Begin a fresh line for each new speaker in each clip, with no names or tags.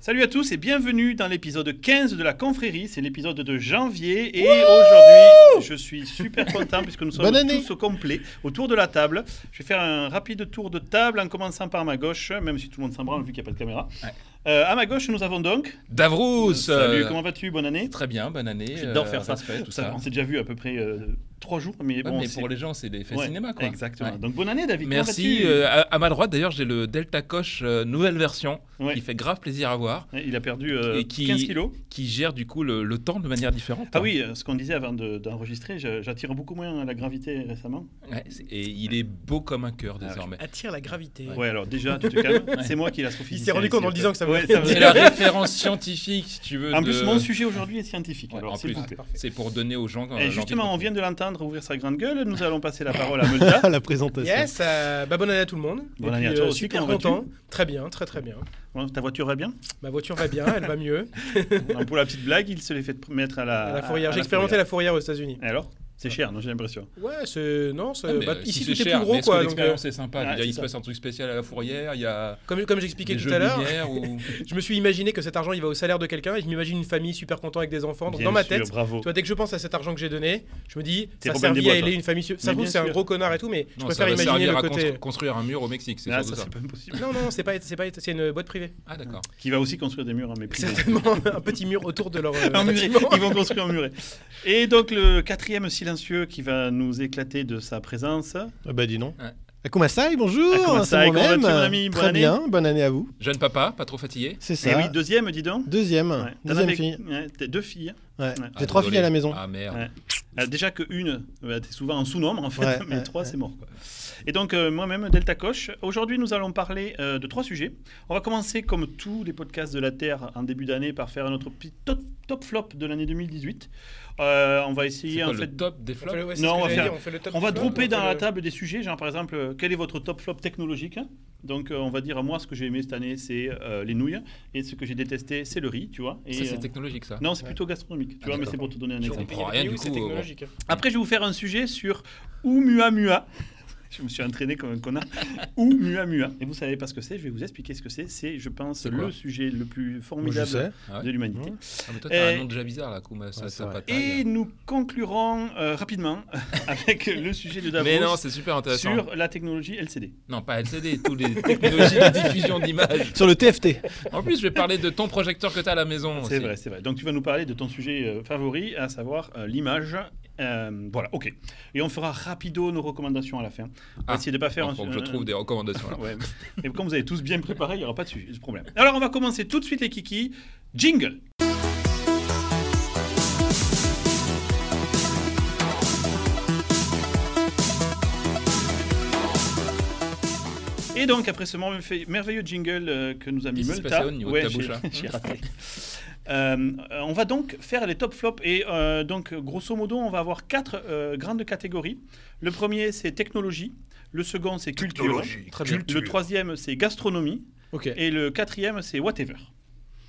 Salut à tous et bienvenue dans l'épisode 15 de la confrérie. C'est l'épisode de janvier et aujourd'hui, je suis super content puisque nous sommes
Bonne année.
tous au complet autour de la table. Je vais faire un rapide tour de table en commençant par ma gauche, même si tout le monde s'en branle vu qu'il n'y a pas de caméra. Euh, à ma gauche, nous avons donc.
Davros
Salut,
euh,
comment vas-tu Bonne année.
Très bien, bonne année. euh,
J'adore faire ça.
respect, tout
Ça,
ça.
On s'est déjà vu à peu près euh, trois jours, mais
Ouais,
bon,
mais
c'est-
pour les gens, c'est des fêtes
Ouais,
cinéma, quoi.
Exactement.
Ouais.
Donc bonne année, David. Comment
Merci.
vas-tu
euh, à, à ma droite, d'ailleurs, j'ai le Delta Coche euh, nouvelle version
Ouais.
qui fait grave plaisir à voir,
Ouais, Il a perdu euh,
et qui-
15 kilos.
qui gère du coup le, le temps de manière différente.
Ah oui, euh, ce qu'on disait avant de- d'enregistrer, je- j'attire beaucoup moins la gravité récemment.
Ouais, c'est- et il est beau comme un
Ah,
cœur désormais.
attire la gravité.
Ouais, alors déjà, tu te calmes. C'est moi qui l'astrophysicien.
Il s'est rendu compte en
ici,
disant que ça
Ouais,
voulait
ça
dire.
C'est la référence scientifique, si tu veux.
En
de-
plus, mon sujet aujourd'hui est scientifique.
Ouais, en
alors, s'il
plus.
vous plaît.
C'est pour donner aux gens. euh,
Et
l'envie
justement,
de-
on vient de l'entendre ouvrir sa grande gueule. Nous allons passer la parole à Melda.
la présentation.
Yes, euh, bah bonne année à tout le monde.
Bonne
Et
année à
puis,
toi
euh,
aussi,
Super
comment vas-tu
content. Très bien, très très bien.
Bon, Ta voiture va bien
Ma voiture va bien, elle va mieux.
Non, Pour la petite blague, il se l'est fait mettre à Ah, la,
À la fourrière.
à
J'ai expérimenté la fourrière aux États-Unis.
fourrière. Et alors C'est cher, non, j'ai l'impression.
Ouais, c'est non,
Ah,
c'est-
mais,
bah,
euh,
ici
si
tout
c'est
est
cher,
plus
mais
gros
est-ce que
quoi. donc, euh,
L'expérience est sympa.
Ouais,
Je veux dire,
c'est
il se
ça.
passe un truc spécial à la fourrière. Il y a
comme comme
des
j'expliquais tout
jeux
à l'heure,
lumière ou.
je me suis imaginé que cet argent il va au salaire de quelqu'un et je m'imagine une famille super contente avec des enfants. Donc,
Bien
dans ma
sûr,
tête,
bravo.
tu vois, dès que je pense à cet argent que j'ai donné, je me dis
T'es
ça
Robin des
servit
Bois,
à aider
toi.
une famille. su-
Mais
Ça se trouve
bien
c'est un
sûr.
gros connard et tout, mais je
Non, ça
préfère
va
imaginer
servir
le
à
côté.
constru- construire un mur au Mexique, c'est
Ah,
surtout
ça,
ça.
c'est pas impossible.
Non non, c'est pas c'est pas c'est une boîte privée.
Ah d'accord.
Qui va aussi construire des murs, hein, mais plus.
Certainement un petit mur autour de leur. euh,
Un muret.
bâtiment.
Ils vont construire un muret. Et donc le quatrième silencieux qui va nous éclater de sa présence.
Ah bah dis non.
Ouais.
Akumasai, bonjour.
Akumasai,
c'est
comment vas-tu,
moi-même.
mon ami Bonne
Très
année.
bien, bonne année à vous.
Jeune papa, pas trop fatigué.
C'est ça.
Et oui, deuxième, dis donc.
Deuxième,
Ouais. T'en
deuxième
avais-
fille.
ouais, t'as deux filles.
Ouais.
Ah,
J'ai trois
désolé.
filles à la maison.
Ah merde.
Ouais. Ah, déjà que une, euh, t'es souvent en sous-nombre en fait,
Ouais,
mais
ouais,
trois c'est mort. quoi. Et donc euh, moi-même, Delta Coche, aujourd'hui nous allons parler euh, de trois sujets. On va commencer comme tous les podcasts de la Terre en début d'année par faire notre petit top, top flop de l'année 2018. Euh, on va
C'est
essayer
quoi
en
le euh,
fait...
top des flops
fait le- ouais, c'est
Non,
ce que
on va
j'allais
faire-
dire, fait le top
On va
du
dropper
flop, on
dans
fait
la
le-
table des sujets, genre par exemple, euh, quel est votre top flop technologique hein donc euh, on va dire moi ce que j'ai aimé cette année c'est euh, les nouilles et ce que j'ai détesté c'est le riz tu vois et,
Ça,
euh,
c'est technologique, ça.
non c'est plutôt gastronomique tu
Ah,
vois mais
d'accord.
c'est pour te donner un
Sur
exemple
les
comprends
pays- les
rien,
pays
du
où c'est
coup, bon.
technologique.
Après, je vais vous faire un sujet sur Oumuamua. Je me suis entraîné comme un connard. Oumuamua. Et vous savez pas ce que c'est Je vais vous expliquer ce que c'est. C'est, je pense,
quoi
le sujet le plus
Moi, je
formidable
sais.
Ah ouais
de l'humanité.
Ah, mais toi, t'as
Et- Ah,
un nom déjà bizarre, là, Kouma. Ça,
Ouais,
ça
c'est
pas
Et
taille.
nous conclurons euh, rapidement avec le sujet de
Mais non,
Davos
c'est super intéressant.
sur la technologie LCD.
Non, pas LCD, toutes les technologies de diffusion d'images.
Sur le TFT.
En plus, je vais parler de ton projecteur que t'as à la maison.
C'est
aussi.
vrai, c'est vrai. Donc tu vas nous parler de ton sujet euh, favori, à savoir euh, l'image. Euh, voilà, ok. Et on fera rapido nos recommandations à la fin. On va
Ah,
essayer de pas faire un
Alors, faut que
un-
je trouve des recommandations. alors.
Ouais. Et comme vous avez tous bien préparé, il n'y aura pas de sujet- de problème. Alors, on va commencer tout de suite les kikis. Jingle Et donc, après ce merveilleux- merveilleux jingle euh, que nous a mis
Qu'est-ce qui s'est
Multa,
passé au niveau de ta
j'ai-
bouche, là
j'ai raté. Euh, euh, on va donc faire les top flops et euh, donc grosso modo on va avoir quatre euh, grandes catégories. Le premier c'est technologie, le second c'est culture,
Très bien.
le troisième c'est gastronomie
Ok.
et le quatrième c'est whatever.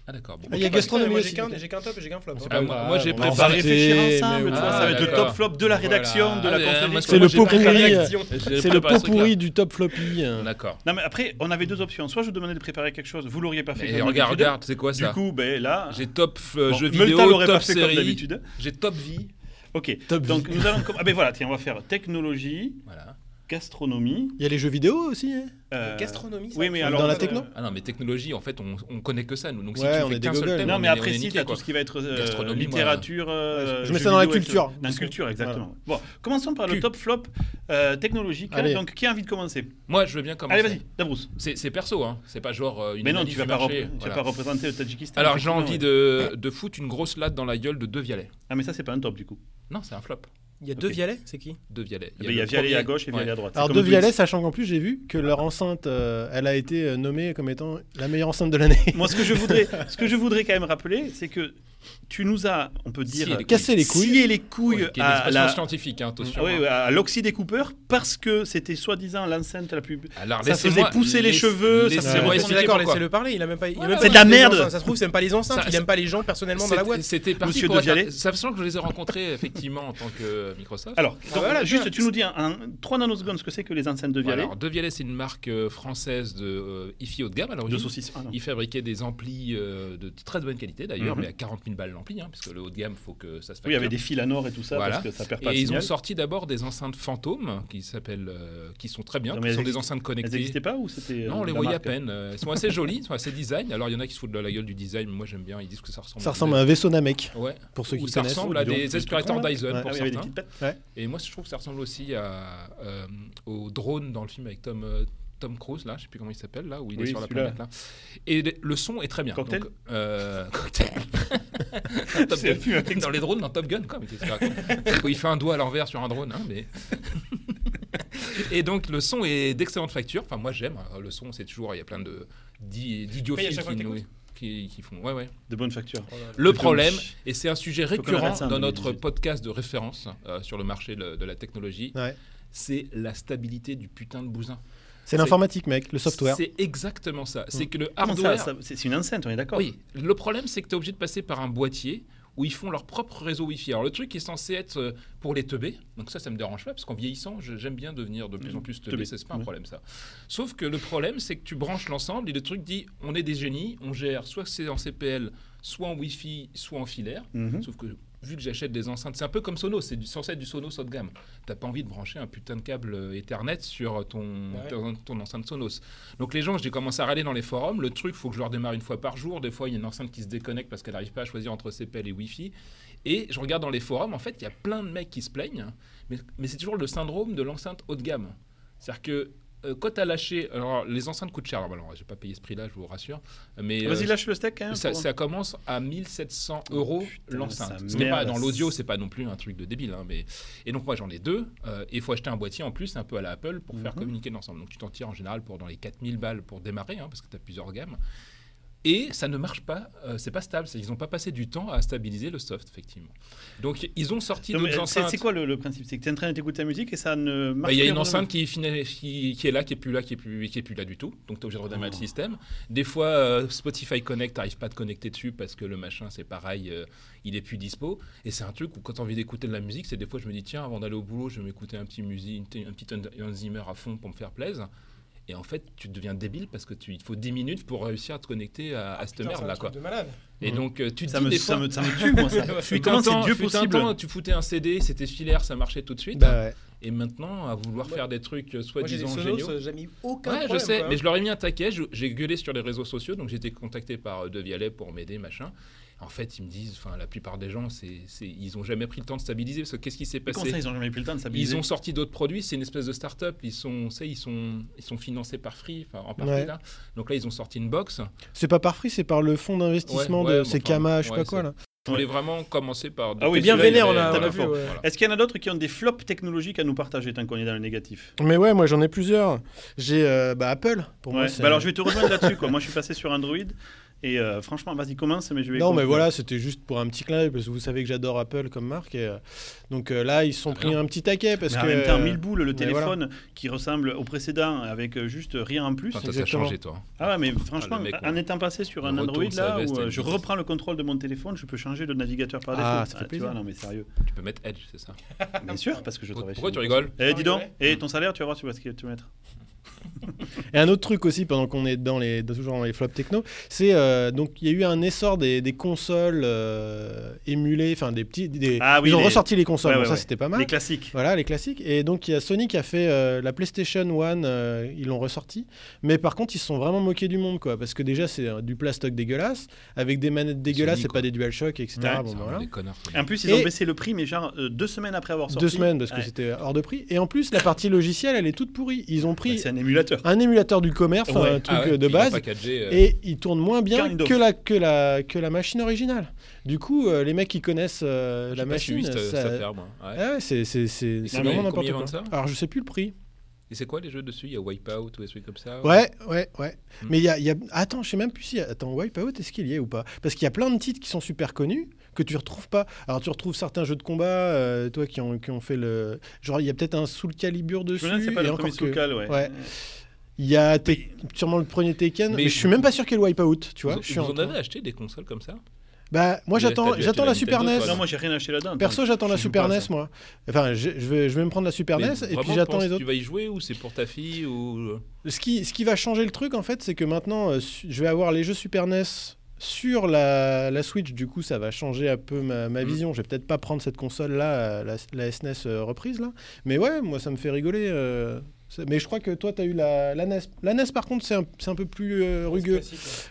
Ah, d'accord. Bon.
Ah, il y a
Putain,
gastronomie
moi,
aussi,
j'ai qu'un-
peut-être.
J'ai qu'un top et j'ai qu'un flop. hein.
Ah, moi, moi, j'ai
On va en
On va
préparé.
parler.
réfléchir
mais
ensemble, tu
oui.
vois, ça
Ah,
va être le
d'accord.
top flop de la
Voilà.
rédaction, de
Ah,
la
mais, euh,
conférence.
moi,
C'est le
j'ai pas
pot
préparé
pourri,
la-
euh,
Réaction.
j'ai
C'est le
préparé
pot
ce truc-là.
pourri du top floppy. euh.
Ah, D'accord.
Non mais après on avait deux options, soit je vous demandais de préparer quelque chose, vous l'auriez pas fait.
Mais
comme
regarde,
d'habitude.
regarde, c'est quoi
Du
ça
coup, ben là,
J'ai top euh,
bon,
jeu
Multa
vidéo,
l'aurait pas
top
fait comme
série.
d'habitude.
J'ai top vie.
Ok.
Top
Donc
vie.
nous allons. com- Ah ben voilà, tiens, on va faire technologie,
Voilà.
gastronomie.
Il y a les jeux vidéo aussi. hein.
euh,
Gastronomie.
oui,
ça,
mais
ça,
alors-
Dans la
euh,
techno
Ah non, mais technologie, en fait, on, on connaît que ça, nous. Donc,
Ouais,
si tu
on
fais
est
qu'un
des
seul
gogoles.
thème,
Non, mais
on est-
après,
on est
si,
niqué,
t'as
quoi.
tout ce qui va être euh,
Gastronomie,
littérature. euh,
Ouais, je
jeux
mets ça dans la
vidéo,
culture.
etc. Dans la culture, exactement. Bon, commençons par le
Cul.
top flop euh, technologique.
Allez.
Donc, qui a envie de commencer
Moi, je veux bien commencer.
Allez, vas-y, Dabrousse.
C'est c'est perso, hein. C'est pas genre euh, une.
Mais non,
analyse
tu vas,
du
pas,
marché,
repré- tu vas
voilà.
pas représenter le Tadjikistan.
Alors, j'ai envie
effectivement,
de, de foutre une grosse latte dans la gueule de deux vialets.
ouais. Ah, mais ça, c'est pas un top du coup.
Non, c'est un flop.
Il y a deux
Ok.
vialets, c'est qui
Deux vialets.
Eh ben, Il
le
y a Vialet
premier-
à gauche et Vialet
Ouais.
à droite. C'est
Alors
comme
de
Twix.
Vialet, sachant qu'en plus j'ai vu que leur enceinte, euh, elle a été euh, nommée comme étant la meilleure enceinte de l'année.
Moi, ce que je voudrais, ce que je voudrais quand même rappeler, c'est que tu nous as, on peut dire,
Scié les couilles.
Casser les couilles.
scié les
Oui,
couilles
qui est une
à
expression
la-
scientifique, hein, attention.
Ah oui, oui, à l'oxydécoupeur parce que c'était soi-disant l'enceinte la plus.
Alors,
Ça
laissez-moi-
faisait pousser les
laiss-
cheveux, ça
laissez-
faisait
moi
Ouais, je suis
expliquer
d'accord,
pourquoi.
laissez-le parler. Il a même pas. il a
Ouais,
même
ouais,
pas
c'est de la
des
merde.
enceintes. Ça se trouve, c'est même pas les enceintes.
Ça-
Il aime pas les gens personnellement dans la
C'était-
boîte.
C'était parti
Monsieur
pour
De Vialet.
être- Ça fait semblant que je les ai rencontrés effectivement en tant que euh, Microsoft.
Alors,
Bah
donc,
voilà,
juste,
tiens.
tu nous dis en 3 nanosecondes ce que c'est que les enceintes de Vialet.
Alors, De Vialet, c'est une marque euh, française de euh, hi-fi haut de gamme. Alors,
de saucisses. Ah, non.
Ils fabriquaient des amplis euh, de très bonne qualité d'ailleurs,
Mhm.
mais à 40 000 balles l'ampli, hein, puisque le haut de gamme, faut que ça se
Oui, il y
facture.
avait des fils à nord et tout ça
Voilà.
parce que ça perd pas
et
le
ils
signal.
ont sorti d'abord des enceintes fantômes qui s'appellent, euh, qui sont très bien,
Non, mais
qui
elles
sont des
existent-
enceintes
Elles
connectées.
n'existaient pas ou c'était
Non, on
euh,
les
la
voyait à
marque
peine. euh, Elles sont assez jolies, elles sont assez design. Alors il y en a qui se foutent de la gueule du design, mais moi j'aime bien. Ils disent que ça ressemble.
Ça ressemble à un vaisseau Namek,
Ouais.
pour ceux
Ou
qui
ça
connaissent.
ressemble à
dis donc,
des
des
aspirateurs
trucs comme
Dyson
Ouais,
Ah
pour
oui, il y avait des
certains.
petites pattes.
Et moi, je trouve que ça ressemble aussi à, euh, au drone dans le film avec Tom, euh, Tom Cruise, là, je sais plus comment il s'appelle, là, où il est
Oui,
sur la
celui-là.
planète, là. Et le, le son est très bien.
Cocktail
Donc, euh, cocktail. Dans Top
C'est
Gun.
plus un texte.
Dans les drones, dans Top Gun, quoi. mais qu'est-ce que tu racontes Où il fait un doigt à l'envers sur un drone, hein, mais. Et donc, le son est d'excellente facture. Enfin, moi, j'aime. hein. Le son, c'est toujours. Il y a plein de d'i-
Paye à
d'idiophiles
chaque fois
qui,
que
nous- qui, qui font. Ouais, ouais.
de bonne facture.
Le
Plutôt
problème,
moche.
et c'est un sujet
qu'on arrête
récurrent
ça en
dans notre
2018.
podcast de référence euh, sur le marché de, de la technologie,
Ouais.
c'est la stabilité du putain de bousin.
C'est l'informatique, mec, le software. Bah
C'est exactement ça. C'est que le
Mm. Comment ça,
hardware.
ça- C'est c'est une enceinte, on est d'accord
oui, le problème, c'est que tu es obligé de passer par un boîtier où ils font leur propre réseau Wi-Fi. Alors le truc est censé être euh, pour les teubés, donc ça, ça me dérange pas, parce qu'en vieillissant, je- j'aime bien devenir de plus en plus teubé,
Mm. Teubé.
ça, c'est pas un
Ouais.
problème ça. Sauf que le problème, c'est que tu branches l'ensemble et le truc dit, on est des génies, on gère soit c'est en CPL, soit en Wi-Fi, soit en filaire.
Mhm.
Sauf que vu que j'achète des enceintes, c'est un peu comme Sonos, c'est du- censé être du Sonos haut de gamme. T'as pas envie de brancher un putain de câble euh, Ethernet sur ton,
Bah
Ouais.
ton, ton enceinte Sonos. Donc les gens, j'ai commencé à râler dans les forums. Le truc, faut que je leur démarre une fois par jour. Des fois, il y a une enceinte qui se déconnecte parce qu'elle n'arrive pas à choisir entre CPL et Wi-Fi. Et je regarde dans les forums, en fait, il y a plein de mecs qui se plaignent, mais, mais c'est toujours le syndrome de l'enceinte haut de gamme. C'est-à-dire que euh, quand t'as lâché, alors les enceintes coûtent cher. Alors, j'ai pas payé ce prix-là, je vous rassure. Mais euh,
Vas-y, lâche le steak. hein,
ça,
pour-
ça commence à 1700 euros
Oh, Putain,
l'enceinte.
sa
Ce n'est pas
merde.
dans l'audio, c'est pas non plus un truc de débile. hein, mais... Et donc moi j'en ai deux. euh, et il faut acheter un boîtier en plus, un peu à la Apple, pour faire
Mhm.
communiquer l'ensemble. Donc tu t'en tires en général pour dans les 4000 balles pour démarrer, hein, parce que tu as plusieurs gammes. Et ça ne marche pas, euh, c'est pas stable. c'est- Ils n'ont pas passé du temps à stabiliser le soft, effectivement. Donc ils ont sorti
Non, mais
d'autres
C'est
enceintes.
c'est quoi le, le principe C'est que tu es en train d'écouter ta musique et ça ne
Bah,
marche
Il y a
plus
une
à
enceinte qui est, fina- qui, qui est là, qui est plus là, qui est plus, qui est plus là du tout. Donc tu es obligé de redémarrer
Ah.
le système. Des fois, euh, Spotify Connect n'arrive pas à te connecter dessus parce que le machin, c'est pareil, euh, il est plus dispo. Et c'est un truc où quand tu as envie d'écouter de la musique, c'est des fois je me dis, tiens, avant d'aller au boulot, je vais m'écouter un petit musique, un petit Hans- Hans Zimmer à fond pour me faire plaisir. Et en fait, tu deviens débile parce que tu, il te faut 10 minutes pour réussir à te connecter à, à cette
Ah, Putain, c'est un
merde-là.
truc
quoi.
de malade.
Et
Mhm.
donc, euh, tu te
Ça
dis
me,
des
ça,
fois...
me, ça me tue, moi. Ça.
Fut
Comment
un
c'est
temps-
Dieu
fut un
possible
temps, tu foutais un CD, c'était filaire, ça marchait tout de suite.
Bah ouais.
Et maintenant, à vouloir
Moi-
faire des trucs euh,
Moi, j'ai
soi-disant
des
géniaux.
Sonos, euh, j'ai mis aucun
Ouais,
problème.
je sais,
quoi.
mais je leur ai mis un taquet. je- J'ai gueulé sur les réseaux sociaux, donc j'ai été contacté par euh, De Vialet pour m'aider, machin. En fait, ils me disent, enfin, la plupart des gens, c'est, c'est- ils ont jamais pris le temps de stabiliser. Parce que qu'est-ce qui s'est
Comment ça,
passé
ils n'ont jamais plus le temps de
Ils
s'habiller
ont sorti d'autres produits. C'est une espèce de start-up. Ils sont, ça, ils sont, ils sont financés par Free, enfin, en partie
Ouais.
là. Donc là, ils ont sorti une box.
C'est pas par Free, c'est par le fonds d'investissement
Ouais, ouais,
de.
mais
C'est
enfin,
Kama, je sais
ouais,
pas quoi
c'est-
là.
Je voulais vraiment commencer par.
Ah oui,
bien
celui-là, il
vénère, on
avait-
a-
t'as
on a
pas
vu,
fort.
ouais.
Est-ce qu'il y en a d'autres qui ont des flops technologiques à nous partager tant qu'on est dans le négatif
Mais ouais, moi j'en ai plusieurs. J'ai euh, bah, Apple, pour moi.
Ouais.
c'est-
Bah alors je vais te rejoindre là-dessus. quoi. Moi je suis passé sur Android et euh, franchement vas-y commence mais je vais...
Non, mais
conclure.
voilà, c'était juste pour un petit clin d'œil, parce que vous savez que j'adore Apple comme marque. Et, euh, donc euh, là, ils se sont pris
bien.
un petit taquet, parce
Mais
que.
en Bah, même temps,
euh,
1000 boules, le
mais
téléphone qui ressemble au précédent avec euh, juste rien en plus.
Enfin, t'as- t'as
exactement.
changé toi.
Ah ouais, mais franchement,
le mec,
en étant passé sur
il
un Android
retourne sa
là
veste
où
et
euh,
il
je
dit-
reprends le contrôle de mon téléphone, je peux changer de navigateur par défaut.
Ah, ça fait
tu vois,
plaisir.
non mais sérieux.
Tu peux mettre Edge, c'est ça.
Bien sûr, parce que je travaille.
Pourquoi
chez
tu
Microsoft.
rigoles
Eh dis donc,
Ouais.
et ton salaire, tu vas voir, tu vois ce qu'il va te mettre.
Et un autre truc aussi, pendant qu'on est dans les, dans- toujours dans les flops techno, c'est euh, donc il y a eu un essor des, des consoles euh, émulées, enfin des petits, des-
Ah oui,
ils ont
les-
ressorti les consoles,
Ouais,
donc
ouais,
ça
ouais.
c'était pas mal.
Les classiques.
Voilà les classiques. Et donc il y a Sony qui a fait euh, la PlayStation One, euh, ils l'ont ressorti. Mais par contre ils se sont vraiment moqués du monde quoi, parce que déjà c'est euh, du plastoc dégueulasse, avec des manettes dégueulasses,
Sony,
c'est
quoi.
pas des DualShock, etc.
Ouais,
Bon, bah,
C'est vraiment
voilà.
des connards. quoi.
En plus, ils ont
Et-
baissé le prix, mais genre euh, deux semaines après avoir sorti.
Deux semaines parce que
Ouais.
c'était hors de prix. Et en plus la partie logicielle elle est toute pourrie. Ils ont
Bah,
pris
C'est un émulateur.
un émulateur du commerce, enfin,
Ouais.
un truc
Ah ouais,
euh, de
puis ils l'ont
base.
packagé, euh,
Et il tourne moins bien
Kind of.
que, la, que, la, que la machine originale. Du coup, euh, les mecs qui connaissent euh,
j'ai
la
pas suivi
machine,
cette-
ça-
cette ferme, hein. Ouais.
Ah ouais, c'est c'est- c'est- c'est
combien-
vraiment
combien
n'importe
ils vendent
quoi.
ça
Alors, je sais plus le prix.
Et c'est quoi les jeux dessus Il y a Wipeout ou des trucs comme ça
Ouais, ouais, ouais.
Hmm.
Mais il y a, il y a- Attends, je sais même plus si. Attends, Wipeout, est-ce qu'il y est ou pas Parce qu'il y a plein de titres qui sont super connus que tu retrouves pas. Alors, tu retrouves certains jeux de combat, euh, toi, qui ont, qui ont fait le. Genre, il y a peut-être un Soul Calibur
Je
dessus.
me demande si c'est pas
et
le
encore
premier
que-
local, ouais.
ouais. Il y a Tek- sûrement le premier Tekken, mais,
Mais
je suis même pas sûr qu'il y ait le Wipeout, tu
Vous,
vois. je suis
vous
en
en
train-
avez acheté des consoles comme ça
Bah, moi,
Vous avez
j'attends,
peut-être
j'attends
acheté
la
la
Super
Nintendo,
NES.
quoi,
Non, moi j'ai rien acheté là-dedans.
Perso, j'attends la
je joue
Super
pas à
NES,
ça.
moi. Enfin, je, je vais, je vais me prendre la Super
Mais
NES et
vraiment,
puis j'attends
pense
les
que
autres.
Tu vas y jouer ou c'est pour ta fille ou
Ce qui, ce qui va changer le truc, en fait, c'est que maintenant, euh, su- je vais avoir les jeux Super NES sur la, la Switch. Du coup, ça va changer un peu ma, ma
Mm.
Mhm.
vision. Je vais peut-être pas prendre cette console-là, euh, la, la SNES euh, reprise, là. Mais ouais, moi, ça me fait rigoler. euh. C'est- Mais je crois que toi, tu as eu la, la NES. La NES, par contre, c'est un, c'est un peu plus euh, rugueux.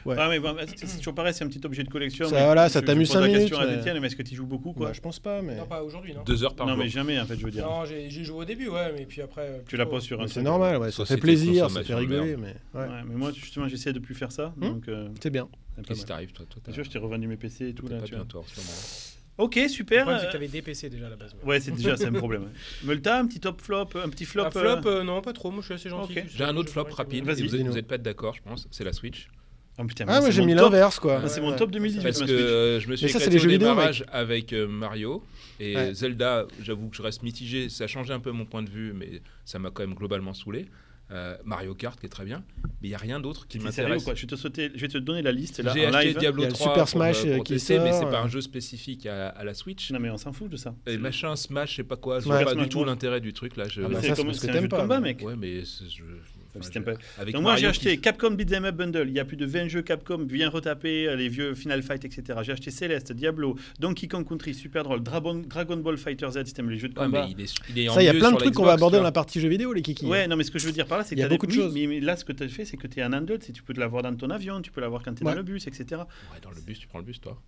Ouais.
Ah, mais bon, bah, c'est c'est toujours pareil, c'est un petit objet de collection.
Ça,
mais
voilà,
je-
ça
je
t'amuse
pose
cinq
la
minutes,
question à
mais-
Étienne, mais est-ce que tu joues beaucoup quoi
Bah, je pense pas, mais...
Non, pas aujourd'hui, non.
deux heures par
Non, mais
jour
jamais en fait, je veux dire.
Non, j'ai j'ai joué au début, ouais, mais puis après. euh,
Tu la
plutôt-
poses sur un.
mais c'est
truc.
normal, ouais, ça,
Ça,
fait
c'était
plaisir, ça fait
consommation de
rigoler, mais ouais, Hmm
Ouais, mais moi, justement, j'essaie de plus faire ça. Donc, euh,
c'est bien.
c'est pas
Qu'est-ce qui
mal.
t'arrive toi Toi, t'as
Bien sûr, je t'ai revendu mes PC et tout
t'as
là.
pas
tu
bien
vois.
toi en ce moment.
Ok,
Le
super.
problème, c'est que
euh,
t'avais des PC déjà à la base. ouais.
Ouais, c'est déjà c'est un problème. Multa, un petit top flop, un petit flop.
Un
euh,
flop, euh, non, pas trop. Moi, je suis assez gentil.
Ok.
Je-
J'ai un autre
je-
flop
je-
rapide.
Vas-y.
et Vous
Dis-nous.
n'êtes pas d'accord, je pense. C'est la Switch.
Oh putain,
Ah, moi
c'est
j'ai
mon
mis
top.
l'inverse, quoi.
Ah, c'est
Ouais,
mon
ouais.
top 2018.
Parce
ma
que
Switch.
euh, je me suis
Mais ça, c'est
éclaté
les
au
jeux vidéo,
démarrage avec euh, Mario et
Ouais.
Zelda. J'avoue que je reste mitigé. Ça a changé un peu mon point de vue, mais ça m'a quand même globalement saoulé. Euh, Mario Kart qui est très bien, mais il y a rien d'autre qui
T'es sérieux ou
m'intéresse.
quoi je vais, te sauter- je vais te donner la liste là
J'ai
en
acheté
live.
Diablo
Il y a le
3
Super
pour,
Smash,
euh,
euh,
pour
qui
tester, mais
sort,
c'est pas
euh.
un jeu spécifique à, à la Switch.
Non mais on s'en fout de ça.
Et machin Smash, je sais pas quoi. Je
Ouais.
vois pas
Smash
du tout
Bros.
l'intérêt du truc là. Je...
Ah bah,
c'est
ça, c'est
comme
parce que
c'est un
t'aimes
jeu de
pas,
combat
mais-
mec.
Ouais, mais c'est- je- enfin,
si t'aimes
je-
pas.
Avec
Donc moi j'ai
Mario qui-
acheté Capcom Beat'em Up Bundle. Il y a plus de 20 jeux Capcom bien retapés, euh, les vieux Final Fight, etc. J'ai acheté Celeste, Diablo, Donkey Kong Country, Super Drôle, Dragon, Dragon Ball Fighter Z, système les jeux de
Ouais,
combat.
mais il est, il est en
Ça, il y a
mieux
plein de
sur
trucs
la
qu'on va
Xbox,
aborder
tu
dans
vois.
la partie jeux vidéo, les hein, kiki.
Ouais, non mais ce que je veux dire par là, c'est que
Il y a
t'as des-
beaucoup de
oui,
choses.
Mais, mais là, ce que tu fait, c'est que tu es un handle, c'est que tu peux l'avoir dans ton avion, tu peux l'avoir quand tu es
Ouais.
dans le bus, etc.
Ouais, dans le bus, tu prends le bus toi.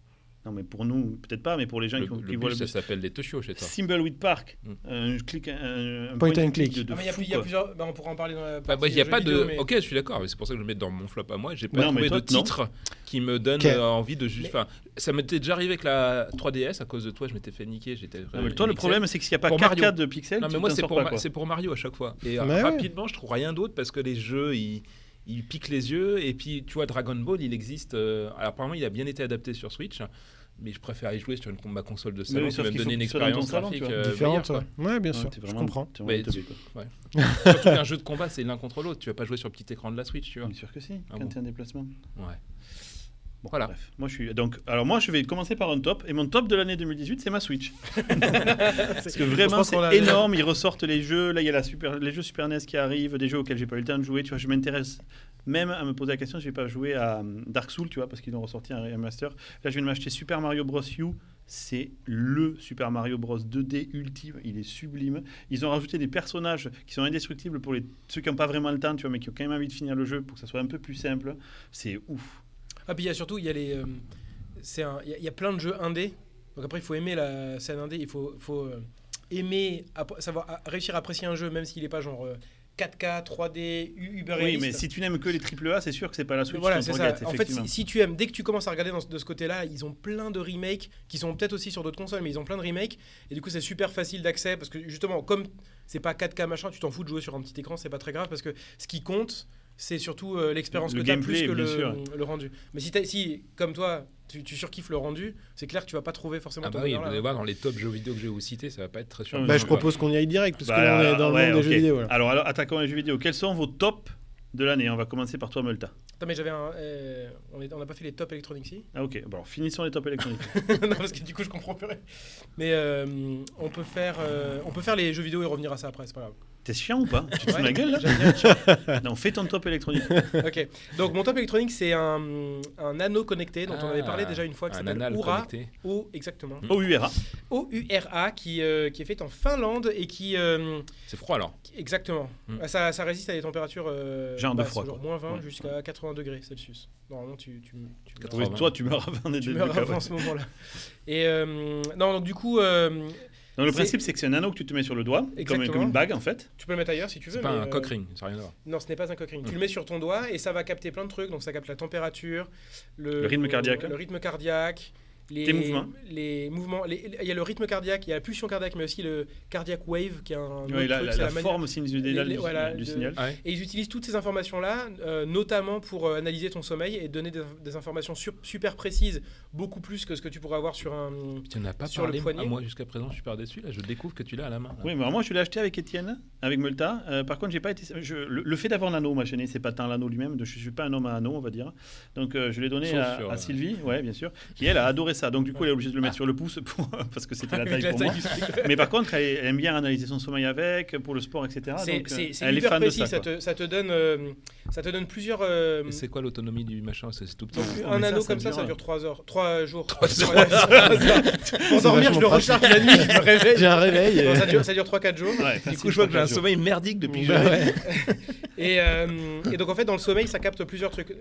Non mais pour nous, peut-être pas, mais pour les gens
Le,
qui,
le
qui
bus,
voient le
ça
bus.
s'appelle des Toshio chez toi.
Thimbleweed Park, euh,
Mm.
un, clic, un- un
Point and
and
click.
de- de
Ah, mais il y a
fou,
plus- il y a
quoi.
plusieurs. bah, on pourra en parler dans la.
Bah,
partie
bah, il n'y a
jeux
pas
vidéo,
de.
mais-
Ok, je suis d'accord, mais c'est pour ça que je le mets dans mon flop à moi. J'ai pas
Non, mais
trouvé
toi,
de
non.
titre qui me donne
Ok.
euh, envie de. ju-
Mais-
Enfin, ça m'était déjà arrivé avec la 3DS à cause de toi, je m'étais fait niquer. J'étais.
Non, mais toi, le
pixel.
problème, c'est que s'il n'y a pas
Pour
4K
Mario.
de pixels,
Non,
tu
mais moi,
t'en
c'est
sors
pour,
pas,
Ma-
quoi.
c'est pour Mario à chaque fois. Et euh,
Mais ouais.
rapidement, je trouve rien d'autre parce que les jeux, ils, ils piquent les yeux. Et puis, tu vois, Dragon Ball, il existe. euh, alors, apparemment, il a bien été adapté sur Switch. Mais je préfère y jouer sur une, ma console de salon.
Oui,
Ça
sauf
va me
qu'il
donner
faut
une
que ce soit dans ton salon,
expérience
tu
graphique
vois.
euh, meilleure,
Différente,
quoi.
ouais. Ouais, bien sûr,
Ouais, t'es
je
vraiment-
comprends.
t'es vraiment
Mais
teubé, quoi.
Surtout qu'un jeu de combat, c'est l'un contre l'autre. Tu vas pas jouer sur le petit écran de la Switch, tu vois.
Bien sûr que si,
Ah
quand
bon.
t'es en déplacement.
Ouais.
Bon,
Voilà.
bref. Moi, je suis... Donc, alors moi, je vais commencer par un top. Et mon top de l'année 2018, c'est ma Switch. Parce que
Je
vraiment,
pense
c'est
qu'on a-
énorme. Ils ressortent les jeux. Là, il y a la super... les jeux Super NES qui arrivent, des jeux auxquels j'ai pas eu le temps de jouer. Tu vois, je m'intéresse même à me poser la question. Je vais pas jouer à hum, Dark Souls, tu vois, parce qu'ils ont ressorti un remaster. Là, je viens de m'acheter Super Mario Bros. U. C'est le Super Mario Bros 2D ultime. Il est sublime. Ils ont rajouté des personnages qui sont indestructibles pour les... ceux qui n'ont pas vraiment le temps, tu vois, mais qui ont quand même envie de finir le jeu pour que ça soit un peu plus simple. C'est ouf.
Ah, puis il y a surtout, il y a les. euh, c'est un- Il y, a- il y a plein de jeux indés. Donc après, il faut aimer la scène indé. Il faut, faut euh, aimer, appré- savoir à- réussir à apprécier un jeu, même s'il n'est pas genre euh, 4K, 3D, U- Uber
Oui,
réaliste.
mais si tu n'aimes que les AAA, c'est sûr que c'est pas la
Mais
Switch.
voilà,
qu'on
c'est ça.
regrette,
En fait,
effectivement.
si, si tu aimes, dès que tu commences à regarder dans ce- de ce côté-là, ils ont plein de remakes qui sont peut-être aussi sur d'autres consoles, mais ils ont plein de remakes. Et du coup, c'est super facile d'accès parce que justement, comme c'est pas 4K machin, tu t'en fous de jouer sur un petit écran, c'est pas très grave parce que ce qui compte, c'est surtout euh, l'expérience
Le
que tu as
gameplay,
plus que
bien
le,
sûr.
le rendu. Mais si, t'as- si comme toi, tu, tu surkiffes le rendu, c'est clair que tu vas pas trouver forcément
Ah
ton
bah oui,
bonheur
vous
là.
allez voir dans les top jeux vidéo que je vais vous citer, ça va pas être très sûr.
Bah,
Bah, je propose qu'on y aille direct, parce que
Bah,
là, on est dans
ouais,
le monde des
ok.
jeux vidéo. là.
Alors, alors, attaquons les jeux vidéo. Quels sont vos tops de l'année On va commencer par toi, Multa.
Attends, mais j'avais un. euh, on est- on n'a pas fait les top électroniques si
Ah, ok. Bon, alors, finissons les tops électroniques.
non, parce que du coup, je comprends plus rien. Mais euh, on, peut faire, euh, on peut faire les jeux vidéo et revenir à ça après, c'est pas grave.
T'es chiant ou pas Tu te fous de
Ouais,
ma gueule,
j'aime bien.
là Non, fais ton top électronique.
Ok. Donc mon top électronique c'est un, un anneau connecté dont on avait parlé déjà une fois qui
Ah, Un
s'appelle
anal
Oura.
connecté. Hmm.
O exactement.
OURA.
O-U-R-A qui, euh, qui est fait en Finlande et qui euh,
C'est froid alors.
qui- exactement.
Mm.
Ah, Ça, ça résiste à des températures euh,
Genre de
basses,
froid,
genre
quoi.
moins 20
Ouais.
jusqu'à 80 degrés Celsius. Normalement tu tu, tu meurs.
Oui,
80.
toi, tu meurs avant d'être
Tu meurs
débutant,
avant
ouais.
ce moment-là. Et euh, non, donc du coup, euh,
Donc, le
C'est-
principe, c'est que c'est un anneau que tu te mets sur le doigt, comme,
Exactement.
comme une bague, en fait.
tu peux le mettre ailleurs si tu veux.
C'est pas
mais,
un
euh,
cock ring, ça n'a rien à voir.
Non, ce n'est pas un cock ring. Tu
Mm.
le mets sur ton doigt et ça va capter plein de trucs. Donc ça capte la température, le,
Le rythme cardiaque. hein.
le rythme cardiaque, les
Tes mouvements.
Les mouvements. les- les- Il y a le rythme cardiaque, il y a la pulsion cardiaque, mais aussi le cardiac wave, qui est un. autre
Ouais, la,
truc,
la-
c'est
la
manière-
forme sinusoïdale
les-
du,
voilà,
du
de-
signal.
Ah ouais.
Et ils utilisent toutes ces informations-là, euh, notamment pour euh, analyser ton sommeil et donner des, des informations sur- super précises, beaucoup plus que ce que tu pourrais avoir sur un.
Tu n'en as pas
Sur le
parlé
poignet.
à moi jusqu'à présent, je suis par déçu. Là, je découvre que tu l'as à la main. là.
Oui, mais alors moi je l'ai acheté avec Étienne, avec Multa. Euh, par contre, j'ai pas été. je- le, le fait d'avoir l'anneau m'a gêné. C'est pas tant l'anneau lui-même. de- Je suis pas un homme à anneau, on va dire. Donc euh, je l'ai donné
Sauf
à,
sur,
à
euh,
Sylvie, ouais, bien sûr, qui elle a adoré ça. Donc du coup, elle est obligée de le mettre sur le pouce pour- parce que c'était la taille
Avec la
pour
taille
moi.
du slip.
Mais par contre, elle, elle aime bien analyser son sommeil avec, pour le sport, etc.
C'est-
Donc, euh,
C'est c'est
elle est
hyper
fan
précis,
de
ça
ça. quoi.
te, ça te donne, euh, ça te donne plusieurs. euh,
Et C'est quoi l'autonomie du machin C'est c'est tout petit.
donc,
Oh,
un
mais ça,
anneau
ça
comme ça,
dure,
ça
hein.
dure 3 heures, 3 jours.
Trois
Voilà, Pour dormir, je
vachement
le recharge la nuit, je me réveille.
J'ai un réveil.
Non,
euh,
ça dure, ça dure 3-4 jours.
Ouais,
Du
facile,
coup, je vois que j'ai un
trois, quatre
sommeil merdique depuis
bah
que
ouais.
Et, euh, et donc en fait dans le sommeil ça capte plusieurs trucs.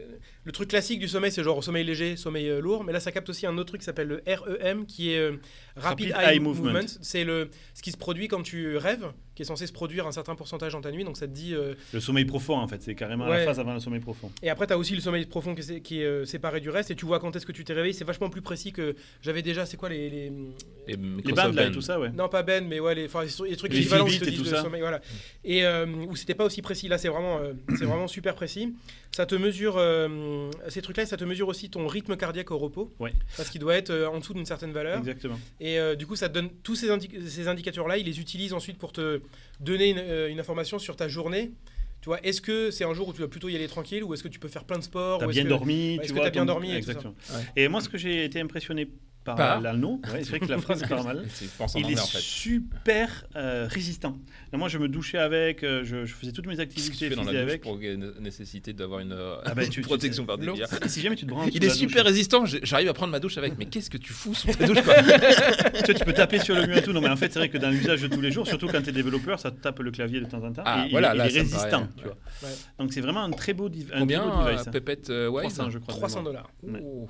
Le truc classique du sommeil c'est genre sommeil léger, sommeil euh, lourd, mais là ça capte aussi un autre truc qui s'appelle le REM qui est euh, Rapid,
Rapid
Eye,
Eye
Movement.
Movement.
C'est le ce qui se produit quand tu rêves, qui est censé se produire un certain pourcentage dans ta nuit, donc ça te dit. euh,
jours. Le sommeil profond, en fait, c'est carrément
Ouais.
la phase avant le sommeil profond.
Et après t'as aussi le sommeil profond qui est, qui est, euh, séparé du reste et tu vois quand est-ce que tu t'es réveillé. C'est vachement plus précis que j'avais déjà. C'est quoi les, les-
Et
Les
Microsoft
bandes là et
Band.
tout ça, ouais.
non pas Ben mais ouais les, enfin, les trucs
Les
équivalents qui
Fitbit
te
et
disent
tout
le
ça.
sommeil voilà et euh, où c'était pas aussi précis là c'est vraiment euh, c'est vraiment super précis ça te mesure euh, ces trucs là ça te mesure aussi ton rythme cardiaque au repos
Ouais.
parce qu'il doit être euh, en dessous d'une certaine valeur
Exactement.
et euh, du coup ça te donne tous ces, indi- ces indicateurs là ils les utilisent ensuite pour te donner une, euh, une information sur ta journée tu vois est-ce que c'est un jour où tu dois plutôt y aller tranquille ou est-ce que tu peux faire plein de sports
T'as
ou est-ce
bien
que-
dormi,
est-ce
tu
que
vois.
t'as bien
ton-
dormi et tout ça
Exactement.
Ouais.
Et moi, ce que j'ai été impressionné par,
Par
l'anneau, ouais, c'est vrai que la phrase est pas mal.
C'est- pense en
Il est
anglais, en fait.
super euh, résistant. Là, moi, je me douchais avec, euh, je, je faisais toutes mes
Qu'est-ce que
activités
tu fais dans la
physiques
douche
avec.
pour euh, nécessiter d'avoir une euh,
Ah bah, tu- tu-
protection par
Non,
délire
si- Si jamais tu te branches, sous
Il est
la
super
douche,
résistant, j'ai- j'arrive à prendre ma douche avec. Mais qu'est-ce que tu fous sous ta douche quoi
tu, vois, tu peux taper sur le mur et tout. Non, mais en fait, c'est vrai que dans l'usage de tous les jours, surtout quand tu es développeur, ça te tape le clavier de temps en temps.
Ah,
et
voilà,
il,
là,
il est
ça me
résistant,
paraît,
tu
ouais.
vois. Donc, c'est vraiment un très beau, div- un très beau
Combien euh,
device. hein.
Pépette euh, Wise
300, je crois.
300
de
dollars
Ouais.
Ouh.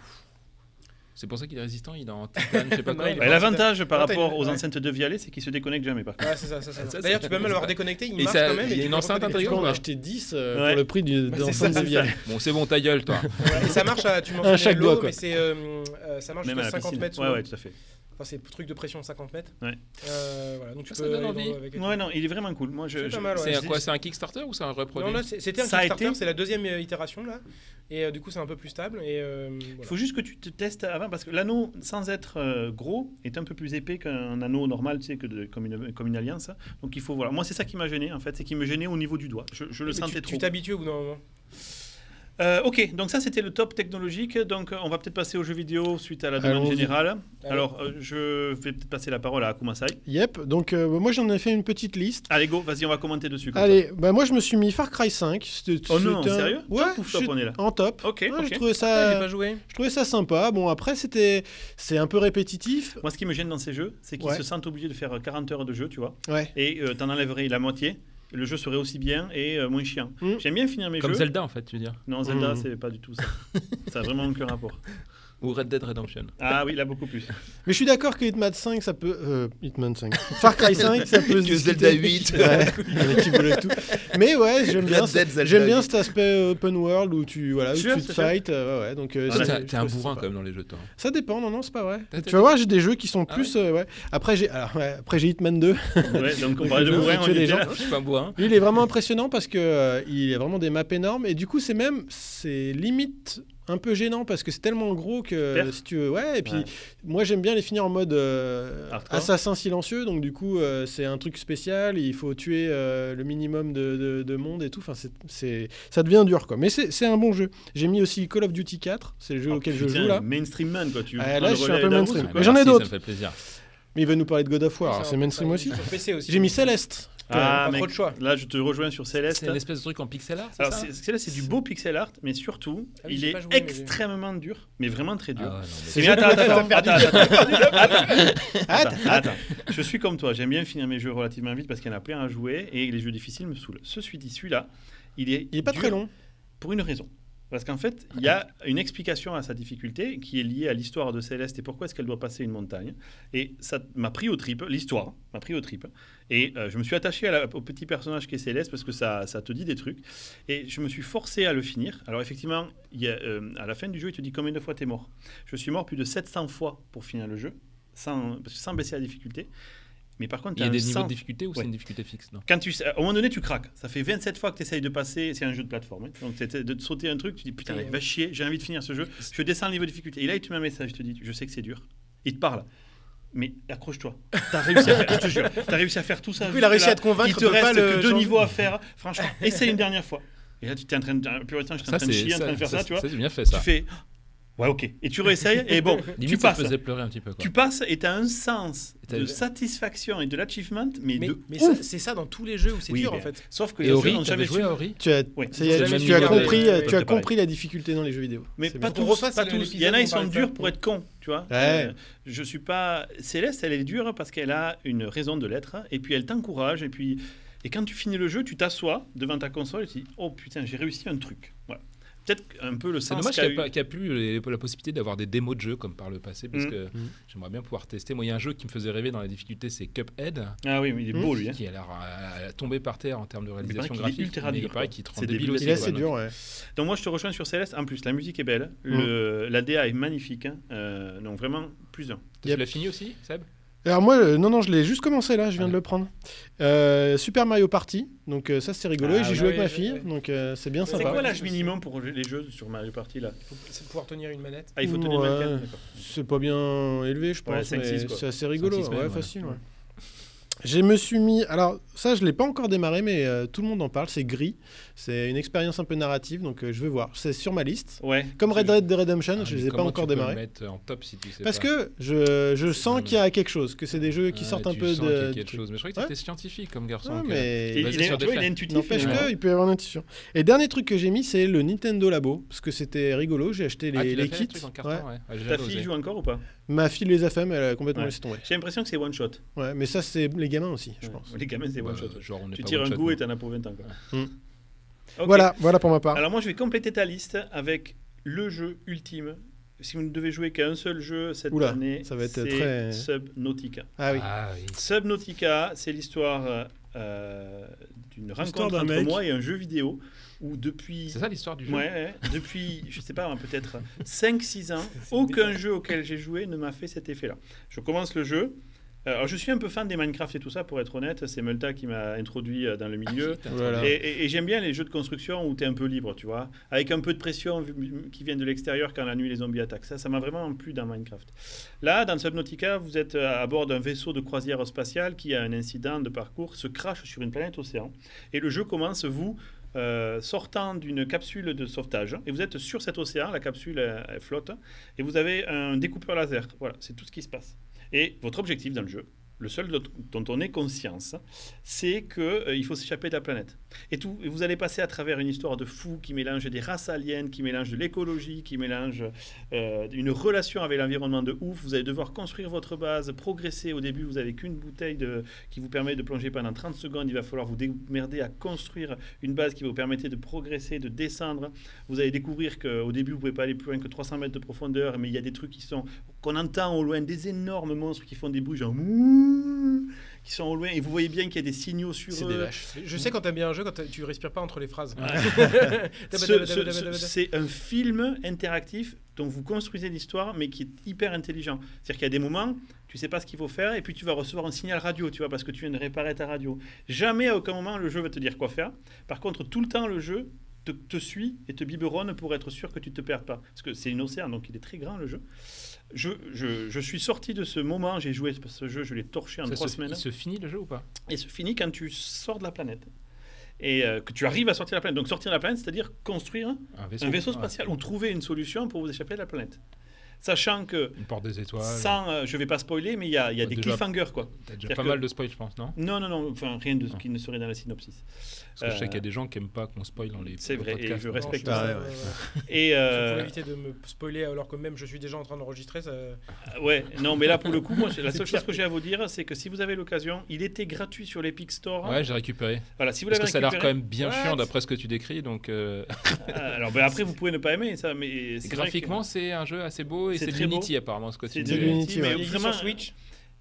C'est pour ça qu'il est résistant, il est en titane, je sais pas
Non,
quoi. il est
mémoire.
il
en-
Et L'avantaage Bah, par
Ouais, t'as
rapport
une-
aux
ouais.
enceintes de Vialet, c'est qu'ils se déconnectent jamais, par contre.
Ouais, c'est ça, c'est ça.
Ça, c'est
D'ailleurs, tu peux
pas-
même l'avoir
c'est pas-
déconnecté, il
Et
marche
ça-
quand même.
il y a
et tu
une
peux
enceinte
reconnecter.
Du coup, on a
Ouais.
acheté 10 euh,
Ouais.
pour le prix du-
Bah,
de
c'est
l'ensemble
ça,
des
c'est
viandes.
Bon, c'est bon, ta gueule, toi.
Et ça marche à, tu mentionnais
À chaque
l'eau,
doigt, quoi.
mais c'est, euh, euh, ça marche
Même à
jusqu'à
la
50
piscine.
mètres. sous
Ouais,
l'eau.
ouais, tout à fait.
Enfin, c'est truc de pression 50 mètres.
Ouais.
Euh, voilà, donc tu
Ça
peux
donne
aller dans
envie.
l'eau avec.
Ouais, non, il est vraiment cool. Moi, je.
C'est pas
je-
mal, ouais.
C'est un
je-
quoi C'est un Kickstarter ou c'est un vrai
Non,
produit
là, c'est- c'était un
Ça a
Kickstarter,
été-
c'est la deuxième euh, itération là, et euh, du coup c'est un peu plus stable. Et euh,
Il
voilà.
faut juste que tu te testes avant parce que l'anneau, sans être euh, gros, est un peu plus épais qu'un anneau normal, tu sais, que de- comme, une, comme une alliance. hein. Donc il faut voilà. Moi, c'est ça qui m'a gêné en fait, c'est qui me gênait au niveau du doigt. Je, je le
Mais tu-
sentais
tu
trop.
t'habitues au bout d'un moment.
Euh, ok, donc ça c'était le top technologique. Donc euh, on va peut-être passer aux jeux vidéo suite à la demande
Allons-y.
générale.
Allez.
Alors euh, je vais peut-être passer la parole à Akuma Sai.
Yep, donc euh, moi j'en ai fait une petite liste.
Allez go, vas-y, on va commenter dessus. comme
Allez, bah moi je me suis mis Far Cry 5. c'était-
Oh non,
c'était un-
sérieux
Ouais,
Top ou flop,
je-
on est là
En top.
ça. Ok,
Ouais,
ok.
Je trouvais
Ah,
ça,
j'ai pas joué.
je trouvais ça sympa. Bon après c'était, c'est un peu répétitif.
Moi, ce qui me gêne dans ces jeux, c'est qu'ils
Ouais.
se sentent obligés de faire 40 heures de jeu, tu vois,
Ouais.
et euh, t'en enlèverais la moitié. Le jeu serait aussi bien et euh, moins chiant.
Mm.
J'aime bien finir mes
Comme
jeux.
Zelda, en fait, tu veux dire.
Non, Zelda,
Mm.
c'est pas du tout ça. ça a vraiment aucun rapport.
Ou Red Dead Redemption.
Ah oui, là, beaucoup plus.
Mais je suis d'accord que Hitman 5 ça peut, euh, Hitman 5, Far Cry 5 ça peut. se
Que
discuter.
Zelda 8.
Ouais, il y en a qui voulaient tout. Mais ouais, j'aime bien.
Red Dead, Zelda
J'aime bien
8.
cet aspect open world où tu voilà, où
Sûr,
tu te
c'est sûr.
fight. euh, ouais, ouais, donc euh,
Voilà,
ça,
Ah, T'es t'es un
je trouve ça
bourrin
sympa.
quand même dans les jeux, toi.
Ça dépend, non, non, c'est pas vrai.
T'as-
Tu vas voir, j'ai des jeux qui sont
Ah
plus. euh, ouais. Après, j'ai alors, ouais, après, j'ai Hitman 2.
Ouais, donc on parlait de
Faut
bourrin, on
tuer
était
les gens.
là.
Non, je suis pas un bourrin.
Lui, il est vraiment impressionnant parce que euh, il a vraiment des maps énormes et du coup, c'est même c'est limite un peu gênant parce que c'est tellement gros que
Perf.
si tu veux ouais et puis
Ouais.
moi j'aime bien les finir en mode euh,
Hardcore.
assassin silencieux donc du coup euh, c'est un truc spécial il faut tuer euh, le minimum de, de- de monde et tout enfin c'est- c'est ça devient dur quoi mais c'est c'est un bon jeu j'ai mis aussi Call of Duty 4 c'est le jeu
Oh,
auquel je
putain,
joue là
Mainstream man, quoi. Tu
Ah,
prends
là,
le
je suis
relais
un peu
d'Arous.
mainstream.
Ah,
Mais j'en ai
merci,
d'autres.
Ça me fait plaisir.
mais il va nous parler de God of War alors, c'est mainstream aussi
Sur PC aussi.
j'ai mis Celeste
Ah,
Pas
mec,
trop de choix.
Là, je te rejoins sur Céleste.
C'est une espèce de truc en pixel art, c'est
Alors,
ça
c'est- Céleste, c'est du beau pixel art, mais surtout,
Ah oui,
il
j'ai
est
pas joué, mais j'ai-
extrêmement dur, mais vraiment très dur.
Ah ouais, non, mais-
Mais attends, attends, attends, attends,
Ah,
attends, attends, attends. Je suis comme toi, j'aime bien finir mes jeux relativement vite parce qu'il y en a plein à jouer et les jeux difficiles me saoulent. Ceci dit, celui-là, il est,
il est pas
dur
très long
pour une raison. Parce qu'en fait, il y a une explication à sa difficulté qui est liée à l'histoire de Céleste et pourquoi est-ce qu'elle doit passer une montagne. Et ça m'a pris au trip, l'histoire m'a pris au trip. Et euh, je me suis attaché à la- au petit personnage qui est Céleste parce que ça, ça te dit des trucs. Et je me suis forcé à le finir. Alors effectivement, il y a, euh, à la fin du jeu, il te dit combien de fois t'es mort. Je suis mort plus de 700 fois pour finir le jeu, sans, parce que sans baisser la difficulté. Mais par contre,
Il y a
t'as
des
un
niveaux de
100
difficulté ou
Ouais.
c'est une difficulté fixe non
quand tu, à un moment donné, tu craques. Ça fait 27 fois que tu essayes de passer. C'est un jeu de plateforme. hein. Donc, c'est- de te sauter un truc, tu dis putain,
Ouais.
va chier, j'ai envie de finir ce jeu. Je descends le niveau de difficulté. Et là, il te met un message, il te dit je sais que c'est dur. Il te parle. Mais accroche-toi. T'as réussi à faire, je te jure. T'as réussi à faire tout ça.
Du coup, il a réussi
jusque-là.
à te convaincre
Il te
de pas
reste
le
que deux
changer.
niveaux à faire. Franchement, essaye une dernière fois. Et là, tu t'es en train de. Putain, j'étais en train de chier, en train de faire ça, tu vois.
c'est bien fait
Tu
ça.
fais. Ouais, ok. Et tu réessayes. Et bon, tu
Limite, ça
passes.
faisait pleurer un petit peu. quoi.
Tu passes et t'as un sens
Et t'as-
de satisfaction et de l'achievement, mais,
Mais,
de
mais
ouf.
ça- c'est ça dans tous les jeux où c'est
Oui,
dur en
mais-
fait.
Sauf que
Et
les
Ori,
jeux n'ont
t'avais
jamais
joué hein.
su-
à Ori
Tu as,
Oui.
ça y est,
Jamais
tu
vu
as
les-
compris, euh,
les-
tu as
les-
compris la difficulté dans les jeux vidéo.
Mais
C'est
pas
bon.
Qu'on
tous,
refasse
pas
le-
tous. Il y en
l'épisode,
a, ils
on
sont
parle de
durs
ça.
pour être cons, tu vois.
Ouais.
Euh, je suis pas. Céleste, elle est dure parce qu'elle a une raison de l'être, et puis elle t'encourage, et puis. Et quand tu finis le jeu, tu t'assois devant ta console et tu dis Oh putain, j'ai réussi un truc. Voilà. Peut-être un peu le
C'est
sens
dommage
qu'a
qu'il n'y
eu-
a, pas- qu'il y a plus les- la possibilité d'avoir des démos de jeux comme par le passé, parce
Mm.
que j'aimerais bien pouvoir tester. Moi, il y a un jeu qui me faisait rêver dans la difficulté, c'est Cuphead,
Ah oui, mais il est
Hmm.
beau lui. hein.
qui a l'air euh, à- à tomber par terre en termes de
paraît
réalisation
qu'il est
graphique.
ultra
mais
dur,
il paraît
quoi.
qu'il te rend
C'est
débile
débile,
aussi.
Il est assez
quoi, donc.
dur, ouais.
Donc moi, je te rejoins sur Céleste. En plus, la musique est belle, le- la DA est magnifique. hein. Euh, donc vraiment, plus d'un.
Tu l'as fini aussi, Seb
Alors moi, euh, non, non, je l'ai juste commencé là, je viens
Ah.
de le prendre. Euh, Super Mario Party, donc euh, ça c'est rigolo,
Ah,
et j'y
oui,
joué avec
oui,
ma
oui,
fille,
oui.
donc euh, c'est bien
C'est
C'est
sympa.
quoi l'âge minimum pour les jeux sur Mario Party là
Faut- C'est pouvoir tenir une manette.
Ah, il faut tenir
Ouais.
le mannequin, d'accord.
C'est pas bien élevé, je pense,
Ouais, cinq,
mais
six, quoi.
c'est assez rigolo,
Cinq, six semaines,
ouais,
ouais.
facile. ouais. Je me suis mis, alors ça je l'ai pas encore démarré, mais euh, tout le monde en parle, c'est gris, c'est une expérience un peu narrative, donc euh, je vais voir, c'est sur ma liste.
Ouais.
Comme Red Dead Redemption,
Ah,
je
mais
les ai pas
comment
encore
tu peux
démarrés.
le mettre en top si tu sais
Parce
pas
que je, je
Non,
sens qu'il y a quelque chose, que c'est des jeux qui
Ah,
sortent un
tu
peu
sens qu'il y a
de...
quelque chose. Mais je croyais que
Ouais.
t'étais scientifique comme garçon.
Ouais,
que-
mais-
Il,
Basé
il est,
sur
tu
des
vois, il est
faits.
intuitif.
N'empêche
mais-
Ouais.
que, il peut y avoir une intuition. Et dernier truc que j'ai mis, c'est le Nintendo Labo, parce que c'était rigolo. J'ai acheté les,
Ah, tu l'as
les
fait,
kits.
le truc en carton,
Ouais.
ouais. Ah, j'ai
Ta
osé.
eh.
fille joue encore ou pas
Ma fille les a fait, mais elle a complètement
Ouais.
laissé tomber.
J'ai l'impression que c'est one shot.
Ouais, mais ça, c'est les gamins aussi, je
Ouais.
pense.
Les gamins, c'est
Ouais,
one shot.
genre, on est
Tu
pas
tires un
one-shot,
coup
non.
et t'en as pour 20 ans. quoi.
Mm.
Ok.
Voilà, voilà pour ma part.
Alors moi, je vais compléter ta liste avec le jeu ultime. Si vous ne devez jouer qu'à un seul jeu cette
Oula,
année,
ça va être
c'est
très-
Subnautica.
ah oui.
Ah oui.
Subnautica, c'est l'histoire euh, euh, d'une rencontre
d'un
entre
mec.
moi et un jeu vidéo où depuis...
C'est ça l'histoire du jeu.
Ouais, ouais. depuis, je sais pas, hein, peut-être 5-6 ans, aucun jeu auquel j'ai joué ne m'a fait cet effet-là. Je commence le jeu. Euh, Alors, je suis un peu fan des Minecraft et tout ça, pour être honnête. C'est Multa qui m'a introduit euh, dans le milieu.
Voilà.
Et, et- et j'aime bien les jeux de construction où tu es un peu libre, tu vois, avec un peu de pression vu- qui vient de l'extérieur quand la nuit les zombies attaquent. Ça, ça m'a vraiment plu dans Minecraft. Là, dans Subnautica, vous êtes euh, à bord d'un vaisseau de croisière spatiale qui a un incident de parcours, se crache sur une planète océan. Et le jeu commence, vous, euh, sortant d'une capsule de sauvetage. Et vous êtes sur cet océan, la capsule euh, elle flotte. Et vous avez un découpeur laser. Voilà, c'est tout ce qui se passe. Et votre objectif dans le jeu, le seul dont dont on est conscience, c'est qu'il faut s'échapper de la planète. Et, tout, et vous allez passer à travers une histoire de fou qui mélange des races aliens, qui mélange de l'écologie, qui mélange euh, une relation avec l'environnement de ouf. Vous allez devoir construire votre base, progresser. Au début, vous n'avez qu'une bouteille de, qui vous permet de plonger pendant 30 secondes. Il va falloir vous démerder à construire une base qui vous permettait de progresser, de descendre. Vous allez découvrir qu'au début, vous ne pouvez pas aller plus loin que 300 mètres de profondeur, mais il y a des trucs qui sont qu'on entend au loin, des énormes monstres qui font des bruits genre mouh qui sont au loin. Et vous voyez bien qu'il y a des signaux sur
C'est
eux.
des vaches.
Je sais quand t'aimes bien un jeu, quand t'as- tu respires pas entre les phrases.
Ce- ce- ce- C'est un film interactif dont vous construisez l'histoire, mais qui est hyper intelligent. C'est-à-dire qu'il y a des moments, tu sais pas ce qu'il faut faire, et puis tu vas recevoir un signal radio, tu vois, parce que tu viens de réparer ta radio. Jamais à aucun moment le jeu va te dire quoi faire. Par contre, tout le temps, le jeu te, te suit et te biberonne pour être sûr que tu te perds pas. Parce que c'est une océan, donc il est très grand le jeu. Je, je, je suis sorti de ce moment, j'ai joué ce jeu, je l'ai torché en
Ça
trois
se-
semaines
Il se finit le jeu ou pas
et se finit quand tu sors de la planète. Et euh, que tu arrives à sortir de la planète. Donc sortir de la planète, c'est-à-dire construire
Un vaisseau,
un vaisseau
ouais.
spatial ou trouver une solution pour vous échapper de la planète. Sachant que,
Une porte des étoiles.
sans, euh, je vais pas spoiler, mais il y a, il y a
Bah,
des
déjà-
cliffhangers, quoi.
T'as déjà
C'est-à-dire
pas
que-
mal de spoil, je pense, non
Non, non, non, enfin, rien de ce
Ah.
qui ne serait dans la synopsis.
Parce que je sais qu'il y a des gens qui aiment pas qu'on spoil dans les
Euh, C'est vrai,
podcasts.
et je
Non,
Non,
respecte
je
ça,
suis-
ouais,
ouais,
ouais.
ouais.
Et euh,
Pour éviter de me spoiler alors que même je suis déjà en train d'enregistrer, ça...
ouais, non, mais là pour le coup, moi, c'est la
C'est
seule
pire.
chose que j'ai à vous dire, c'est que si vous avez l'occasion, il était gratuit sur l'Epic Store.
Ouais, j'ai récupéré.
Voilà, si vous
Parce
l'avez
que ça a l'air quand
récupéré-
même bien
What
chiant d'après ce que tu décris. Donc euh,
Ah, Alors ben, après, vous pouvez ne pas aimer ça, mais c'est vrai que-
graphiquement, c'est un jeu assez beau et
C'est
c'est de
très beau.
l'Unity apparemment. Ce que
c'est
tu
de
de
disais.
l'Unity.
l'Unity,
ouais.
mais
Il existe
vraiment.
sur Switch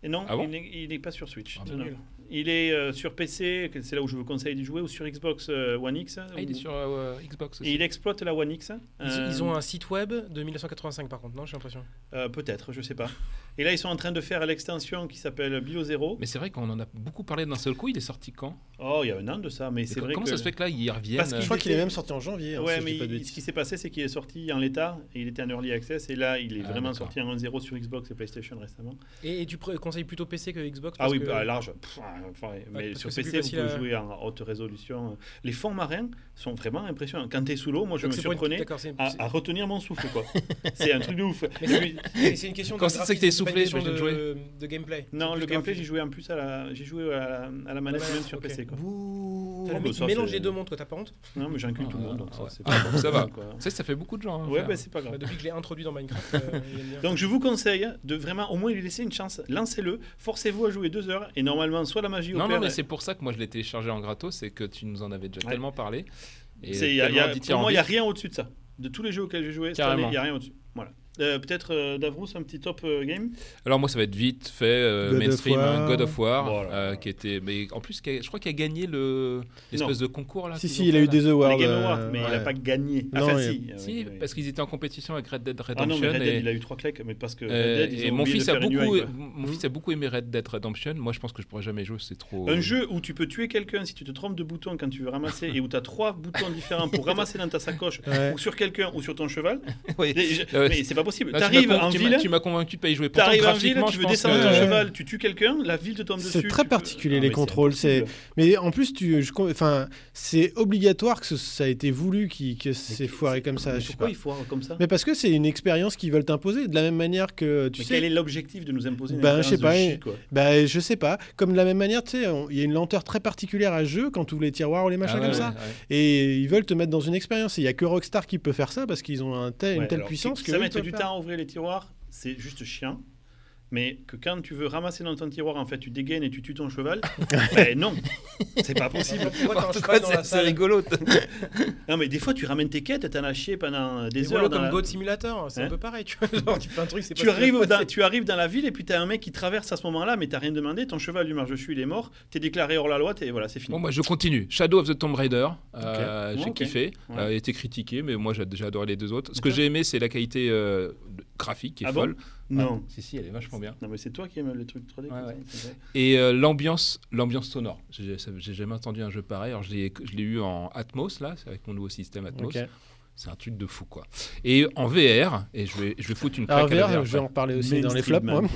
Et Non,
Ah bon
il n'est- il n'est pas sur Switch.
Ah
Non,
bon
non. Il est euh, sur PC, que c'est là où je vous conseille d'y jouer, ou sur Xbox euh, One X.
Ah, il est
ou-
sur euh, Xbox
Et
aussi.
il exploite la One X.
Ils,
euh,
ils ont un site web de 1985 par contre, non J'ai l'impression.
euh, Peut-être, je sais pas. Et là, ils sont en train de faire l'extension qui s'appelle Bio Zero.
Mais c'est vrai qu'on en a beaucoup parlé d'un seul coup. Il est sorti quand
Oh, il y a un an de ça, mais c'est
Et
vrai
Comment
que...
ça se fait que là, il reviennent
Parce
Je
qu'il
euh,
crois qu'il est
était-
même sorti en janvier. hein,
Ouais,
si je
mais
dis pas de
il-
bêtises.
ce qui s'est passé, c'est qu'il est sorti en l'état, et il était en early access, et là, il est
Ah,
vraiment
d'accord.
sorti en 1.0 sur Xbox et PlayStation récemment.
Et, et tu pr- conseilles plutôt PC que Xbox
Ah
parce
oui,
que-
bah, large. Pff, ah, enfin, mais
parce que
sur
c'est plus
PC, vous
facile
pouvez
à-
jouer en haute résolution. Les fonds marins sont vraiment impressionnants. Quand tu es sous l'eau, moi, je
Donc
me
c'est pour une-
surprenais Ah,
d'accord, c'est-
à,
c'est-
à retenir mon souffle, quoi. c'est un truc de ouf.
Mais c'est- c'est c'est une question de
Quand c'est que
graphisme,
t'es
c'est pas une
soufflé,
question de,
j'imagine
de gameplay.
Non,
C'est
le
plus
gameplay,
graphique.
j'ai joué en plus à la, j'ai joué à la, à la manette
manette,
même sur
ok.
PC. Quoi.
T'as
Oh,
le
bah,
mec qui
ça,
mélange
c'est-
les deux montres, quoi, t'as pas honte
Non, mais j'inclus
Ah,
tout le monde,
ah,
donc ça,
ouais.
c'est
Ah,
pas
bon, ça va.
quoi.
Tu sais, ça fait beaucoup de gens. à
Ouais,
faire.
bah, c'est pas grave.
Bah, Depuis que je l'ai introduit dans Minecraft, euh, il aime bien.
Donc je vous conseille de vraiment au moins lui laisser une chance. Lancez-le, forcez-vous à jouer deux heures et normalement soit la magie
Non,
opère.
non, mais c'est pour ça que moi je l'ai téléchargé en gratos, c'est que tu nous en avais déjà
Ouais.
tellement parlé. Et
C'est- il y a- il y a-
tellement dit, tiens,
pour moi,
envie.
il n'y a rien au-dessus de ça. De tous les jeux auxquels j'ai joué, cette
Carrément.
année, il n'y a rien au-dessus. Voilà. Euh, Peut-être euh, Davrous, un petit top euh, game.
Alors moi ça va être vite fait euh,
God of
mainstream
War.
hein, God of War
Voilà.
euh, qui était mais en plus qui a- je crois qu'il a gagné le l'espèce de concours là.
Si,
qu'ils
si,
ont
il a
fait,
eu
là.
des awards.
les Game
euh,
Awards, mais il n'a
ouais.
pas gagné.
Non,
enfin,
il-
si. euh,
Si
Ah oui, oui.
parce qu'ils étaient en compétition avec Red Dead
Ah non,
Redemption
mais Red
et,
Dead, il a eu trois claques, mais parce que Red
euh,
Dead, ils
et
ont
mon
oublié de
fils a
faire une
beaucoup
UI, quoi.
mon fils a beaucoup aimé Red Dead Redemption. Moi je pense que je pourrais jamais jouer, c'est trop euh,
Un jeu où tu peux tuer quelqu'un si tu te trompes de bouton quand tu veux ramasser et où tu as trois boutons différents pour ramasser dans ta sacoche
Ouais.
ou sur quelqu'un ou sur ton cheval.
Oui.
Mais, je-
Euh,
mais c'est pas possible.
Là, tu
T'arrives
m'as con-
en
tu m'as-
ville,
tu m'as convaincu de pas y jouer. Pourtant,
t'arrives en ville,
graphiquement,
tu
je
veux
pense
descendre
que-
ton
Ouais.
cheval, tu tues quelqu'un, la ville te tombe dessus.
C'est très
tu peux-
particulier,
Non,
les
mais
contrôles, c'est-
impossible.
Mais en plus, tu, je, com- enfin, c'est obligatoire que ce- ça a été voulu qui, que c'est foiré comme ça.
Mais
euh, je sais
pourquoi
pas.
il faut comme ça
Mais parce que c'est une expérience qu'ils veulent t'imposer, de la même manière que tu
Mais
sais.
quel est l'objectif de nous imposer une
Ben, je sais
expérience de
pas,
chi, quoi
Bah, je sais pas. Comme de la même manière, tu sais, on- il y a une lenteur très particulière à ce jeu quand tu ouvres les tiroirs ou les machins
Ah ouais,
comme ça.
ouais, ouais.
Et ils veulent te mettre dans une expérience. Et Il y a que Rockstar qui peut faire ça parce qu'ils ont un tel-
Ouais,
une telle
alors,
puissance
c'est-
que.
ça
eux, ils
mettre
peuvent
du temps
faire.
à ouvrir les tiroirs, c'est juste chiant. Mais que quand tu veux ramasser dans ton tiroir, en fait, tu dégaines et tu tues ton cheval. ben non, c'est pas possible.
Alors, pourquoi t'as un
Pourquoi
cheval dans
c'est-
la
C'est
salle
rigolo.
Non, mais des fois, tu ramènes tes quêtes, t'en as chié pendant
Des
des heures.
voilà,
dans
comme
la-
God Simulator, c'est
Hein
un peu pareil, tu vois. Genre, tu fais un truc,
Tu
c'est pas ce qui va
arrives,
se
dans,
passer.
tu arrives dans la ville et puis t'as un mec qui traverse à ce moment-là, mais t'as rien demandé. Ton cheval lui marche dessus, il est mort. T'es déclaré hors la loi, et voilà, c'est fini.
Bon, moi, je continue. Shadow of the Tomb Raider, euh,
Ouais,
j'ai
ok.
kiffé.
Ouais.
Euh, il a été critiqué, mais moi, j'ai j'ai adoré les deux autres. Ce que
D'accord.
j'ai aimé, c'est la qualité euh, de- graphique qui est
Ah bon
folle.
non.
Ah, si, si, elle est vachement bien.
Non, mais c'est toi qui aimes les trucs 3D. comme
Ouais,
ça,
ouais.
c'est vrai.
Et euh, l'ambiance, l'ambiance sonore. J'ai ça- j'ai jamais entendu un jeu pareil. Alors, je l'ai je l'ai eu en Atmos, là, c'est avec mon nouveau système Atmos.
Ok.
C'est un truc de fou, quoi. Et en VR, et je vais, je vais foutre une
Alors,
claque à la
VR,
VR,
je vais en reparler aussi
Main
dans les
Street
flops, moi.
Man.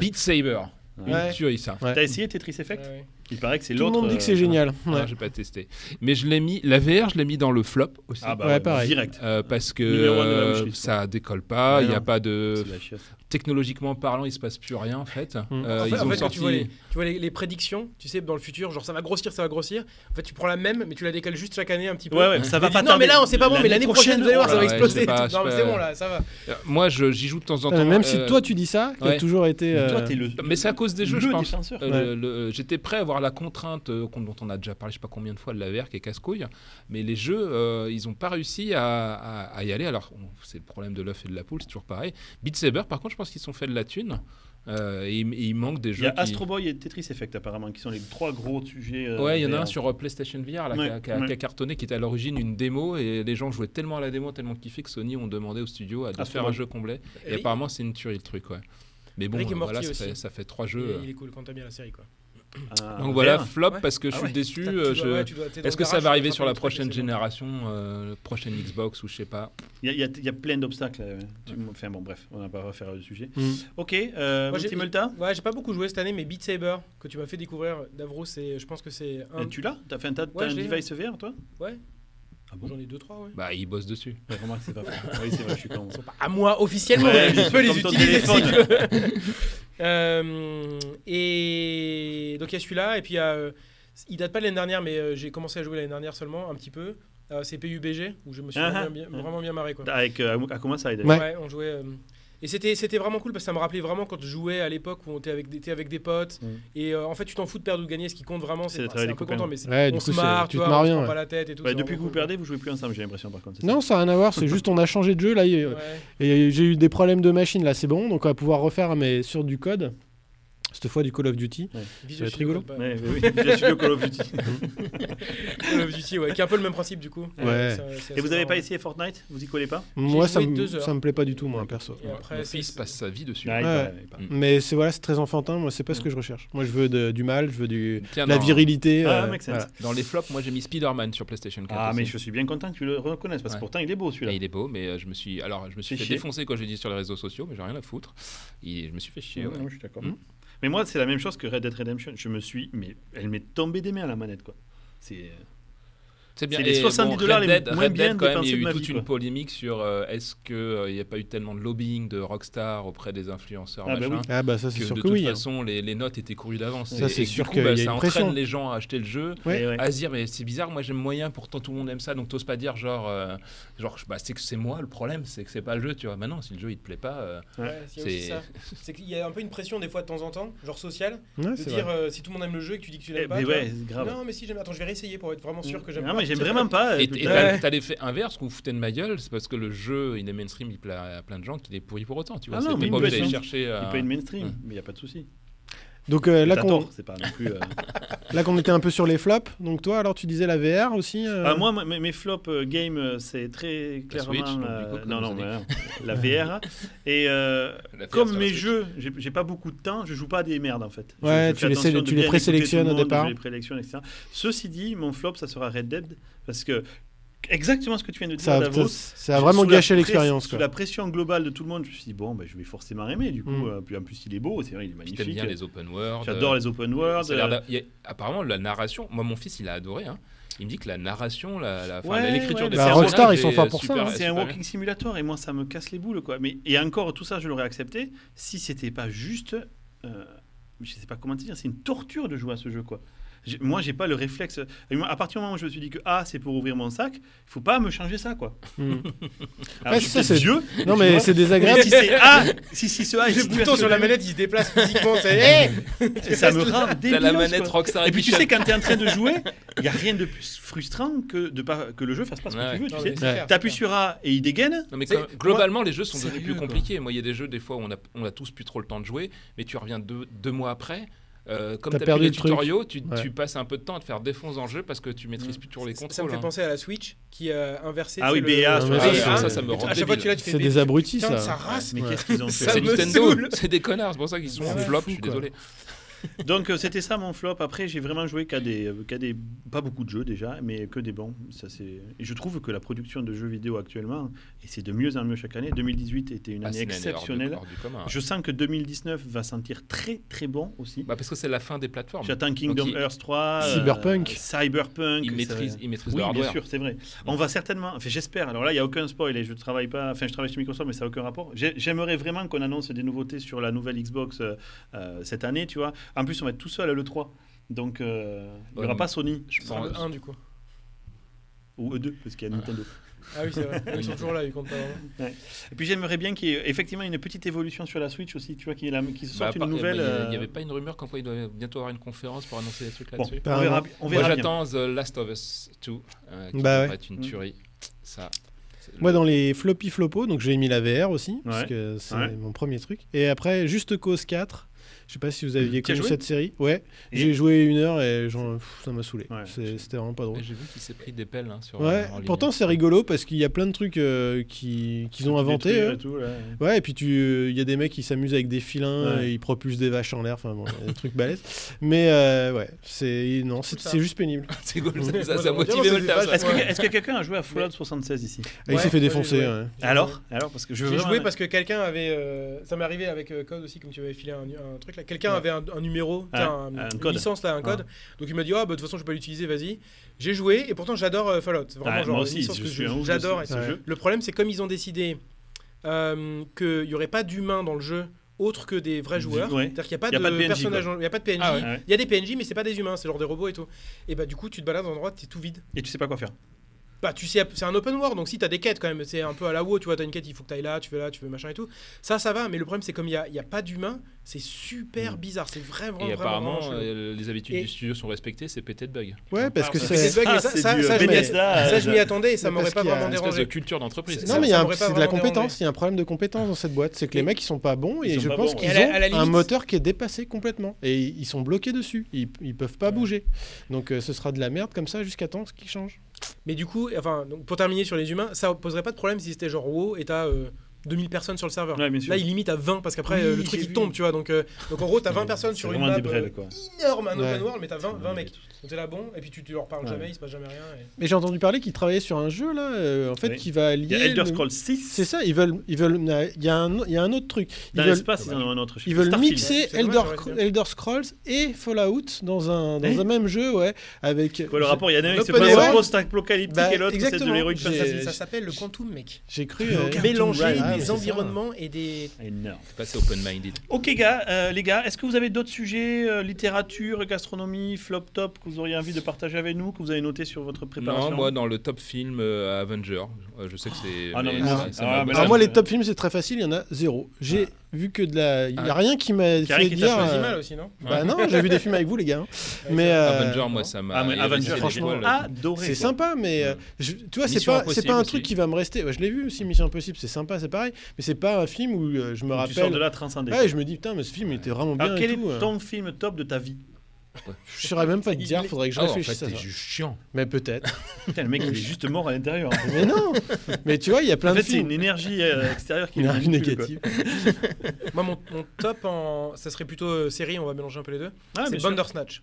Beat Saber, une
Ouais.
tuerie, ça.
Ouais.
T'as essayé Tetris Effect
Ouais, ouais.
Il paraît que c'est
Tout le
l'autre.
monde dit que c'est
euh,
génial. Ouais.
Ah, j'ai pas testé. Mais je l'ai mis, la VR, je l'ai mis dans le flop aussi.
Ah bah
Ouais,
ouais,
pareil.
Direct.
Euh, parce que
Numéro un de la
euh,
wishlist,
ça décolle pas,
Ouais,
il n'y a
non.
pas de.
Euh,
C'est de la chiasse.
Technologiquement parlant, il se passe plus rien en fait.
Mm.
Euh,
en fait,
ils
en
ont
fait, quand
sorti.
tu vois, les, tu vois les, les prédictions, tu sais, dans le futur, genre ça va grossir, ça va grossir. En fait, tu prends la même, mais tu la décales juste chaque année un petit peu.
Ouais, ouais, ça
Et
va
tu
pas
dis, non,
tarder.
mais là, on sait pas bon, mais l'année prochaine, vous allez voir, ça va
oh là, ouais,
exploser.
je sais pas,
et tout. non,
je
mais
sais
c'est
pas.
bon, là, ça va.
Euh, Moi, je- j'y joue de temps en
Ah,
temps.
Même si
euh,
toi tu dis ça, qui a
ouais.
toujours été.
Toi,
euh,
t'es le.
Mais c'est à cause des jeux,
le
je pense.
défenseur.
Euh,
Ouais.
le- le- J'étais prêt à avoir la contrainte euh, qu'on- dont on a déjà parlé, je sais pas combien de fois, de la VR qui est casse-couille, mais les jeux, euh, ils ont pas réussi à, à- à y aller. Alors, on- c'est le problème de l'œuf et de la poule, c'est toujours pareil. Beat Saber, par contre, je pense qu'ils se sont fait de la thune. euh, et, il- et il manque des
Il
jeux.
y a
qui-
Astro Boy et Tetris Effect apparemment qui sont les trois gros sujets. euh,
Ouais, il y en a
VR.
un sur euh, PlayStation VR là, qui a-
Ouais,
qui, a,
ouais.
qui a cartonné, qui était à l'origine une démo et les gens jouaient tellement à la démo, tellement kiffé que Sony ont demandé au studio à de
Ah, c'est
faire
bon.
un jeu complet. Et,
Et Rick-
apparemment, c'est une tuerie le truc, ouais. Mais bon,
Rick et
euh, voilà,
Morty
ça fait,
aussi.
ça fait trois
Il,
jeux. euh.
il est cool quand t'aimes bien la série, quoi.
Ah,
Donc
en
voilà,
VR.
flop
Ouais.
parce que je
Ah
suis
ouais.
déçu.
Putain, tu
euh,
dois-
je-
ouais, tu dois- t'es dans
Est-ce
le
que ça
garage,
va
tu
arriver
te
sur la
rappelles du truc,
prochaine
c'est bon.
génération, euh, prochaine Xbox ou je sais pas
Il y, a- il y a- il y a plein d'obstacles. euh, tu m- Enfin bon, bref, on n'a pas à faire le sujet.
Mm.
Ok, euh,
Moi, j'ai-
Multi Multa
Ouais, j'ai pas beaucoup joué cette année, mais Beat Saber, que tu m'as fait découvrir, Davros, c'est- je pense que c'est un.
euh, Tu l'as T'as fait un tas de
Ouais, je l'ai.
device VR, toi
Ouais.
Ah bon
J'en ai deux, trois, ouais.
Bah, ils bossent dessus.
Remarque, c'est pas faux. Oui, c'est vrai, je suis con.
À moi, officiellement,
Ouais,
je peux les
comme ton
utiliser si
téléphone.
je veux. Euh, et donc il y a celui-là, et puis il y a, euh, il date pas de l'année dernière, mais euh, j'ai commencé à jouer l'année dernière seulement, un petit peu. Euh, c'est PUBG, où je me suis
Ah ah.
vraiment, bien, vraiment bien marré. Quoi.
Avec euh, à comment ça aide
Ouais.
Ouais, on jouait. euh, et c'était c'était vraiment cool parce que ça me rappelait vraiment quand je jouais à l'époque où on était avec, des- t'es avec des potes.
Mmh.
Mm.
Et euh, en fait, tu t'en fous de perdre ou de gagner. Ce qui compte vraiment,
C'est
c'est
de
enfin,
travailler
c'est un
les
peu
copains.
content, mais c'est-
Ouais,
on
du
se
coup, c'est-
marre,
tu te
tu vois,
marres
on se
bien,
prend
ouais.
pas la tête et tout.
Bah,
c'est
Depuis que
vraiment
vous
cool.
perdez, vous jouez plus ensemble, j'ai l'impression, par contre. c'est ça
Non, ça n'a rien à voir, c'est juste on a changé de jeu là et,
Ouais.
et j'ai eu des problèmes de machine là, c'est bon, donc on va pouvoir refaire mais sur du code. Cette fois du Call of Duty.
Vite,
Ça va
je
être
suis
rigolo.
pas-
Ouais, oui, oui, bien sûr, Call of Duty.
Call of Duty, ouais, qui est un peu le même principe du coup.
Ouais.
c'est- c'est
Et vous
assez
avez pas
marrant.
essayé Fortnite Vous y collez pas
Moi,
joué
ça me,
deux heures.
ça me plaît pas du tout, moi, perso.
Et après,
Mon
c'est-
fils passe sa vie dessus.
Ah, il
Ouais.
paraît, il paraît.
Mais c'est voilà, c'est très enfantin. Moi, c'est pas ce
Mm.
que je recherche. Moi, je veux de- du mal, je veux du
Tiens,
la
dans-
virilité.
Ah,
euh,
make sense.
voilà.
Dans les flops, moi j'ai mis Spider-Man sur PlayStation 4.
Ah, mais
aussi.
je suis bien content que tu le reconnaisses, parce que
Ouais.
pourtant, il est beau celui-là.
Et il est beau, mais euh, je me suis, alors, je me suis
Fait
fait
chier.
défoncer quand j'ai dit sur les réseaux sociaux, mais j'ai rien à foutre. Et je me suis fait chier. ouais.
Ouais, ouais, je suis d'accord.
Mm.
Hmm Mais moi, c'est la même chose que Red Dead Redemption. Je me suis, mais elle m'est tombée des mains la manette, quoi. C'est euh,
C'est bien.
C'est les
Et
70 dollars
Red
les
Dead,
moins
Red Dead,
bien
quand même, il y
dépensés
a
de
eu
ma
toute
vie,
une
quoi.
polémique sur euh, est-ce qu'il n'y a pas eu tellement de lobbying de Rockstar auprès des influenceurs
Ah, bah
machin,
oui.
Ah bah ça,
que
c'est sûr
de
que
toute
oui. hein.
façon les, les notes étaient courues d'avance.
Ça,
Et-
c'est
et du
sûr
coup,
qu'il y a
bah,
une
ça
pression.
entraîne les gens à acheter le jeu.
Ouais.
Et eh ouais.
à se dire mais c'est bizarre moi j'aime moyen pourtant tout le monde aime ça donc t'oses pas dire genre euh, genre bah, c'est que c'est moi le problème c'est que c'est pas le jeu tu vois maintenant si le jeu il te plaît pas euh,
Ouais, c'est aussi
C'est-
ça. C'est qu'il y a un peu une pression des fois de temps en temps, genre sociale,
Ouais,
de
c'est
dire
vrai.
euh, si tout le monde aime le jeu et que tu dis que tu
Eh,
l'aimes pas.
mais
tu
ouais,
vois.
c'est grave.
Non, mais si, j'aime. Attends, je vais réessayer pour être vraiment sûr que j'aime.
Non,
pas.
mais j'aime vraiment pas. euh,
et, et
putain.
t'as-
Ouais.
t'as l'effet inverse qu'on foutait de ma gueule c'est parce que le jeu il est mainstream il plaît à plein de gens qu'il est pourri pour autant tu vois
Ah non,
c'est
mais
t'es
il
pas
peut
obligé d'aller
être-
chercher euh,
Il paye une mainstream,
Ouais.
mais il y a pas de souci.
Donc euh, là
T'as
qu'on
tort, c'est pas non plus. euh,
là qu'on était un peu sur les flops. Donc toi, alors tu disais la VR aussi. euh,
Ah, moi, mes, mes flops euh, game, euh, c'est très clairement.
Switch, donc, du
euh,
coup, comme
non,
vous
non,
avez
voilà, la VR. Et euh,
la faire
comme
sur la
mes
Switch.
jeux, j'ai j'ai pas beaucoup de temps, je joue pas à des merdes en fait. Je-
Ouais,
je
tu
fais
les
attention
sé-
de
tu les
bien écouter
présélectionnes
tout le
au
monde,
départ.
Je les présélectionne, etc. Ceci dit, mon flop, ça sera Red Dead, parce que exactement ce que tu viens de dire,
ça, a-
Davros,
ça- ça a vraiment
sous la
gâché
presse-
l'expérience.
Sous
quoi.
la pression globale de tout le monde, je me suis dit, bon, ben, je vais forcément aimer. Du coup,
Mm.
euh, puis en plus, il est beau, c'est vrai, il est
Puis
magnifique.
t'aimes bien les open world
J'adore
euh,
les open world.
ça a l'air
euh,
d'a- il y a- apparemment la narration moi mon fils il a adoré hein. il me dit que la narration la, la- enfin,
Ouais,
l'écriture
ouais,
des
bah,
personnages
Rockstar, ils sont
est
forts pour
super-
ça, hein.
C'est un
super-
walking simulator et moi ça me casse les boules quoi. Mais et encore tout ça je l'aurais accepté si c'était pas juste, euh, je sais pas comment te dire, c'est une torture de jouer à ce jeu quoi. J'ai- Moi j'ai pas le réflexe. Et moi, à partir du moment où je me suis dit que ah c'est pour ouvrir mon sac, il faut pas me changer ça quoi.
Mm.
Alors,
Ouais,
je suis
ça,
peut-être
c'est-
vieux.
Non
tu
mais
vois.
c'est
Mais
désagréable.
si c'est A, si, si ce A est
Le
situé à
bouton
ce
sur la
niveau,
manette, il se déplace physiquement. C'est Hey
ça me rend
T'as
débile.
la manette Rockstar
Et puis tu sais
Edition.
quand t'es en train de jouer, il y a rien de plus frustrant que de pas que le jeu fasse pas ce que
Ouais.
tu veux. Tu
Non, mais
sais,
c'est clair,
Eh, t'appuies
c'est
sur A et il dégaine.
Non mais
C'est-
quand- globalement les jeux sont devenus
Sérieux,
plus
quoi.
compliqués. Moi il y a des jeux des fois où on a, on a tous plus trop le temps de jouer, mais tu reviens deux, deux mois après. euh, comme
T'as
t'as plus
perdu
les
le truc.
tutoriaux, tu,
Ouais.
tu passes un peu de temps à te faire défoncer en jeu parce que tu maîtrises plus toujours les
clair. Ça me
contrôles.
fait
hein.
penser à la Switch qui euh, a inversé.
Ah oui,
BA.
BA. sur
mais
la-
ça,
Ah,
c'est-
ça me rend
À chaque fois que tu l'as, tu fais
C'est des abrutis
Putain,
ça.
de sa race.
Mais
Ouais.
qu'est-ce qu'ils ont fait
Ça
C'est
me
Nintendo,
saoule.
c'est des connards, c'est pour ça qu'ils sont
Ouais,
en
ouais,
flop,
fou,
je suis
quoi.
désolé.
Donc euh, c'était ça mon flop. Après j'ai vraiment joué qu'à des, euh, qu'à des, pas beaucoup de jeux déjà, mais que des bons. Ça c'est. Et je trouve que la production de jeux vidéo actuellement, et c'est de mieux en mieux chaque année. 2018 était une
Ah,
année
c'est une année hors du-
exceptionnelle.
hors du commun, hein.
Je sens que 2019 va sentir très très bon aussi.
Bah, parce que c'est la fin des plateformes.
J'attends Kingdom
il-
Hearts 3,
Cyberpunk.
Cyberpunk.
Ils
ça-
maîtrisent, ils maîtrisent
Oui,
le hardware.
bien sûr, c'est vrai. On va certainement, enfin j'espère, alors là il n'y a aucun spoil et je travaille pas, enfin je travaille chez Microsoft mais ça n'a aucun rapport. J'ai- J'aimerais vraiment qu'on annonce des nouveautés sur la nouvelle Xbox euh, euh, cette année, tu vois. En plus on va être tout seul à l'E3, donc euh, il n'y
Ouais,
aura
mais-
pas Sony,
Je
Ce
pense-
sera le 1 du coup.
ou E2, parce qu'il y a Nintendo.
Ah oui, c'est vrai. Ils sont toujours là, ils comptent pas vraiment.
Et puis j'aimerais bien qu'il y ait effectivement une petite évolution sur la Switch aussi, tu vois, qu'il y ait la- qu'il se
Bah,
sorte
par-
une
bah,
nouvelle...
il y a- Il
euh,
n'y avait pas une rumeur comme quoi il doit bientôt avoir une conférence pour annoncer des trucs
Bon,
là-dessus.
on verra, on
Moi
verra bien.
j'attends The Last of Us 2, euh, qui
Bah
devrait
ouais.
être une
Mm.
tuerie. Ça. c'est
Moi,
le-
dans les floppy flopos, donc j'ai mis la VR aussi, parce
Ouais.
que c'est
Ouais.
mon premier truc. Et après, Juste Cause 4. Je sais pas si vous aviez
T'y as
connu
joué
cette série. Ouais,
Et
j'ai joué une heure et j'en- pff, ça m'a saoulé.
Ouais.
C'est- C'était vraiment pas drôle.
Oh, J'ai vu qu'il s'est pris des pelles hein, sur.
Ouais,
en ligne.
pourtant c'est rigolo parce qu'il y a plein de trucs euh, qui- qu'ils ont euh. inventés.
Détruire
eux.
et tout, là.
Ouais, et puis tu- euh, il y a des mecs qui s'amusent avec des filins,
Ouais.
et ils propulsent des vaches en l'air, enfin bon, des trucs balèzes. Mais euh, ouais, c'est non, c'est
ça.
c'est juste pénible.
c'est cool, ça, ça,
Moi,
ça
ça
a
me
motivé
dirait,
Voltaire,
c'est
ça.
pas-
Est-ce que, est-ce que quelqu'un a joué à Fallout 76 ici
Et il s'est
Ouais,
fait
moi, j'ai
défoncer. hein.
joué.
ouais.
J'ai
Alors
joué.
Alors Parce que je veux
J'ai
vraiment-
joué parce que quelqu'un avait. euh, Ça m'est arrivé avec euh, Code aussi, comme tu avais filé un un truc là. Quelqu'un
Ouais.
avait un, un numéro,
Ah,
t'as un,
un
une
code.
licence là, un code. Donc il m'a dit, ah bah de toute façon je peux pas l'utiliser, vas-y. J'ai joué et pourtant j'adore euh, Fallout. C'est Vraiment,
Ah,
genre,
moi
une
aussi,
licence
je
que
suis
je-
un ouf de
j'adore.
ce-
et
ce
Ouais.
jeu.
Le problème, c'est comme ils ont décidé euh, qu'il n'y aurait pas d'humains dans le jeu autre que des vrais
Du-
joueurs,
ouais.
c'est-à-dire qu'il n'y a pas
Y a
de
pas de PNJ,
personnages, dans- il n'y a pas de PNJ.
Ah ouais.
Ouais.
Il y a des PNJ, mais c'est pas des humains, c'est genre des robots et tout. Et bah, du coup, tu te balades en droite, t'es tout vide.
Et tu sais pas quoi faire.
Bah, tu sais, c'est un open world, donc si t'as des quêtes quand même, c'est un peu à la WoW, tu vois, t'as une quête, il faut que t'ailles là, tu veux là, tu veux machin et tout. Ça, ça va, mais le problème, c'est comme il n'y a, il y a pas d'humains, c'est
Mm.
super bizarre, c'est vraiment,
Et
vraiment,
apparemment,
vraiment chelou.
euh, les habitudes
Et-
du studio sont respectées, c'est pété de bug.
Ouais, parce que
Alors,
C'est des
c'est.
bugs, mais
Ah,
ça,
c'est
ça-
du,
ça,
euh,
je m'y-
Bethesda,
ça, je m'y
euh,
attendais et ça
mais
m'aurait
parce
pas
qu'il y a
vraiment
Une espèce de
dérangé.
culture d'entreprise.
ça-
Non, mais il y
ça
a un-
m'aurait pas
c'est de la
vraiment
compétence.
dérangé.
Il y a un problème de compétence dans cette boîte. C'est que les mecs, ils sont pas bons
Ils
et
sont
je
pas
pense
bons,
qu'ils
ouais. Et à la- à la
ont un
limite-
moteur qui est dépassé complètement. Et ils sont bloqués dessus. Ils, ils peuvent pas bouger. Donc euh, ce sera de la merde comme ça jusqu'à temps qu'ils changent.
Mais du coup, enfin, donc, pour terminer sur les humains, ça poserait pas de problème si c'était genre WoW et t'as euh, 2000 personnes sur le serveur.
Ouais, bien sûr.
Là, il limite à 20 parce qu'après
Oui,
euh, le truc
j'ai
il
vu.
tombe, tu vois. Donc, euh, donc en gros, t'as 20 personnes
C'est
sur une
vraiment
map
des brels,
euh,
quoi.
énorme, un open
Ouais.
world, mais t'as 20, 20 mecs. Donc t'es là bon, et puis tu, tu leur parles
Ouais.
jamais, il se passe jamais rien. et-
Mais j'ai entendu parler qu'ils travaillaient sur un jeu là, euh, en fait,
Oui.
qui va
Il y
lier.
a Elder
le-
Scrolls 6.
C'est ça. Ils veulent, ils veulent. euh, Il y a un, il y a un autre truc. Ils
Dans
veulent-
l'espace, ils en ont un autre. je sais
Ils
pas.
veulent
Starfield.
mixer
C'est
Elder,
dommage, j'aurais dû dire.
Elder Scrolls et Fallout dans un, dans
Eh
un même jeu, ouais. Avec.
Quoi, le rapport Il y en a un qui
Open
se passe
world.
en post-apocalyptique
Bah,
et l'autre, c'est de
exactement.
l'héroïque
J'ai-
fantasy.
Ça s'appelle le quantum, mec.
J'ai cru. euh,
Cartoon
Mélanger
Ride. Ah, mais
des
c'est
environnements et des.
Ah, Énorme.
Passer open-minded.
Ok, gars, euh, les gars, est-ce que vous avez d'autres sujets, euh, littérature, gastronomie, flop top, que vous auriez envie de partager avec nous, que vous avez noté sur votre préparation
Non, moi, dans le top film euh, Avenger, euh, je sais que c'est.
Ah non, mais
ça-
non.
ça m'a-
Ah, mais là,
Alors moi,
je-
les top films, c'est très facile. Il y en a zéro. J'ai vu que de la. Il y
Ah.
a rien qui m'a
Ah. Qui a
fait
rien qui t'a
dire.
choisi
euh,
mal aussi, non
Bah non, j'ai vu des films avec vous, les gars. hein. Mais euh,
Avenger, moi, ça m'a.
Ah, mais
il y avait
Avenger, ah,
des
franchement,
étoiles.
adoré.
c'est
quoi.
sympa, mais
Ouais.
euh, je- tu vois, c'est
Mission
pas, c'est pas un
Impossible
truc
aussi.
qui va me rester. Ouais, je l'ai vu aussi, Mission Impossible, c'est sympa, c'est pareil, mais c'est pas un film où euh, je
Tu sors
me
de
rappelle.
là transcendé.
Ouais, je me dis putain, mais ce film il était vraiment bien
Alors,
et
quel
tout.
est
euh.
ton film top de ta vie
Je saurais même pas te dire,
Il est-
faudrait que je
Oh,
Ah, en fait,
réfléchisse à
c'est
ça.
juste chiant.
Mais peut-être.
Putain, le mec, il est juste mort à l'intérieur. en fait.
Mais non. Mais tu vois, il y a plein
En fait,
de
c'est
films.
une énergie euh, extérieure qui
Il y en a
est
une négative. euh,
Moi, mon, mon top, en... ça serait plutôt euh, série, on va mélanger un peu les deux.
Ah, bien
c'est
sûr.
Bandersnatch.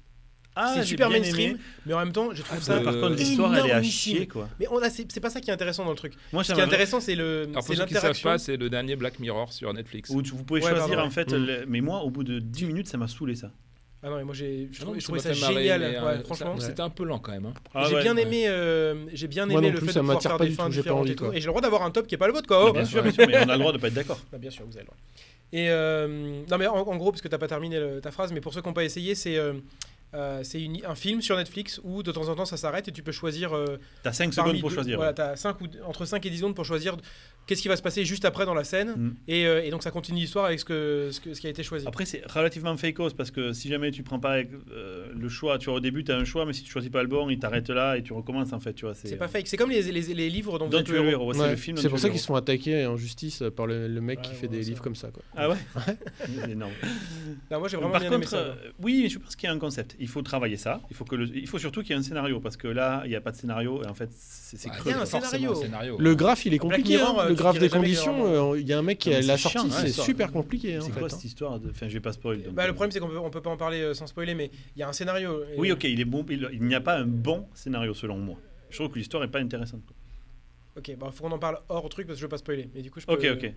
Ah,
c'est
j'ai
super
bien
mainstream,
aimé.
mais en même temps, je trouve
Ah,
ça.
Ça, par
Euh,
contre, l'histoire, elle est à
énormissime.
chier, quoi.
Mais on a, c'est c'est pas ça qui est intéressant dans le truc.
Moi,
Ce qui est
bah,
j'aimerais
intéressant, c'est le,
Alors,
c'est
pour ceux qui ne savent
l'interaction.
pas, c'est le dernier Black Mirror sur Netflix.
Où tu- vous pouvez
Ouais,
choisir
pardon, Mm.
en fait,
ouais.
le- mais moi au bout de 10 minutes ça m'a saoulé ça.
Ah non, mais moi j'ai,
Ah non,
je trouvais,
mais
je trouvais
m'a
ça
fait marrer,
génial.
mais,
ouais,
euh, ça-
franchement,
C'était un peu lent quand même. hein.
Ah
j'ai
ouais.
bien aimé, euh, j'ai bien
Moi
aimé
non
le
plus,
fait
ça
de pouvoir
m'attire
faire
pas
des
du
fins
tout, j'ai pas
différentes
envie,
et tout.
quoi.
Et j'ai le droit d'avoir un top qui est pas le vôtre, quoi. Oh,
Ah, bien
Ouais.
sûr, bien sûr, mais on a le droit de pas être d'accord.
Ah, bien sûr, vous avez le droit. Et euh, non, mais en, en gros, parce que t'as pas terminé le- ta phrase, mais pour ceux qui n'ont pas essayé, c'est euh, euh, c'est une- un film sur Netflix où de temps en temps ça s'arrête et tu peux choisir euh,
T'as 5
Parmi
secondes pour
deux-
choisir.
Voilà, t'as cinq ou, entre 5 et 10 secondes pour choisir qu'est-ce qui va se passer juste après dans la scène.
Mm.
Et, euh, et donc ça continue l'histoire avec ce, que, ce, que- ce qui a été choisi.
Après c'est relativement fake parce que si jamais tu prends pas euh, le choix, tu vois au début tu as un choix mais si tu choisis pas le bon, il t'arrête là et tu recommences en fait, tu vois, c'est euh,
c'est pas fake. hein. C'est comme les, les, les livres dont vous
Don't
êtes le
You
héros.
Hero, c'est
Ouais,
le film
C'est
Don't
pour
You
ça qu'ils
Hero.
se font attaquer en justice euh, par le, le mec
Ouais,
qui
ouais,
fait des
ça.
livres comme ça. Quoi.
Ah ouais, c'est énorme.
Non, moi j'ai vraiment
Par
bien aimé
contre,
ça.
euh, oui, mais je pense qu'il y a un concept. Il faut travailler ça. Il faut, que le- il faut surtout qu'il y ait un scénario parce que là, il n'y a pas de scénario et en fait, c'est c'est
Ah,
creux.
il y a un
quoi.
forcément
scénario.
scénario.
Le graphe, il est
Black
compliqué.
Mirror,
hein.
euh,
Le
tu
graphe des
dirais jamais qu'il y a
conditions,
vraiment-
euh, il y a un mec qui
Non,
a
mais
la
c'est chiant,
sortie,
hein,
c'est
ça.
super compliqué. hein, en
C'est
fait,
quoi
hein.
cette histoire de... Enfin, je vais pas spoiler. donc,
Bah,
euh,
le problème c'est qu'on peut, on peut pas en parler euh, sans spoiler, mais il y a un scénario. et-
Oui, ok, il est bon. Il, il n'y a pas un bon scénario selon moi. Je trouve que l'histoire n'est pas intéressante. quoi.
Ok, bah faut qu'on en parle hors truc parce que je veux pas spoiler. Mais du coup, je peux.
Ok, ok.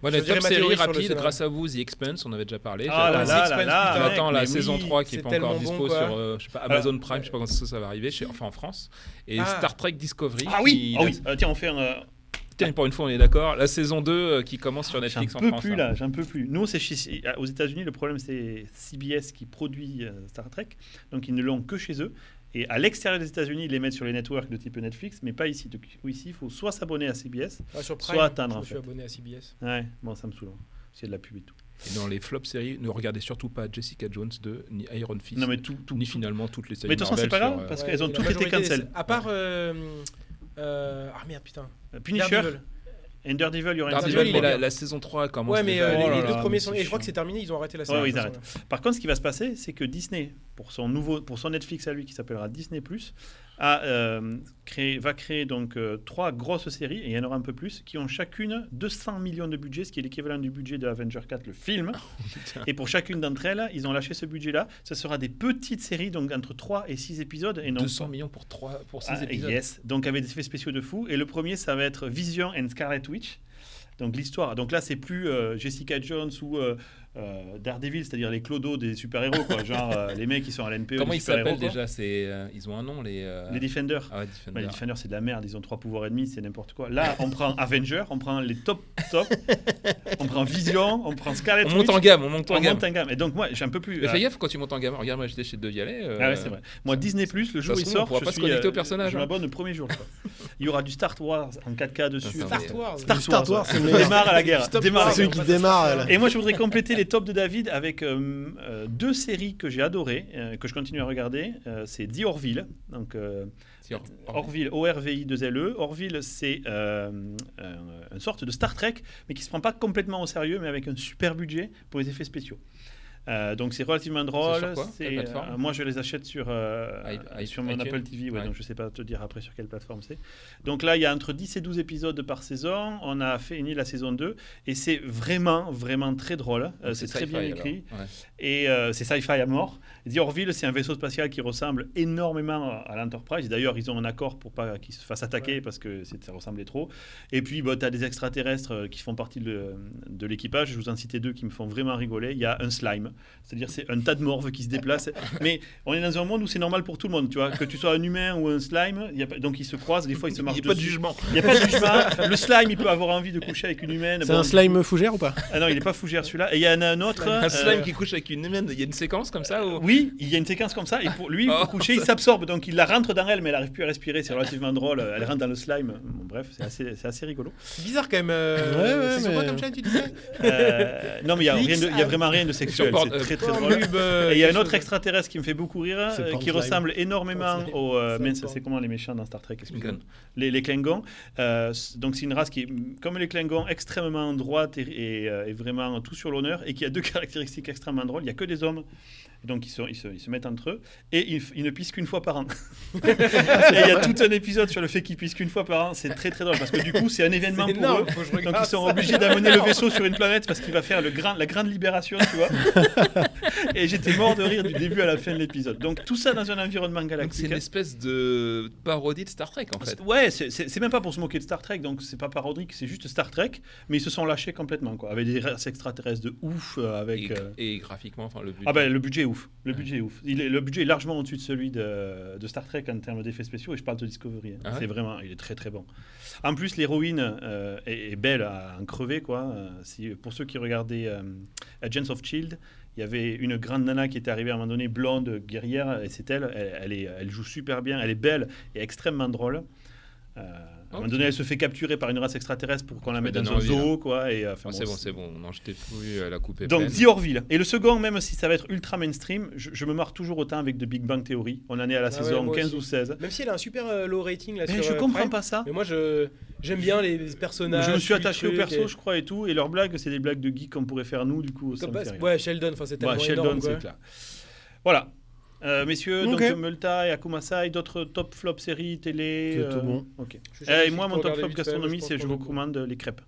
Voilà,
Je dirais
top
ma théorie
série
sur le
rapide,
scénario.
grâce à vous, The Expense, on avait déjà parlé.
Ah
là
là
Six
là
Flags,
là là.
putain,
mec,
J'attends la
mais
saison
oui.
3 qui est
c'est
pas encore
tellement bon,
dispo
quoi.
sur euh, je sais pas, Amazon Prime, je sais pas quand ça, ça va arriver, chez- enfin en France. Et
Ah.
Star Trek Discovery.
Ah oui,
qui-
ah oui. Euh, tiens, on fait un. euh,
Tiens, pour une fois, on est d'accord. La saison 2 euh, qui commence sur
J'en
Netflix en
peux
France.
plus
hein.
là, j'en peux plus. Nous, c'est chez- euh, aux États-Unis, le problème c'est CBS qui produit euh, Star Trek, donc ils ne l'ont que chez eux. Et à l'extérieur des États-Unis, ils les mettent sur les networks de type Netflix, mais pas ici. Donc ici, il faut soit s'abonner à CBS.
Ah, sur
Soit
Prime,
atteindre,
je
en
me suis
fait.
abonné à CBS.
Ouais, bon, ça me saoule. hein, Parce qu'il y a de la pub et tout.
Et dans les flops séries, ne regardez surtout pas Jessica Jones 2, ni Iron Fist,
Non, mais tout. tout
ni finalement toutes les séries.
mais de toute façon, c'est pas
Marvel
grave,
sur, euh,
parce
Ouais,
qu'elles ont
la
toutes été
majorité des-
cancel.
À part. euh, euh, ah merde, putain.
Punisher,
Daredevil.
Ender Daredevil, il y aura une
Daredevil,
saison
Daredevil,
mais
il est
trois.
la, la saison 3 commence.
Ouais, mais
déjà.
euh,
Oh
les,
là
les
là,
deux
mais
premiers
c'est
sont. Et je
chiant.
crois que c'est terminé, ils ont arrêté la
Ouais,
série.
ouais, ils
de toute
arrêtent.
façon,
Par contre, ce qui va se passer, c'est que Disney, pour son nouveau, pour son Netflix à lui qui s'appellera Disney a, euh, créé- va créer donc euh, trois grosses séries et il y en aura un peu plus qui ont chacune 200 millions de budget, ce qui est l'équivalent du budget de Avenger 4, le film. et pour chacune d'entre elles, ils ont lâché ce budget-là. Ce sera des petites séries, donc entre 3 et 6 épisodes et non
200 millions pour, 3, pour 6
ah,
épisodes.
yes. Donc avec des effets spéciaux de fou. Et le premier, ça va être Vision and Scarlet Witch. Donc l'histoire. Donc là, c'est plus euh, Jessica Jones ou euh, euh, Daredevil, c'est-à-dire les clodos des super-héros, quoi. genre euh, les mecs qui sont à l'NPE.
Comment
les
ils
super-héros,
s'appellent
quoi.
déjà C'est, euh, Ils ont un nom, les. euh,
Les Defenders.
Ah ouais,
Ouais,
Defender.
les Defenders, c'est de la merde, ils ont trois pouvoirs ennemis, c'est n'importe quoi. Là, on prend Avenger, on prend les top top, on prend Vision, on prend Scarlet
on
Witch,
monte en gamme, on monte
on
en gamme.
monte en gamme. Et donc moi, j'ai un peu plus.
Mais
euh,
fais gaffe quand tu montes en gamme. Regarde, moi j'étais chez De Vialet. euh,
Ah ouais, c'est vrai. Moi, Disney Plus, le jour où
ça
il
se trouve, on
sort,
pourra
je
pas se
suis,
connecter
euh,
au personnage,
Je
hein. Ah,
m'abonne le premier jour. quoi. Il y aura du Star Wars en 4K dessus.
Attends,
Enfin,
mais-
Star Wars.
Star-
Star Wars, c'est le
on
meilleur.
démarre à la guerre.
Stop
démarre à
Wars,
la
C'est
guerre.
celui qui
on passe à
démarre,
Star Wars.
Et moi, je voudrais compléter les tops de David avec euh, euh, deux séries que j'ai adorées, euh, que je continue à regarder. Euh, c'est The Orville. Donc, euh,
si, or- or-
Orville, O-R-V-I-2-L-E. E. Orville, c'est euh, euh, une sorte de Star Trek, mais qui se prend pas complètement au sérieux, mais avec un super budget pour les effets spéciaux. Euh, donc c'est relativement drôle.
sur quoi,
C'est,
quelle plateforme
euh, moi je les achète sur, euh,
i- i-
sur mon
iTunes
Apple TV, ouais,
Ouais.
donc je sais pas te dire après sur quelle plateforme c'est. Donc là il y a entre 10 et 12 épisodes par saison, on a fini la saison 2 et c'est vraiment vraiment très drôle, Euh, c'est très
sci-fi,
bien
alors.
écrit.
Ouais.
Et euh, c'est sci-fi à mort. The Orville, c'est un vaisseau spatial qui ressemble énormément à- à l'Enterprise. D'ailleurs, ils ont un accord pour pas qu'ils se fassent attaquer parce que c'est- ça ressemblait trop. Et puis, tu as des extraterrestres euh, qui font partie de, de l'équipage. Je vous en citais deux qui me font vraiment rigoler. Il y a un slime, c'est-à-dire c'est un tas de morves qui se déplacent. Mais on est dans un monde où c'est normal pour tout le monde, tu vois. Que tu sois un humain ou un slime, il y a pas- donc ils se croisent, des fois ils se
Il n'y
marchent
a pas de
dessus.
jugement.
Il n'y a pas de jugement. Le slime, il peut avoir envie de coucher avec une humaine.
C'est
Bon,
un slime fougère ou pas
Ah non, il n'est pas fougère celui-là. Et il y en a un autre.
Un
euh,
slime qui couche avec une humaine. Il y a une séquence comme ça où.
oui, il y a une séquence comme ça, et pour lui, pour
Oh.
coucher, il s'absorbe, donc il la rentre dans elle, mais elle n'arrive plus à respirer, c'est relativement drôle, euh, elle rentre dans le slime, Bon, bref, c'est assez, c'est assez rigolo.
C'est bizarre quand même. euh,
Ouais, ouais,
c'est sur
mais-
quoi comme chaîne tu disais
Euh, non, mais il y a rien de- il y a vraiment rien de
Sur
sexuel,
Porn-
c'est très très drôle.
Pornhub, euh,
Et il y a un
quelque
autre
chose.
extraterrestre qui me fait beaucoup rire,
C'est
euh,
Porn
qui
Slime.
ressemble énormément
Porn Slime.
aux... euh,
Slime
mince,
Porn.
c'est comment les méchants dans Star Trek excusez-moi.
Klingon.
Les, les Klingons. Euh, c- donc c'est une race qui est, mm, comme les Klingons, extrêmement droite et, et, euh, et vraiment tout sur l'honneur, et qui a deux caractéristiques extrêmement drôles. Il n'y a que des hommes. Donc ils, sont- ils se, ils se mettent entre eux et ils, f- ils ne pissent qu'une fois par an. Et Il y a tout un épisode sur le fait qu'ils pissent qu'une fois par an. C'est très très drôle parce que du coup c'est un événement
C'est
pour
énorme,
eux.
faut que je
Donc
regarde
ils sont
ça.
obligés d'amener le vaisseau sur une planète parce qu'il va faire le grand, la grande libération, tu vois. Et j'étais mort de rire du début à la fin de l'épisode. Donc tout ça dans un environnement
Donc, C'est
galactique. hein.
une espèce de parodie de Star Trek en fait.
Ouais, c'est- c'est c'est même pas pour se moquer de Star Trek, donc c'est pas parodique, c'est juste Star Trek, mais ils se sont lâchés complètement, quoi, avec des races extraterrestres de ouf, euh, avec.
Et,
euh,
et graphiquement, enfin le but.
Ah ben le budget est ouf, le
Ouais.
budget est ouf. Il est- le budget est largement au-dessus de celui de, de Star Trek en termes d'effets spéciaux et je parle de Discovery. hein.
Ah ouais
c'est vraiment, il est très très bon. En plus l'héroïne euh, est, est belle à en crever quoi. Euh, si, pour ceux qui regardaient euh, Agents of Shield, E il y avait une grande nana qui était arrivée à un moment donné blonde guerrière et c'est elle. Elle, elle est, elle joue super bien, elle est belle et extrêmement drôle. Euh, À un moment
Ok.
donné, elle se fait capturer par une race extraterrestre pour qu'on la
me
mette dans
donne
un
envie,
zoo, quoi. Et, euh, enfin,
Ah,
bon,
c'est bon, c'est bon. On en jetait plus à euh, la coupe est
donc
pleine.
The Orville. Et le second, même si ça va être ultra mainstream, je, je me marre toujours autant avec The Big Bang Theory. On en est à la
Ah ouais,
saison
moi
15
aussi.
ou 16.
Même si elle a un super euh, low rating là
Mais
sur,
je
euh,
comprends
Prime,
pas ça.
Mais moi je j'aime bien les personnages.
je me suis
les
attaché au
trucs,
perso,
et-
je crois, et tout. Et leurs blagues, c'est des blagues de geeks qu'on pourrait faire nous, du coup. Ça me
Comme
fait
pas-
rire.
ouais, Sheldon, enfin c'est tellement
Ouais, Sheldon,
énorme, quoi.
c'est clair. Voilà. Euh, messieurs,
Ok.
donc Multa et Akumasai, d'autres top flop séries, télé.
C'est tout bon.
ok.
Je suis
Euh,
sûr que
et
si
moi,
tu
mon top
regardes
flop
vite fait,
gastronomie,
pense
c'est je
qu'on
vous
a-
recommande euh, les crêpes.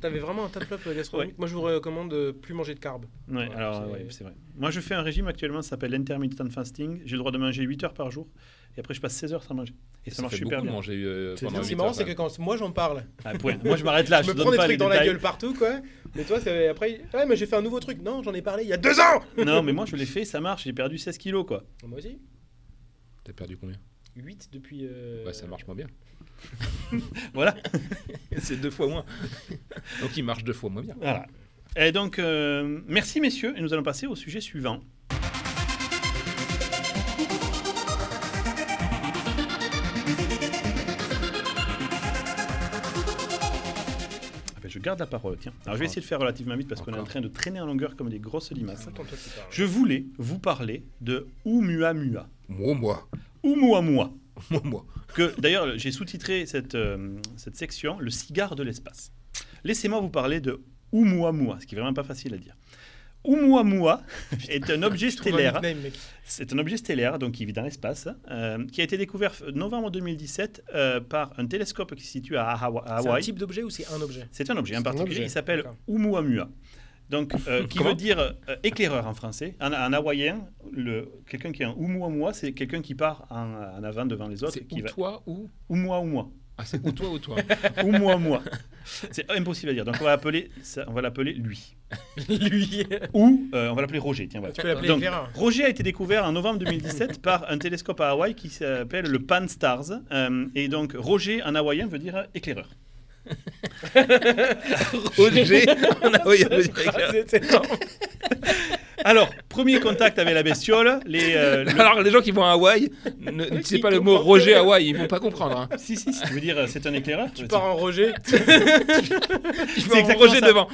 T'avais vraiment un tas de flops gastronomique. Moi, je vous recommande de plus manger de carbs.
Ouais,
Ouais,
alors,
c'est-
ouais, c'est vrai. Moi, je fais un régime actuellement, ça s'appelle l'intermittent fasting. J'ai le droit de manger 8 heures par jour, et après, je passe 16 heures sans manger. Et ça,
Ça
marche
fait
super
beaucoup
bien.
manger euh,
C'est
pendant
Ce
huit
qui est
heures,
marrant, c'est
quand
que
même.
quand moi j'en parle,
Ah, point. Moi, je m'arrête là.
je
je
me
donne
prends des
pas
trucs
les
dans la
détails.
gueule partout, quoi. Mais toi, c'est- après, ouais, mais j'ai fait un nouveau truc. Non, j'en ai parlé il y a deux ans.
Non, mais moi, je l'ai fait, ça marche. J'ai perdu 16 kilos, quoi.
Moi aussi.
T'as perdu combien
8 depuis. euh,
Bah, ça marche moins bien.
Voilà.
c'est deux fois moins. Donc il marche deux fois moins bien.
voilà. Et donc, euh, merci, messieurs. Et nous allons passer au sujet suivant. Ah Ah ben, Je garde la parole, tiens. Alors, je vais essayer de faire relativement vite parce qu'on est en
Encore.
train de traîner en longueur comme des grosses limaces.
c'est tout le temps toi qui parles.
Je voulais vous parler de Oumuamua.
Moi, moi.
Oumuamua.
Moi, moi.
que d'ailleurs j'ai sous-titré cette, euh, cette section Le cigare de l'espace. Laissez-moi vous parler de Oumuamua, ce qui est vraiment pas facile à dire. Oumuamua est un objet
Je trouve un
stellaire.
nickname, mec.
C'est un objet stellaire donc qui vit dans l'espace, euh, qui a été découvert f- novembre 2017 euh, par un télescope qui se situe à Hawa- à
C'est un
Hawaï.
type d'objet ou c'est un objet
C'est un objet en
C'est un
particulier
objet.
qui s'appelle
D'accord.
Oumuamua. Donc, euh, qui
Comment
veut dire euh, éclaireur en français. En, en hawaïen, le- quelqu'un qui est un Oumuamua, c'est quelqu'un qui part en, en avant devant les autres.
C'est
qui
ou
va-
toi ou
Oumuamua.
Ah, c'est ou toi ou toi.
ou moi, moi. C'est impossible à dire. Donc on va appeler, ça, on va l'appeler lui.
Lui.
Ou euh, on va l'appeler Roger. Tiens, voilà.
Tu peux l'appeler
Donc,
Vera.
Roger a été découvert en novembre 2017 par un télescope à Hawaï qui s'appelle le Pan Stars. Euh, et donc Roger en hawaïen veut dire euh, éclaireur.
Roger. on a- oui, on veut dire
Ah,
éclair.
c'est- c'est énorme.
Alors premier contact avec la bestiole, les, euh, le-
Alors, les gens qui vont à Hawaï, ne- ne sais pas le mot
comprennent.
Roger Hawaï, ils vont pas comprendre. hein.
si si, si, tu veux dire euh, c'est un éclaireur.
Tu pars en Roger.
C'est
Ils vont avoir
exactement
Roger
ça.
devant.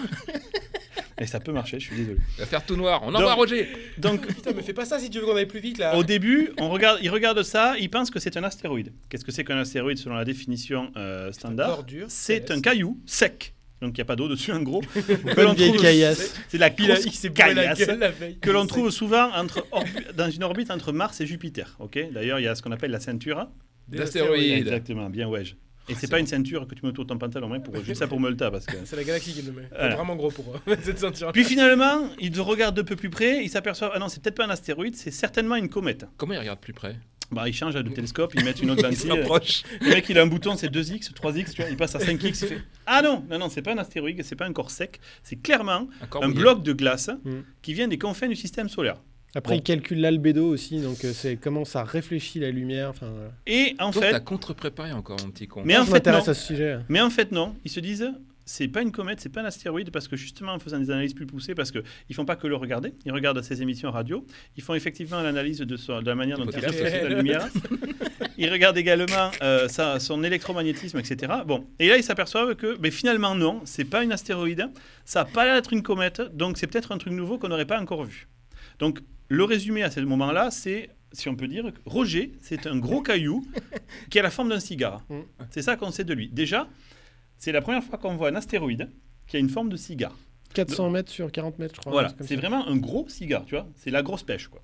Et Eh, ça peut marcher, je suis désolé.
Il va faire tout noir. On
Donc-
envoie Roger.
Donc
Putain, mais fais pas ça si tu veux qu'on aille plus vite là.
Au début, on regarde, il regarde ça, il pense que c'est un astéroïde. Qu'est-ce que c'est qu'un astéroïde selon la définition euh, standard
Bordure,
C'est
céleste.
un caillou sec. Donc il n'y a pas d'eau dessus en gros. que
Comme
l'on
une vieille
trouve-
caillasse.
C'est de la
Il a-
grosse
il s'est bourré la
caillasse
gueule la veille.
que l'on trouve souvent entre orbi- dans une orbite entre Mars et Jupiter. Ok. D'ailleurs, il y a ce qu'on appelle la ceinture.
Des
D'astéroïdes.
astéroïdes.
Exactement, bien wedge. Et c'est pas une ceinture que tu mets autour de ton pantalon, hein, pour, juste ça pour me le tas, parce que...
C'est la galaxie qui le met.
Voilà.
C'est Vraiment gros pour eux, cette ceinture.
Puis finalement, il regarde de peu plus près, il s'aperçoit, ah non, c'est peut-être pas un astéroïde, c'est certainement une comète.
Comment ils regardent plus près
Bah, ils changent de télescope, ils mettent une autre
Ils
lentille.
s'approchent.
Le mec, il a un bouton, c'est 2x, 3x, tu vois, il passe à 5x, il fait Ah non, non, non, c'est pas un astéroïde, c'est pas un corps sec, c'est clairement
Encore
un
mouillé.
bloc de glace
Mm.
qui vient des confins du système solaire.
Après, il calcule l'albédo aussi, donc euh, c'est comment ça réfléchit la lumière. Enfin, voilà.
Et en
Toi,
fait,
t'as contre-préparé encore, mon petit con.
mais en
je
fait, non,
m'intéresse à ce sujet.
mais en fait, non, ils se disent c'est pas une comète, c'est pas un astéroïde, parce que justement, en faisant des analyses plus poussées, parce qu'ils font pas que le regarder, ils regardent ces émissions radio, ils font effectivement l'analyse de, son- de la manière
Du
dont il
podcast
réfléchit
aussi.
la lumière, ils regardent également euh, sa- son électromagnétisme, etc. Bon, et là, ils s'aperçoivent que mais finalement, non, c'est pas un astéroïde, ça a pas l'air d'être une comète, donc c'est peut-être un truc nouveau qu'on n'aurait pas encore vu. Donc, le résumé à ce moment-là, c'est, si on peut dire, que Roger, c'est un gros caillou qui a la forme d'un cigare.
Mm.
C'est ça qu'on sait de lui. Déjà, c'est la première fois qu'on voit un astéroïde qui a une forme de cigare.
400 mètres sur 40 mètres, je crois. un
voilà,
truc comme
c'est
ça.
vraiment un gros cigare, tu vois. C'est la grosse pêche, quoi.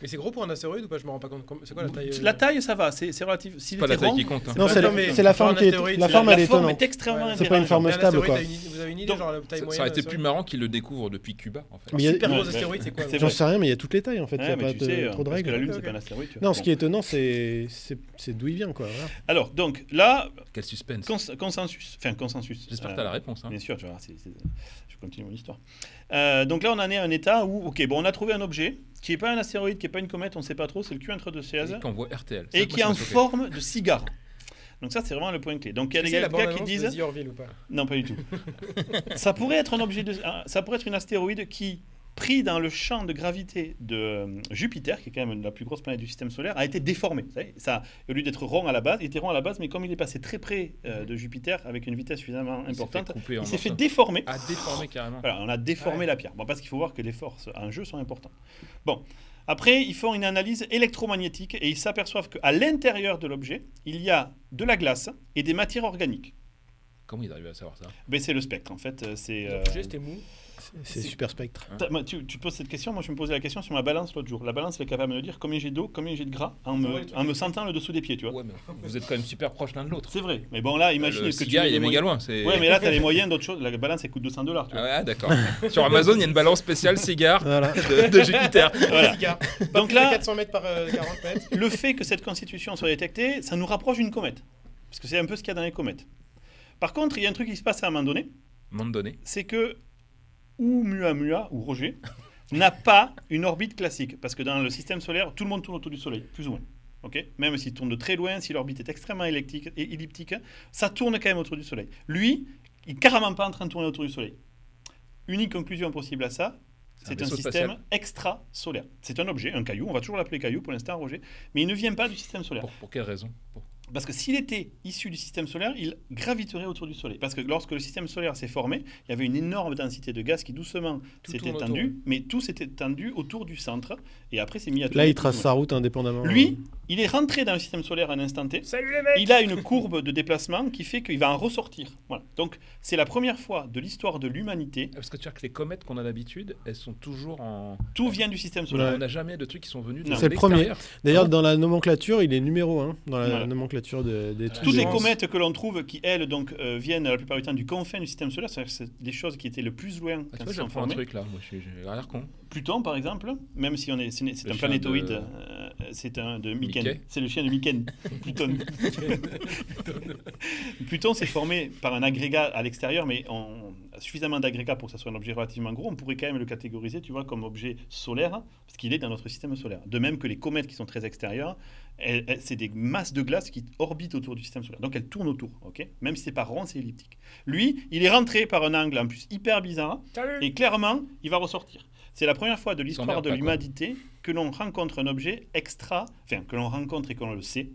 Mais c'est gros pour un astéroïde ou pas Je me rends pas compte. Com- C'est quoi la taille euh,
La taille, ça va, c'est c'est relatif. Si
C'est pas la taille qui compte. hein.
Non,
pas-
c'est
non,
la,
mais
c'est la
pour un
forme qui est,
astéroïde,
la
c'est
forme
la
elle est
forme
étonnante.
est extrêmement
Ouais,
c'est pas une
indérangeable.
forme
Un
stable,
astéroïde,
quoi.
t'as une idée- Vous avez une idée,
Donc,
genre la taille
Ça-
moyenne
Ça aurait été
d'un
plus
astéroïde
marrant qu'ils le découvrent depuis Cuba, en fait.
Mais il y a-
Super
Ouais,
gros
ouais.
astéroïde, c'est quoi
C'est
J'en
vrai.
sais rien, mais il y a toutes les tailles en fait. Il
Ouais,
n'y a
mais
pas
tu
de-
sais,
trop de
parce que la
règles.
Lune,
Ok,
c'est
ok.
pas un astéroïde. tu vois.
Non, ce
Bon.
qui est étonnant, c'est c'est- c'est d'où il vient, quoi. voilà.
Alors, donc, là,
Quel suspense.
cons- consensus. Enfin, consensus.
J'espère
Euh,
que t'as la réponse. hein.
Bien sûr, tu vois, c'est- c'est- je continue mon histoire. Euh, donc là, on en est à un état où, ok, bon, on a trouvé un objet qui n'est pas un astéroïde, qui n'est pas une comète, on ne sait pas trop, c'est le Q entre deux
Et
chaises,
qu'on voit RTL. Ça,
et
moi,
qui
ça
est en
m'a choqué.
forme de cigare. Donc ça, c'est vraiment le point clé. Donc il y a des
C'est la
gars, gars qui
bande-annonce
disent,
de The Orville ou pas
non, pas du tout. ça pourrait être un objet, de, un- ça pourrait être une astéroïde qui pris dans le champ de gravité de euh, Jupiter, qui est quand même la plus grosse planète du système solaire, a été déformé. Vous savez, ça, au lieu d'être rond à la base, il était rond à la base, mais comme il est passé très près euh, de Jupiter avec une vitesse suffisamment
Mm-hmm. Il s'est fait
importante,
couper en
il s'est fait
morceaux.
déformer.
Ah, déformé carrément.
Voilà, on a déformé
Ouais.
la pierre. Bon, parce qu'il faut voir que les forces en jeu sont importantes. Bon, après, ils font une analyse électromagnétique et ils s'aperçoivent qu'à l'intérieur de l'objet, il y a de la glace et des matières organiques.
Comment ils arrivent à savoir ça
Mais c'est le spectre, en fait. euh, C'est. euh,
L'objet, c'était mou.
C'est c'est super spectre.
t'as- moi, tu, tu te poses cette question, moi je me posais la question sur ma balance l'autre jour. La balance, elle est capable de me dire combien j'ai d'eau, combien j'ai de gras en me,
Ouais, tu-
en me sentant le dessous des pieds, tu vois.
Ouais, mais vous êtes quand même super proches l'un de l'autre.
C'est vrai. Mais bon, là, imagine
le
que
cigare,
tu.
il est
les
méga
moyens-
loin. c'est-
Ouais, mais là, tu as les moyens d'autre chose. La balance, elle coûte 200 dollars, tu
Ah
vois.
ouais, d'accord. Sur Amazon, il y a une balance spéciale cigare
Voilà.
de, de Jupiter.
Voilà.
Cigare.
Donc
Plus de
là,
400 mètres par euh, 40 mètres.
le fait que cette constitution soit détectée, ça nous rapproche d'une comète. Parce que c'est un peu ce qu'il y a dans les comètes. Par contre, il y a un truc qui se passe à un moment donné,
Monde donné.
c'est que ou Muamua ou Roger n'a pas une orbite classique. Parce que dans le système solaire, tout le monde tourne autour du Soleil, plus ou moins. Ok Même s'il tourne de très loin, si l'orbite est extrêmement électrique et elliptique, ça tourne quand même autour du Soleil. Lui, il n'est carrément pas en train de tourner autour du Soleil. Unique conclusion possible à ça,
C'est un
c'est un
vaisseau
système
spatial.
extrasolaire. C'est un objet, un caillou, on va toujours l'appeler caillou pour l'instant, Roger, mais il ne vient pas du système solaire.
Pour, pour quelle raison Pour-
Parce que s'il était issu du système solaire, il graviterait autour du Soleil. Parce que lorsque le système solaire s'est formé, il y avait une énorme densité de gaz qui doucement
Tout
s'est
tourne autour,
étendue, mais tout s'est étendu autour du centre, et après c'est mis à
Là,
tourner
il
plus ou
trace sa route indépendamment.
moins.
hein.
Lui, il est rentré dans le système solaire à un instant T.
Salut les mecs
Il a une courbe de déplacement qui fait qu'il va en ressortir. Voilà. Donc c'est la première fois de l'histoire de l'humanité,
Ah, Parce que tu vois que les comètes qu'on a d'habitude, elles sont toujours en.
tout vient du système
Ouais.
solaire.
On n'a jamais de trucs qui sont venus de
Non.
C'est le
l'extérieur.
D'ailleurs, dans la nomenclature, il est numéro 1 dans la
Voilà.
caricatures de, des trucs
Toutes
de-
les comètes que l'on trouve, qui elles donc euh, viennent la plupart du temps du confin du système solaire, c'est-à-dire que c'est des choses qui étaient le plus loin
Ah, tu
quand
vois,
ils
j'en
sont
prends un
formés.
truc là. Moi, j'ai j'ai l'air con.
Pluton par exemple, même si on est, c'est c'est
Le
un
chien
planétoïde,
de-
euh, c'est un de Myken.
Mickey.
C'est le chien de Myken, Pluton. Pluton s'est formé par un agrégat à l'extérieur, mais on, suffisamment d'agrégats pour que ça soit un objet relativement gros. On pourrait quand même le catégoriser, tu vois, comme objet solaire, hein, parce qu'il est dans notre système solaire. De même que les comètes qui sont très extérieures, elles- elles- c'est des masses de glace qui orbitent autour du système solaire. Donc elles tournent autour, ok Même si c'est pas rond, c'est elliptique. Lui, il est rentré par un angle en plus hyper bizarre, et clairement, il va ressortir. C'est la première fois de l'histoire
s'emmerde
de
pas, quoi.
l'humanité que l'on rencontre un objet extra, enfin que l'on rencontre et qu'on le sait,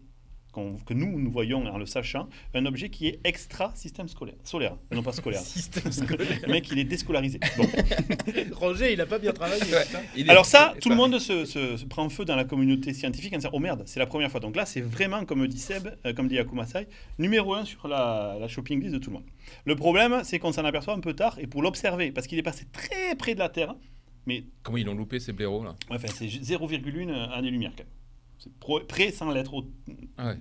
qu'on- que nous, nous voyons en le sachant, un objet qui est extra système scolaire, solaire, non pas scolaire.
Système scolaire.
le mec, il est déscolarisé. Bon.
Roger, il a pas bien travaillé.
Ouais.
putain.
Il est-
Alors ça, tout le
Pardon.
monde se, se- se prend feu dans la communauté scientifique en disant oh merde, c'est la première fois. Donc là, c'est vraiment comme dit Seb, euh, comme dit Yakumasai, numéro un sur la, la shopping list de tout le monde. Le problème, c'est qu'on s'en aperçoit un peu tard et pour l'observer, parce qu'il est passé très près de la Terre, mais
Comment ils l'ont loupé ces blaireaux là
Ouais, Enfin, c'est 0,1 année-lumière quand même. C'est pro- près sans l'être. au-
Ah ouais.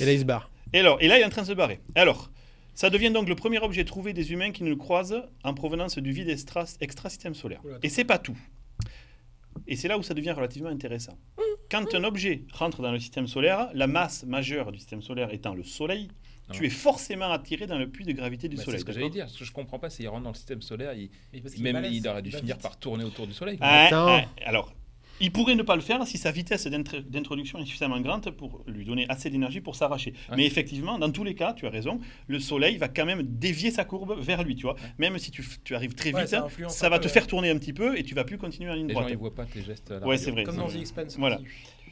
Et là, il se barre.
Et, alors, et là, il est en train de se barrer. Alors, ça devient donc le premier objet trouvé des humains qui nous croisent en provenance du vide extra- extra-système solaire.
Oula, attends.
Et c'est pas tout. Et c'est là où ça devient relativement intéressant. Quand un objet rentre dans le système solaire, la masse majeure du système solaire étant le Soleil,
Ah.
tu es forcément attiré dans le puits de gravité du
Bah, c'est
Soleil.
ce que
d'accord
j'allais dire. Ce que je comprends pas, c'est qu'ils rentrent dans le système solaire. ils-
Mais parce qu'il est
Même
balèze,
il aurait dû
va
finir
vite.
par tourner autour du soleil. quoi.
Ah,
Attends.
ah, alors, il pourrait ne pas le faire si sa vitesse d'intr- d'introduction est suffisamment grande pour lui donner assez d'énergie pour s'arracher.
Ouais.
Mais effectivement, dans tous les cas, tu as raison, le soleil va quand même dévier sa courbe vers lui, tu vois. Même si tu, f- tu arrives très
Ouais,
vite,
ça
hein, ça,
influence un
va
peu,
te
ouais.
faire tourner un petit peu et tu vas plus continuer en ligne
Les gens
droite.
ils voient pas tes gestes. à la
Ouais,
radio.
c'est vrai.
Comme
c'est
dans The
vrai.
Expanse.
Voilà.
aussi.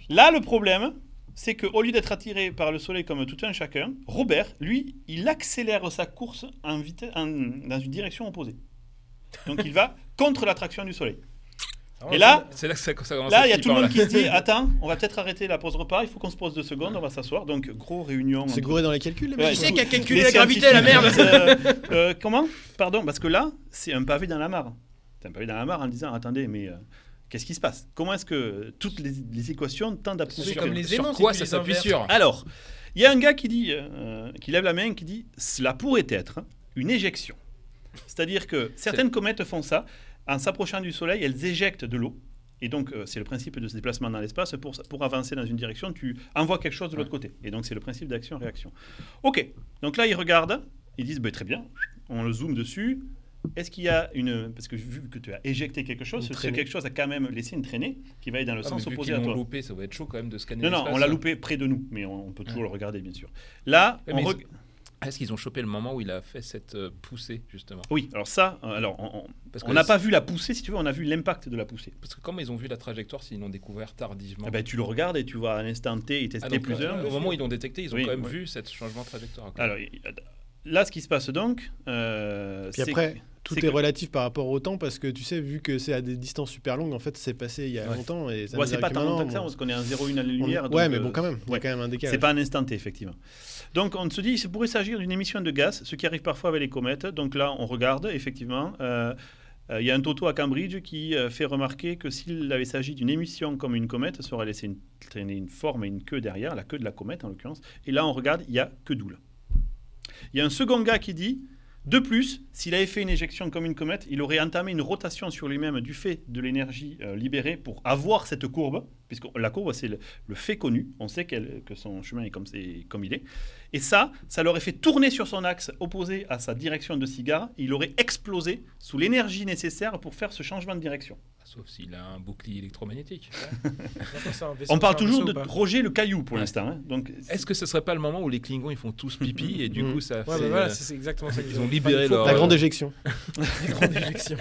Là, le problème, c'est qu'au lieu d'être attiré par le soleil comme tout un chacun, Robert, lui, il accélère sa course en vite- en- dans une direction opposée. Donc il va contre l'attraction du soleil.
Ah,
Et là,
C'est là que ça, que ça commence. à
Là, il y a
se
tout le
par
monde
là.
qui se dit Attends, on va peut-être arrêter la pause repas, il faut qu'on se pose deux secondes, on va s'asseoir. Donc, gros réunion.
C'est gouré dans les calculs, les
Ouais,
mecs.
Qui c'est
tout-
qui a calculé
les
la gravité, la merde
scientifiques disent, euh, euh, Comment Pardon, parce que là, c'est un pavé dans la mare. C'est un pavé dans la mare en disant Attendez, mais euh, qu'est-ce qui se passe Comment est-ce que toutes les, les équations tendent à
C'est
prouver
comme
que-
les
Sur
aimants.
quoi
c'est
ça
plus les
s'appuie
inverses.
sur
Alors, il y a un gars qui dit, euh, qui lève la main, qui dit Cela pourrait être une éjection. C'est-à-dire que certaines comètes font ça. En s'approchant du Soleil, elles éjectent de l'eau. Et donc, euh, c'est le principe de ce déplacement dans l'espace. Pour, pour avancer dans une direction, tu envoies quelque chose de l'autre côté. Et donc, c'est le principe d'action-réaction. OK. Donc là, ils regardent. Ils disent Bah, Très bien. On le zoome dessus. Est-ce qu'il y a une. Parce que vu que tu as éjecté quelque chose,
Une
ce
traînée.
quelque chose a quand même laissé une traînée qui va aller dans le
Ah, mais
sens
vu
opposé
qu'ils
à
l'ont
toi.
loupé, ça va être chaud quand même de scanner.
Non, non,
l'espace.
on l'a loupé près de nous, mais on, on peut toujours le regarder, bien sûr. Là,
Ouais,
on
mais
reg-
Est-ce qu'ils ont chopé le moment où il a fait cette euh, poussée justement
oui, alors ça, euh, alors on-
Parce
on- on n'a pas vu la poussée, si tu veux, on a vu l'impact de la poussée.
Parce que comme ils ont vu la trajectoire, s'ils l'ont découvert tardivement.
Eh ben, tu le regardes et tu vois à l'instant T, ils
Ah,
testaient
donc,
plusieurs.
euh, Au moment où ils l'ont détecté, ils ont
Oui,
quand même
oui.
vu ce changement de trajectoire. quoi.
Alors il- euh, là, ce qui se passe donc. euh,
Puis
c'est-
après, tout
c'est
est,
que-
relatif par rapport au temps parce que tu sais, vu que c'est à des distances super longues, en fait, c'est passé il y a
Ouais.
longtemps et ça
Ouais,
nous
c'est
arrive
pas tant
maintenant,
longtemps que ça,
on-
parce qu'on est en 0,1 à la
on-
lumière.
ouais,
donc,
mais bon,
euh,
quand même, il y a
ouais.
quand même un décalage.
C'est pas un instant T, effectivement. Donc, on se dit, il pourrait s'agir d'une émission de gaz, ce qui arrive parfois avec les comètes. Donc là, on regarde, effectivement. euh, euh, Il y a un toto à Cambridge qui euh, fait remarquer que s'il avait s'agi d'une émission comme une comète, ça aurait laissé une, traîner une forme et une queue derrière, la queue de la comète en l'occurrence. Et là, on regarde, il y a que doule. Il y a un second gars qui dit, de plus, s'il avait fait une éjection comme une comète, il aurait entamé une rotation sur lui-même du fait de l'énergie euh, libérée pour avoir cette courbe, puisque la courbe, c'est le, le fait connu, on sait qu'elle- que son chemin est comme, c'est- comme il est. Et ça, ça l'aurait fait tourner sur son axe opposé à sa direction de cigare, et il aurait explosé sous l'énergie nécessaire pour faire ce changement de direction.
Ah, Sauf s'il a un bouclier électromagnétique.
Attends, c'est un vaisseau,
On parle
c'est un
toujours
vaisseau
de
ou pas
Roger le Caillou pour l'instant. hein. Donc,
Est-ce que ce serait pas le moment où les Klingons ils font tous pipi et du
Mhm.
coup ça
Ouais,
fait,
bah voilà,
euh,
c'est c'est exactement ça qu'ils
ils ont libéré
Enfin,
leur euh,
La grande éjection.
il faut- grande éjection.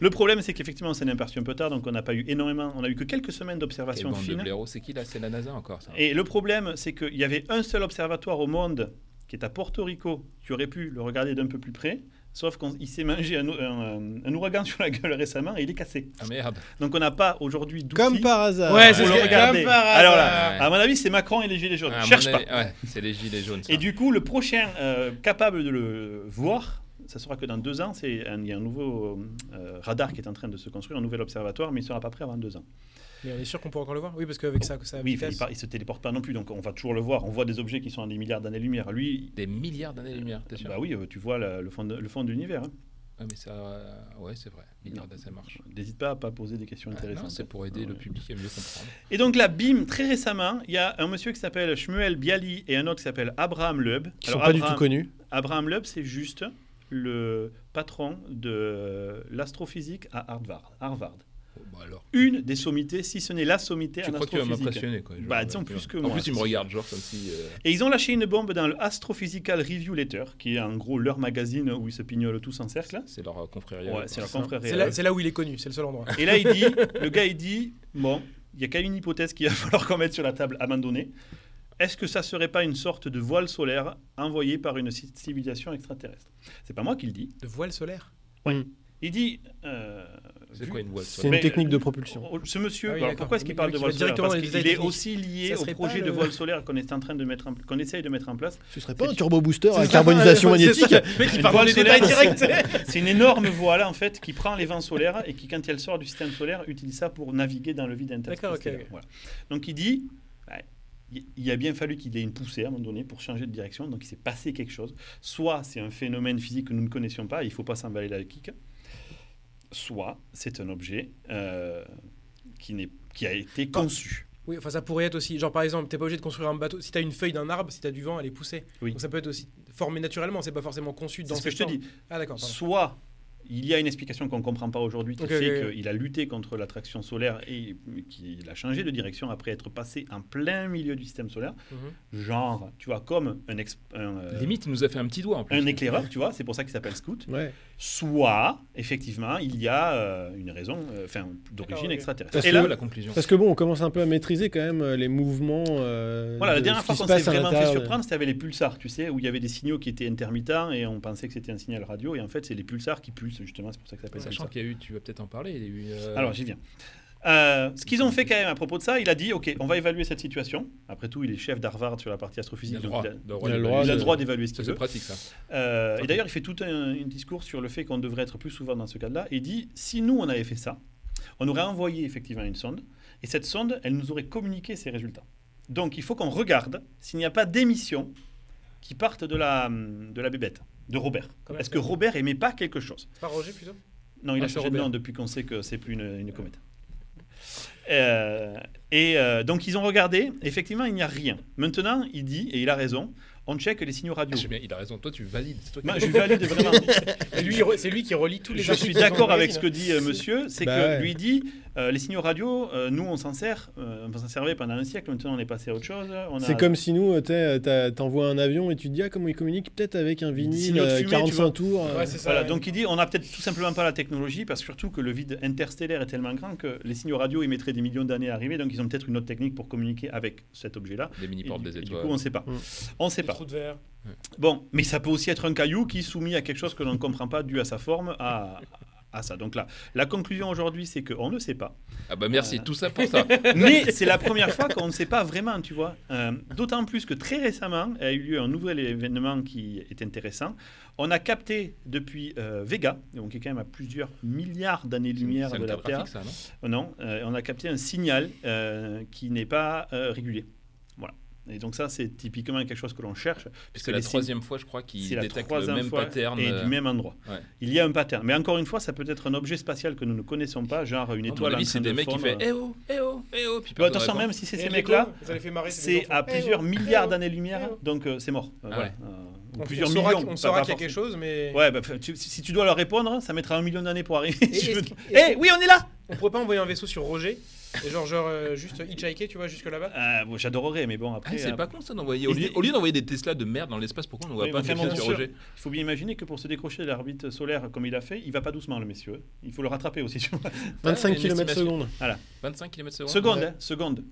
Le problème, c'est qu'effectivement, on s'en est aperçu un peu tard, donc on n'a pas eu énormément, on a eu que quelques semaines
Quelle
d'observation
bande de Ah.
fine.
blaireaux. C'est qui là C'est la NASA encore ça.
Et le problème, c'est qu'il y avait un seul observatoire au monde, qui est à Porto Rico. Tu aurais pu le regarder d'un peu plus près, sauf qu'il s'est mangé un, ou- un- un ouragan sur la gueule récemment et il est cassé.
Ah merde.
Donc on n'a pas aujourd'hui d'outils.
Comme par hasard.
Ouais,
Pour
c'est
le
comme
regarder.
par hasard.
Alors là,
Ouais.
à mon avis, c'est Macron et les Gilets jaunes.
Ah, à
Cherche
mon
pas.
avis- ouais, c'est les gilets jaunes. ça.
Et du coup, le prochain euh, capable de le voir, ça sera que dans deux ans, c'est un- il y a un nouveau euh, radar qui est en train de se construire, un nouvel observatoire, mais il ne sera pas prêt avant deux ans.
Mais on est sûr qu'on pourra encore le voir Oui, parce qu'avec ça, ça
Oui, il ne se téléporte pas non plus, donc on va toujours le voir. On voit des objets qui sont à des milliards d'années-lumière. Lui,
Des milliards d'années-lumière, t'es sûr
bah oui, euh, tu vois la- le, fond de, le fond de l'univers. hein.
Ah, mais ça. euh, ouais, c'est vrai. Milliards d'années, ça marche.
N'hésite pas à pas poser des questions
Ah,
intéressantes.
non, c'est pour aider le
Ouais.
public à mieux comprendre.
Et donc là, bim, très récemment, il y a un monsieur qui s'appelle Shmuel Bialy et un autre qui s'appelle Abraham Loeb.
Qui
Alors,
sont pas du
Abraham-
tout connus.
Abraham Loeb, c'est juste le patron de l'astrophysique à Harvard. Harvard.
Bon, bah alors.
Une des sommités, si ce n'est la sommité
Tu
en
crois que tu vas
astrophysique.
m'impressionner, quoi. genre,
Bah, disons
ouais,
plus
tu
que
vois. En
moi.
plus, il me regarde, genre, comme si. euh,
Et ils ont lâché une bombe dans le Astrophysical Review Letter, qui est en gros leur magazine où ils se pignolent tous en cercle.
c'est leur euh, confrérie.
Ouais,
quoi.
c'est leur
Ça.
confrérie.
C'est là, c'est là où il est connu, c'est le seul endroit.
Et là, il dit, le gars, il dit, bon, il n'y a qu'à une hypothèse qu'il va falloir qu'on mette sur la table à un moment donné. Est-ce que ça serait pas une sorte de voile solaire envoyée par une ci- civilisation extraterrestre C'est pas moi qui le dis.
De voile solaire
Il dit. euh,
C'est
vu-
quoi une voile
C'est une
Mais,
technique de
euh,
propulsion.
oh, Ce monsieur,
Ah oui,
alors
d'accord.
pourquoi est-ce qu'il
Le
parle
mec
de
qui
voile
va
solaire
directement
Parce
dans les
qu'il
détails
est
techniques.
aussi lié
Ça
au
serait
projet
pas
de
le-
voile solaire qu'on est en train de mettre en, qu'on essaye de mettre en place.
Ce serait pas un turbo booster à carbonisation magnétique
Mais qui
Une
parle dans
voile
les détails
solaire.
directs
C'est une énorme voile en fait qui prend les vents solaires et qui, quand elle sort du système solaire, utilise ça pour naviguer dans le vide interstellaire.
D'accord, ok, ok.
Voilà. Donc il dit, bah, il il a bien fallu qu'il ait une poussée à un moment donné pour changer de direction. Donc il s'est passé quelque chose. Soit c'est un phénomène physique que nous ne connaissions pas, il faut pas s'emballer la kick. Soit c'est un objet euh, qui n'est qui a été conçu.
Oui, enfin ça pourrait être aussi, genre par exemple, t'es pas obligé de construire un bateau. Si t'as une feuille d'un arbre, si t'as du vent, elle est poussée.
Oui.
Donc ça peut être aussi formé naturellement, c'est pas forcément conçu
C'est
dans
ce que
cette
je te
forme.
dis.
Ah d'accord, pardon.
Soit il y a une explication qu'on ne comprend pas aujourd'hui qui
Ok,
fait
ok, ok.
qu'il a lutté contre l'attraction solaire et qu'il a changé de direction après être passé en plein milieu du système solaire,
Mhm.
genre, tu vois, comme un, exp- un, euh,
Limite, il nous a fait un petit doigt en plus.
un éclaireur, tu vois, c'est pour ça qu'il s'appelle Scout.
Ouais.
Soit, effectivement, il y a euh, une raison, euh, enfin, d'origine
D'accord, ok.
extraterrestre.
Parce
Et
Et
là,
là, la conclusion.
Parce que bon, on commence un peu à maîtriser quand même euh, les mouvements. euh,
Voilà, la
de
dernière
ce
fois
qui
qu'on
se
s'est
passe à
vraiment fait
l'intérieur de-
surprendre, c'était avec les pulsars, tu sais, où il y avait des signaux qui étaient intermittents et on pensait que c'était un signal radio, et en fait, c'est les pulsars qui pulsent, justement, c'est pour ça que ça s'appelle
Sachant
pulsar.
qu'il y a eu, tu vas peut-être en parler, il y a eu. euh,
Alors j'y viens. Euh, ce qu'ils ont fait quand même à propos de ça, il a dit ok, on va évaluer cette situation. Après tout, il est chef d'Harvard sur la partie
il
astrophysique,
a le
donc
droit.
il a,
de roi
il a
des
le
il
Valises.
a
droit
le droit d'évaluer ce
Ça,
qu'il
c'est
veut.
pratique, ça.
Euh,
Ok.
Et d'ailleurs, il fait tout un, un discours sur le fait qu'on devrait être plus souvent dans ce cadre-là. Et il dit si nous on avait fait ça, on aurait envoyé effectivement une sonde, et cette sonde, elle nous aurait communiqué ses résultats. Donc il faut qu'on regarde s'il n'y a pas d'émissions qui partent de la de la bébête, de Robert.
Quand même.
Est-ce que Robert aimait pas quelque chose
C'est pas Roger plutôt
non, il
Ah,
a
c'est
changé de
Robert.
nom depuis qu'on sait que c'est plus une, une comète. Euh, et euh, donc ils ont regardé, effectivement il n'y a rien. Maintenant il dit, et il a raison, on check les signaux radio.
Ah, j'ai bien- il a raison, toi tu valides. C'est toi qui
Moi, Bah, je valide vraiment.
C'est lui, il re- c'est lui qui relie tous les
je suis
articles dans le
d'accord avec ce
magazine.
que dit euh, monsieur, c'est
Bah
que
ouais.
lui dit, euh, les signaux radio, euh, nous on s'en sert, euh, on s'en servait pendant un siècle, maintenant on est passé à autre chose. on a-
C'est comme si nous, euh, t'es- t'as- t'envoies un avion et tu te dis, ah, comment il communique Peut-être avec un vinyle
Signaux de
euh,
fumée, tu
45
vois.
tours. euh,
Ouais, c'est ça.
Voilà,
ouais.
donc il dit on n'a peut-être tout simplement pas la technologie, parce que surtout que le vide interstellaire est tellement grand que les signaux radio, ils mettraient des millions d'années à arriver, donc ils ont peut-être une autre technique pour communiquer avec cet objet-là.
Des
Et
mini-portes
du,
des
et du
étoiles.
coup, on ne sait pas.
Mm.
On ne sait
Le
pas.
trou de verre.
Bon, mais ça peut aussi être un caillou qui, soumis à quelque chose que l'on ne comprend pas, dû à sa forme, à, à ça. Donc là, la conclusion aujourd'hui, c'est qu'on ne sait pas.
Ah bah merci,
Euh.
tout ça pour ça.
Mais c'est la première fois qu'on ne sait pas vraiment, tu vois. Euh, D'autant plus que très récemment a eu lieu un nouvel événement qui est intéressant. On a capté depuis euh, Vega, donc qui est quand même à plusieurs milliards d'années-lumière
C'est un
de la
cas
Terre.
pratique, ça, non
Euh, non, euh, on a capté un signal euh, qui n'est pas euh, régulé. Voilà. Et donc ça, c'est typiquement quelque chose que l'on cherche.
Parce
puisque
que la
les signes-
troisième fois, je crois qu'il
c'est la
détecte le
troisième
même
fois
pattern.
et
euh,
du même endroit.
ouais.
Il y a un pattern. Mais encore une fois, ça peut être un objet spatial que nous ne connaissons pas, genre une
à mon
étoile. en
avis,
train
c'est des
de
mecs qui
fondre. euh,
font Eh oh, eh oh, eh oh. puis
Bon,
personne
attention,
répond.
Bah, même si c'est
Et
ces
les
mecs-là,
clones, ça les fait marrer, des
c'est
enfants.
à
Eh oh,
plusieurs
eh oh.
milliards
Eh
d'années-lumière,
oh.
donc euh, c'est mort. Euh,
Ah
voilà.
ouais.
Euh, ou
On-
plusieurs
on saura-
millions.
On
pas-
saura
pas
qu'il y a quelque
forcément.
chose, mais.
Ouais, bah, f- tu- si si tu dois leur répondre, ça mettra un million d'années pour arriver.
Et
si tu
est-ce
veux.
qu'il-
Eh,
est-ce
oui, on est là
On pourrait pas envoyer un vaisseau sur Roger et genre, genre euh, juste hitchhiker, tu vois, jusque là-bas
Ah, bon, J'adorerais, mais bon,
Ah,
après,
c'est
euh,
pas con ça d'envoyer. Au
Ils
lieu
disent-
au lieu d'envoyer des Tesla de merde dans l'espace, pourquoi on ne voit
Oui,
pas un
mais enfin,
film
bon,
sur
sûr.
Roger
il faut bien imaginer que pour se décrocher de l'orbite solaire comme il a fait, il va pas doucement, le messieurs. Il faut le rattraper aussi. tu vois.
25
une
km
estimation.
seconde.
25 km/h
Seconde,
Ouais.
hein, seconde.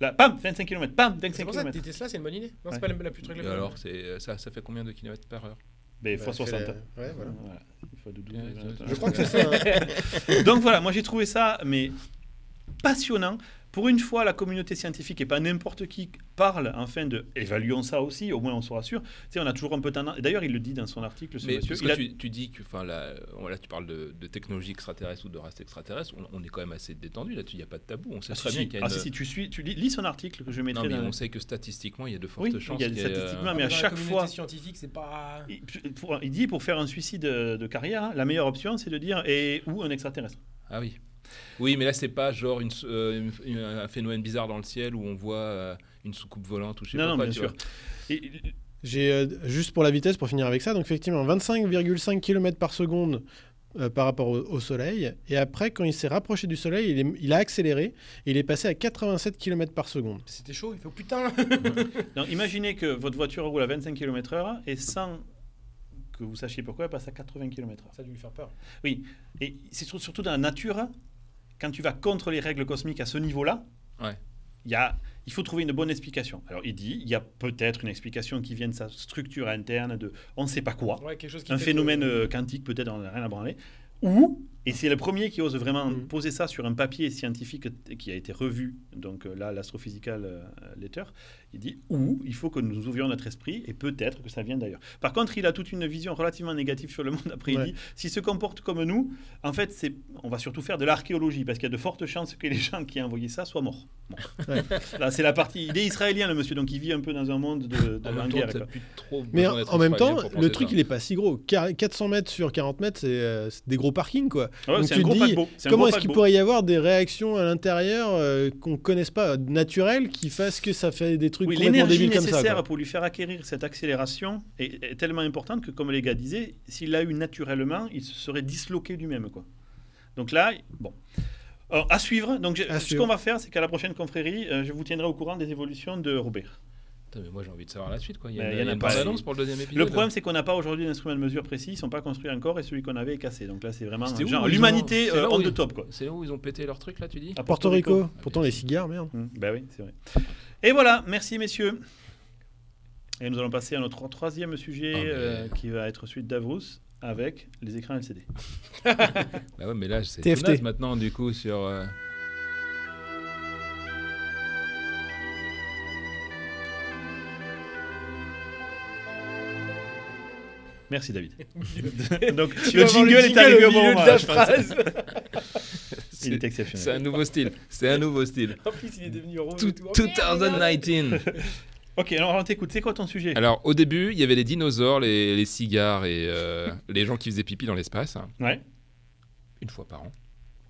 Là, pam, 25 km, pam,
C'est
25
pour ça que
km.
des Tesla, c'est une bonne idée. Non,
Ouais.
c'est pas la, la plus truc la
Et
plus.
alors, c'est- ça, ça fait combien de kilomètres par heure
Mais
Bah,
fois 60.
fais
hein.
la- ouais, voilà.
Voilà. Il faut de douze,
Ouais,
euh,
je-
attends.
Je crois que c'est ça. hein.
Donc voilà, moi j'ai trouvé ça mais passionnant Pour une fois, la communauté scientifique et pas n'importe qui parle enfin de évaluons ça aussi, au moins on sera sûr. Tu sais, on a toujours un peu tendance. D'ailleurs, il le dit dans son article, ce
Mais
monsieur.
parce
Il
que
a-
tu, tu dis que, enfin, là, voilà, tu parles de, de technologie extraterrestre ou de race extraterrestre, on, on est quand même assez détendu là-dessus, il n'y a pas de tabou, on sait
Ah,
très
si,
bien
si.
qu'il y a
Ah,
une...
si, si, tu, suis, tu lis, lis son article que je mettrai
non, mais
dans-
on sait que statistiquement, il y a de fortes
Oui,
chances.
il y a des
qu'il y ait, euh,
statistiquement, mais
Dans
à
la
chaque
communauté
fois.
scientifique, c'est pas.
Il, pour- il dit pour faire un suicide euh, de carrière, hein, la meilleure option c'est de dire et ou un extraterrestre.
Ah oui. Oui, mais là, c'est pas genre une, sou- euh, une- une- un phénomène bizarre dans le ciel où on voit euh, une soucoupe volante ou je sais
Non,
pas
non,
quoi.
bien
tu
sûr.
vois.
Et- et-
J'ai euh, juste pour la vitesse, pour finir avec ça, donc effectivement 25,5 km par seconde euh, par rapport au, au Soleil. Et après, quand il s'est rapproché du Soleil, il, est- il a accéléré et il est passé à 87 km par seconde.
C'était chaud, il fait oh, putain
non, imaginez que votre voiture roule à 25 km/h et sans que vous sachiez pourquoi, elle passe à 80 km/h.
Ça a dû lui faire peur.
Et c'est sur- surtout dans la nature, quand tu vas contre les règles cosmiques à ce niveau-là,
Ouais.
il y a- il faut trouver une bonne explication. Alors il dit, il y a peut-être une explication qui vient de sa structure interne, de on ne sait pas quoi,
Ouais, quelque chose qui
un
fait
phénomène
que-
euh, quantique peut-être, on n'a rien à branler, ou, et c'est le premier qui ose vraiment
Mhm.
poser ça sur un papier scientifique t- qui a été revu, donc euh, là, l'astrophysical euh, letter, il dit, ou il faut que nous ouvrions notre esprit, et peut-être que ça vient d'ailleurs. Par contre, il a toute une vision relativement négative sur le monde. Après,
Ouais.
il dit, s'ils se comportent comme nous, en fait, c'est, on va surtout faire de l'archéologie, parce qu'il y a de fortes chances que les gens qui ont envoyé ça soient morts. Bon.
Ouais.
Là, c'est la partie... Il est israélien, le monsieur, donc il vit un peu dans un monde de,
Ah,
de
bah,
En même temps,
guerre.
Ah, t'as plus trop
Mais
besoin
en,
d'être
en même
israélien
temps,
pour penser
le truc,
ça.
il est pas si gros. Quar- 400 mètres sur 40 mètres, c'est euh, c'est des gros parkings, quoi.
Ah ouais,
Donc
c'est un
tu
gros
dis,
paquebot, c'est un
Comment
gros
est-ce qu'il
paquebot.
pourrait y avoir des réactions à l'intérieur euh, qu'on connaisse pas, naturelles, qui fassent que ça fait des trucs
Oui,
complètement
l'énergie
débiles comme
nécessaire
ça quoi.
pour lui faire acquérir cette accélération est, est tellement importante que, comme les gars disaient, s'il l'a eu naturellement, il se serait disloqué lui-même. Quoi. Donc là, bon. Alors, à suivre. Donc, j'ai-
À
ce
suivre.
qu'on va faire, c'est qu'à la prochaine confrérie, euh, je vous tiendrai au courant des évolutions de Robert.
Putain, mais moi, j'ai envie de savoir la suite, quoi. Il y
Mais
a,
il y en a
une
pas.
annonce pour le deuxième épisode.
Le problème, c'est qu'on n'a pas aujourd'hui d'instrument de mesure précis. Ils ne sont pas construits encore et celui qu'on avait est cassé. Donc là, c'est vraiment
C'était où,
genre
ils ont-
l'humanité
c'est
euh,
là
on
où
the
ils-
top. Quoi.
C'est là où ils ont pété leur truc, là, tu dis
À
Porto Rico, pourtant les cigares, merde.
Hmm, Ben oui, c'est vrai. Et voilà, merci messieurs. Et nous allons passer à notre troisième sujet
Ah, mais-
euh, qui va être celui d'Avrous avec les écrans LCD.
Bah ouais, mais là, c'est
TFT.
tenace maintenant, du coup, sur. euh,
Merci David. Donc
Tu
le
vas avoir
jingle, est arrivé au bon
milieu
moment.
de la
je pense.
phrase.
Il Ah,
C'est
est
c'est un
exceptionnel.
nouveau style. C'est un nouveau style.
En plus, il est devenu rose.
Tout-
et tout. Oh, merde, regarde.
2019.
Ok, alors on t'écoute. C'est quoi ton sujet
Alors, au début, il y avait les dinosaures, les, les cigares et euh, les gens qui faisaient pipi dans l'espace, hein,
Ouais.
une fois par an.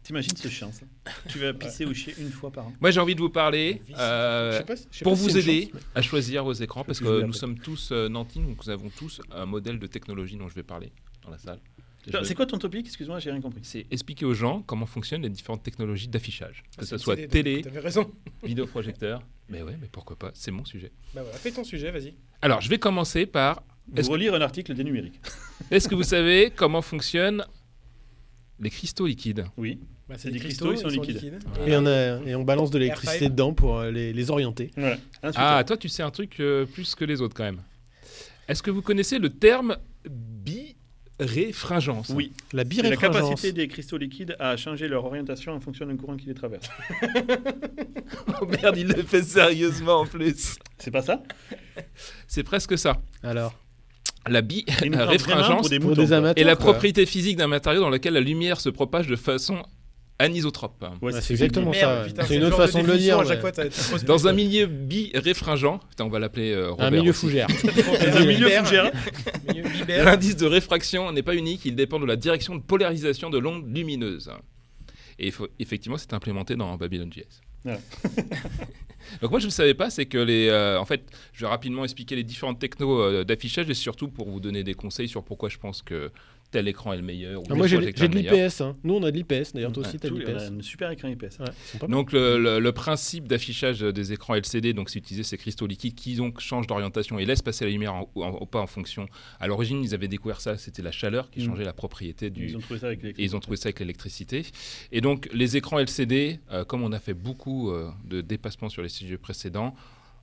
T'imagines ce chien ça Tu vas pisser au chier une fois par an.
Moi, j'ai envie de vous parler euh,
Je sais pas si- je sais
pour
pas si
vous
c'est une
aider
chance,
à choisir vos écrans, parce
plus jouer
que nous
après.
sommes tous euh, nantis, donc nous avons tous un modèle de technologie dont je vais parler dans la salle. Et je
Alors,
vais-
C'est quoi ton topic Excuse-moi, j'ai rien compris.
C'est expliquer aux gens comment fonctionnent les différentes technologies d'affichage, que ce
C'est
soit
CD, donc
télé,
T'avais raison.
vidéoprojecteur. Mais ouais, mais pourquoi pas C'est mon sujet.
Bah voilà, fais ton sujet, vas-y.
Alors, je vais commencer par
Vous
Est-ce que-
relire un article des numériques.
Est-ce que vous savez comment fonctionnent les cristaux liquides
Oui.
Bah,
C'est des cristaux, ils sont liquides.
mais- Et on, a- et on balance de l'électricité
R5.
dedans pour euh, les, les orienter.
Voilà. Ensuite,
Ah, toi, tu sais un truc euh, plus que les autres quand même. Est-ce que vous connaissez le terme biréfringence
oui.
La
C'est la
biréfringence.
capacité des cristaux liquides à changer leur orientation en fonction d'un courant qui les traverse.
Oh merde, il le fait sérieusement en plus.
C'est pas ça
C'est presque ça.
Alors,
La bi
Ils nous prennent vraiment
réfringence
pour des
pour
moutons,
des
quoi.
amateurs.
est la
quoi.
propriété physique d'un matériau dans lequel la lumière se propage de façon anisotrope.
Ouais,
Ouais,
c'est
c'est
ce que
exactement
j'ai
ça.
Merde,
ouais.
putain,
C'est une
le
autre
genre
façon de le
définition,
dire.
À chaque
mais-
fois, t'as- t'as trop-
Dans un milieu biréfringent, putain, on va l'appeler euh, Robert
Un milieu
aussi.
fougère.
dit. Dans un milieu
Libère.
fougère.
Milieu libère.
L'indice de réfraction n'est pas unique, il dépend de la direction de polarisation de l'onde lumineuse. Et il faut- effectivement, c'est implémenté dans Babylon.js.
Ouais.
Donc moi je ne savais pas, c'est que les... euh, en fait, je vais rapidement expliquer les différentes technos euh, d'affichage et surtout pour vous donner des conseils sur pourquoi je pense que tel écran est le meilleur ou
Ah,
tel
Moi, j'ai
projecteur
j'ai
est
de
le meilleur.
l'IPS. hein. Nous, on a de l'IPS. D'ailleurs, toi
Ouais,
aussi, t'as de
Tous les- on a
l'IPS.
un super écran IPS.
Ouais, ils sont pas mal.
Donc le, le- le principe d'affichage des écrans LCD, donc c'est utiliser ces cristaux liquides qui donc changent d'orientation et laissent passer la lumière en, en- ou pas en fonction. À l'origine, ils avaient découvert ça, c'était la chaleur qui
Mm.
changeait la propriété du,
Ils ont trouvé ça avec
Et
les.
ils ont trouvé ça avec l'électricité. Et donc, les écrans LCD, euh, comme on a fait beaucoup euh, de dépassements sur les sujets précédents,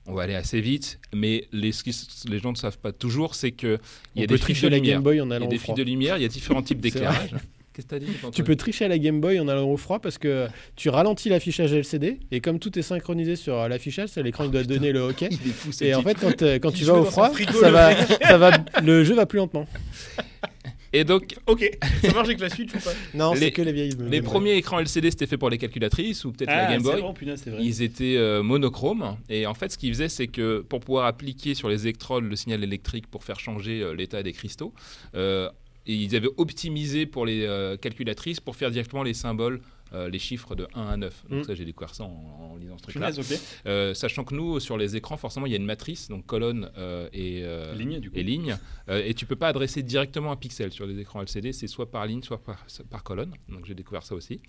on va aller assez vite. Mais les, ce que les gens ne savent pas toujours, c'est que il y
On
a
peut
des friches
tricher
de
la
lumière.
Game Boy en
Il y a
allant
des
au
fils
froid.
de lumière, il y a différents types
C'est vrai.
d'éclairage. Qu'est-ce que t'as dit j'ai pas
Tu
entendu.
peux tricher à la Game Boy en allant au froid parce que tu ralentis l'affichage LCD et comme tout est synchronisé sur euh, l'affichage, c'est l'écran qui doit donner le OK.
Oh, Il est fou, ce
Et en
type.
fait, quand, euh, quand
Il
tu vas
joue
au
dans son
froid,
frigo,
ça
le
va, ça va, le jeu va plus lentement.
Et donc,
Ok.
Ça marche avec la suite ou pas
Non, c'est
Les-
que les vieilles. Game
les
Boy.
premiers écrans LCD, c'était fait pour les calculatrices ou peut-être
Ah,
la Game
C'est
Boy.
vrai, punaise, c'est vrai.
Ils étaient euh, monochromes et en fait ce qu'ils faisaient c'est que pour pouvoir appliquer sur les électrodes le signal électrique pour faire changer euh, l'état des cristaux, euh, et ils avaient optimisé pour les euh, calculatrices pour faire directement les symboles, euh, les chiffres de 1 à 9. Donc
Mm.
ça j'ai découvert ça en, en lisant ce truc-là.
Punaise, ok.
Euh, sachant que nous sur les écrans forcément il y a une matrice, donc colonne euh, et, euh,
Ligne, du coup.
et ligne. Euh, et tu peux pas adresser directement un pixel sur les écrans LCD, c'est soit par ligne, soit par, par colonne. Donc j'ai découvert ça aussi.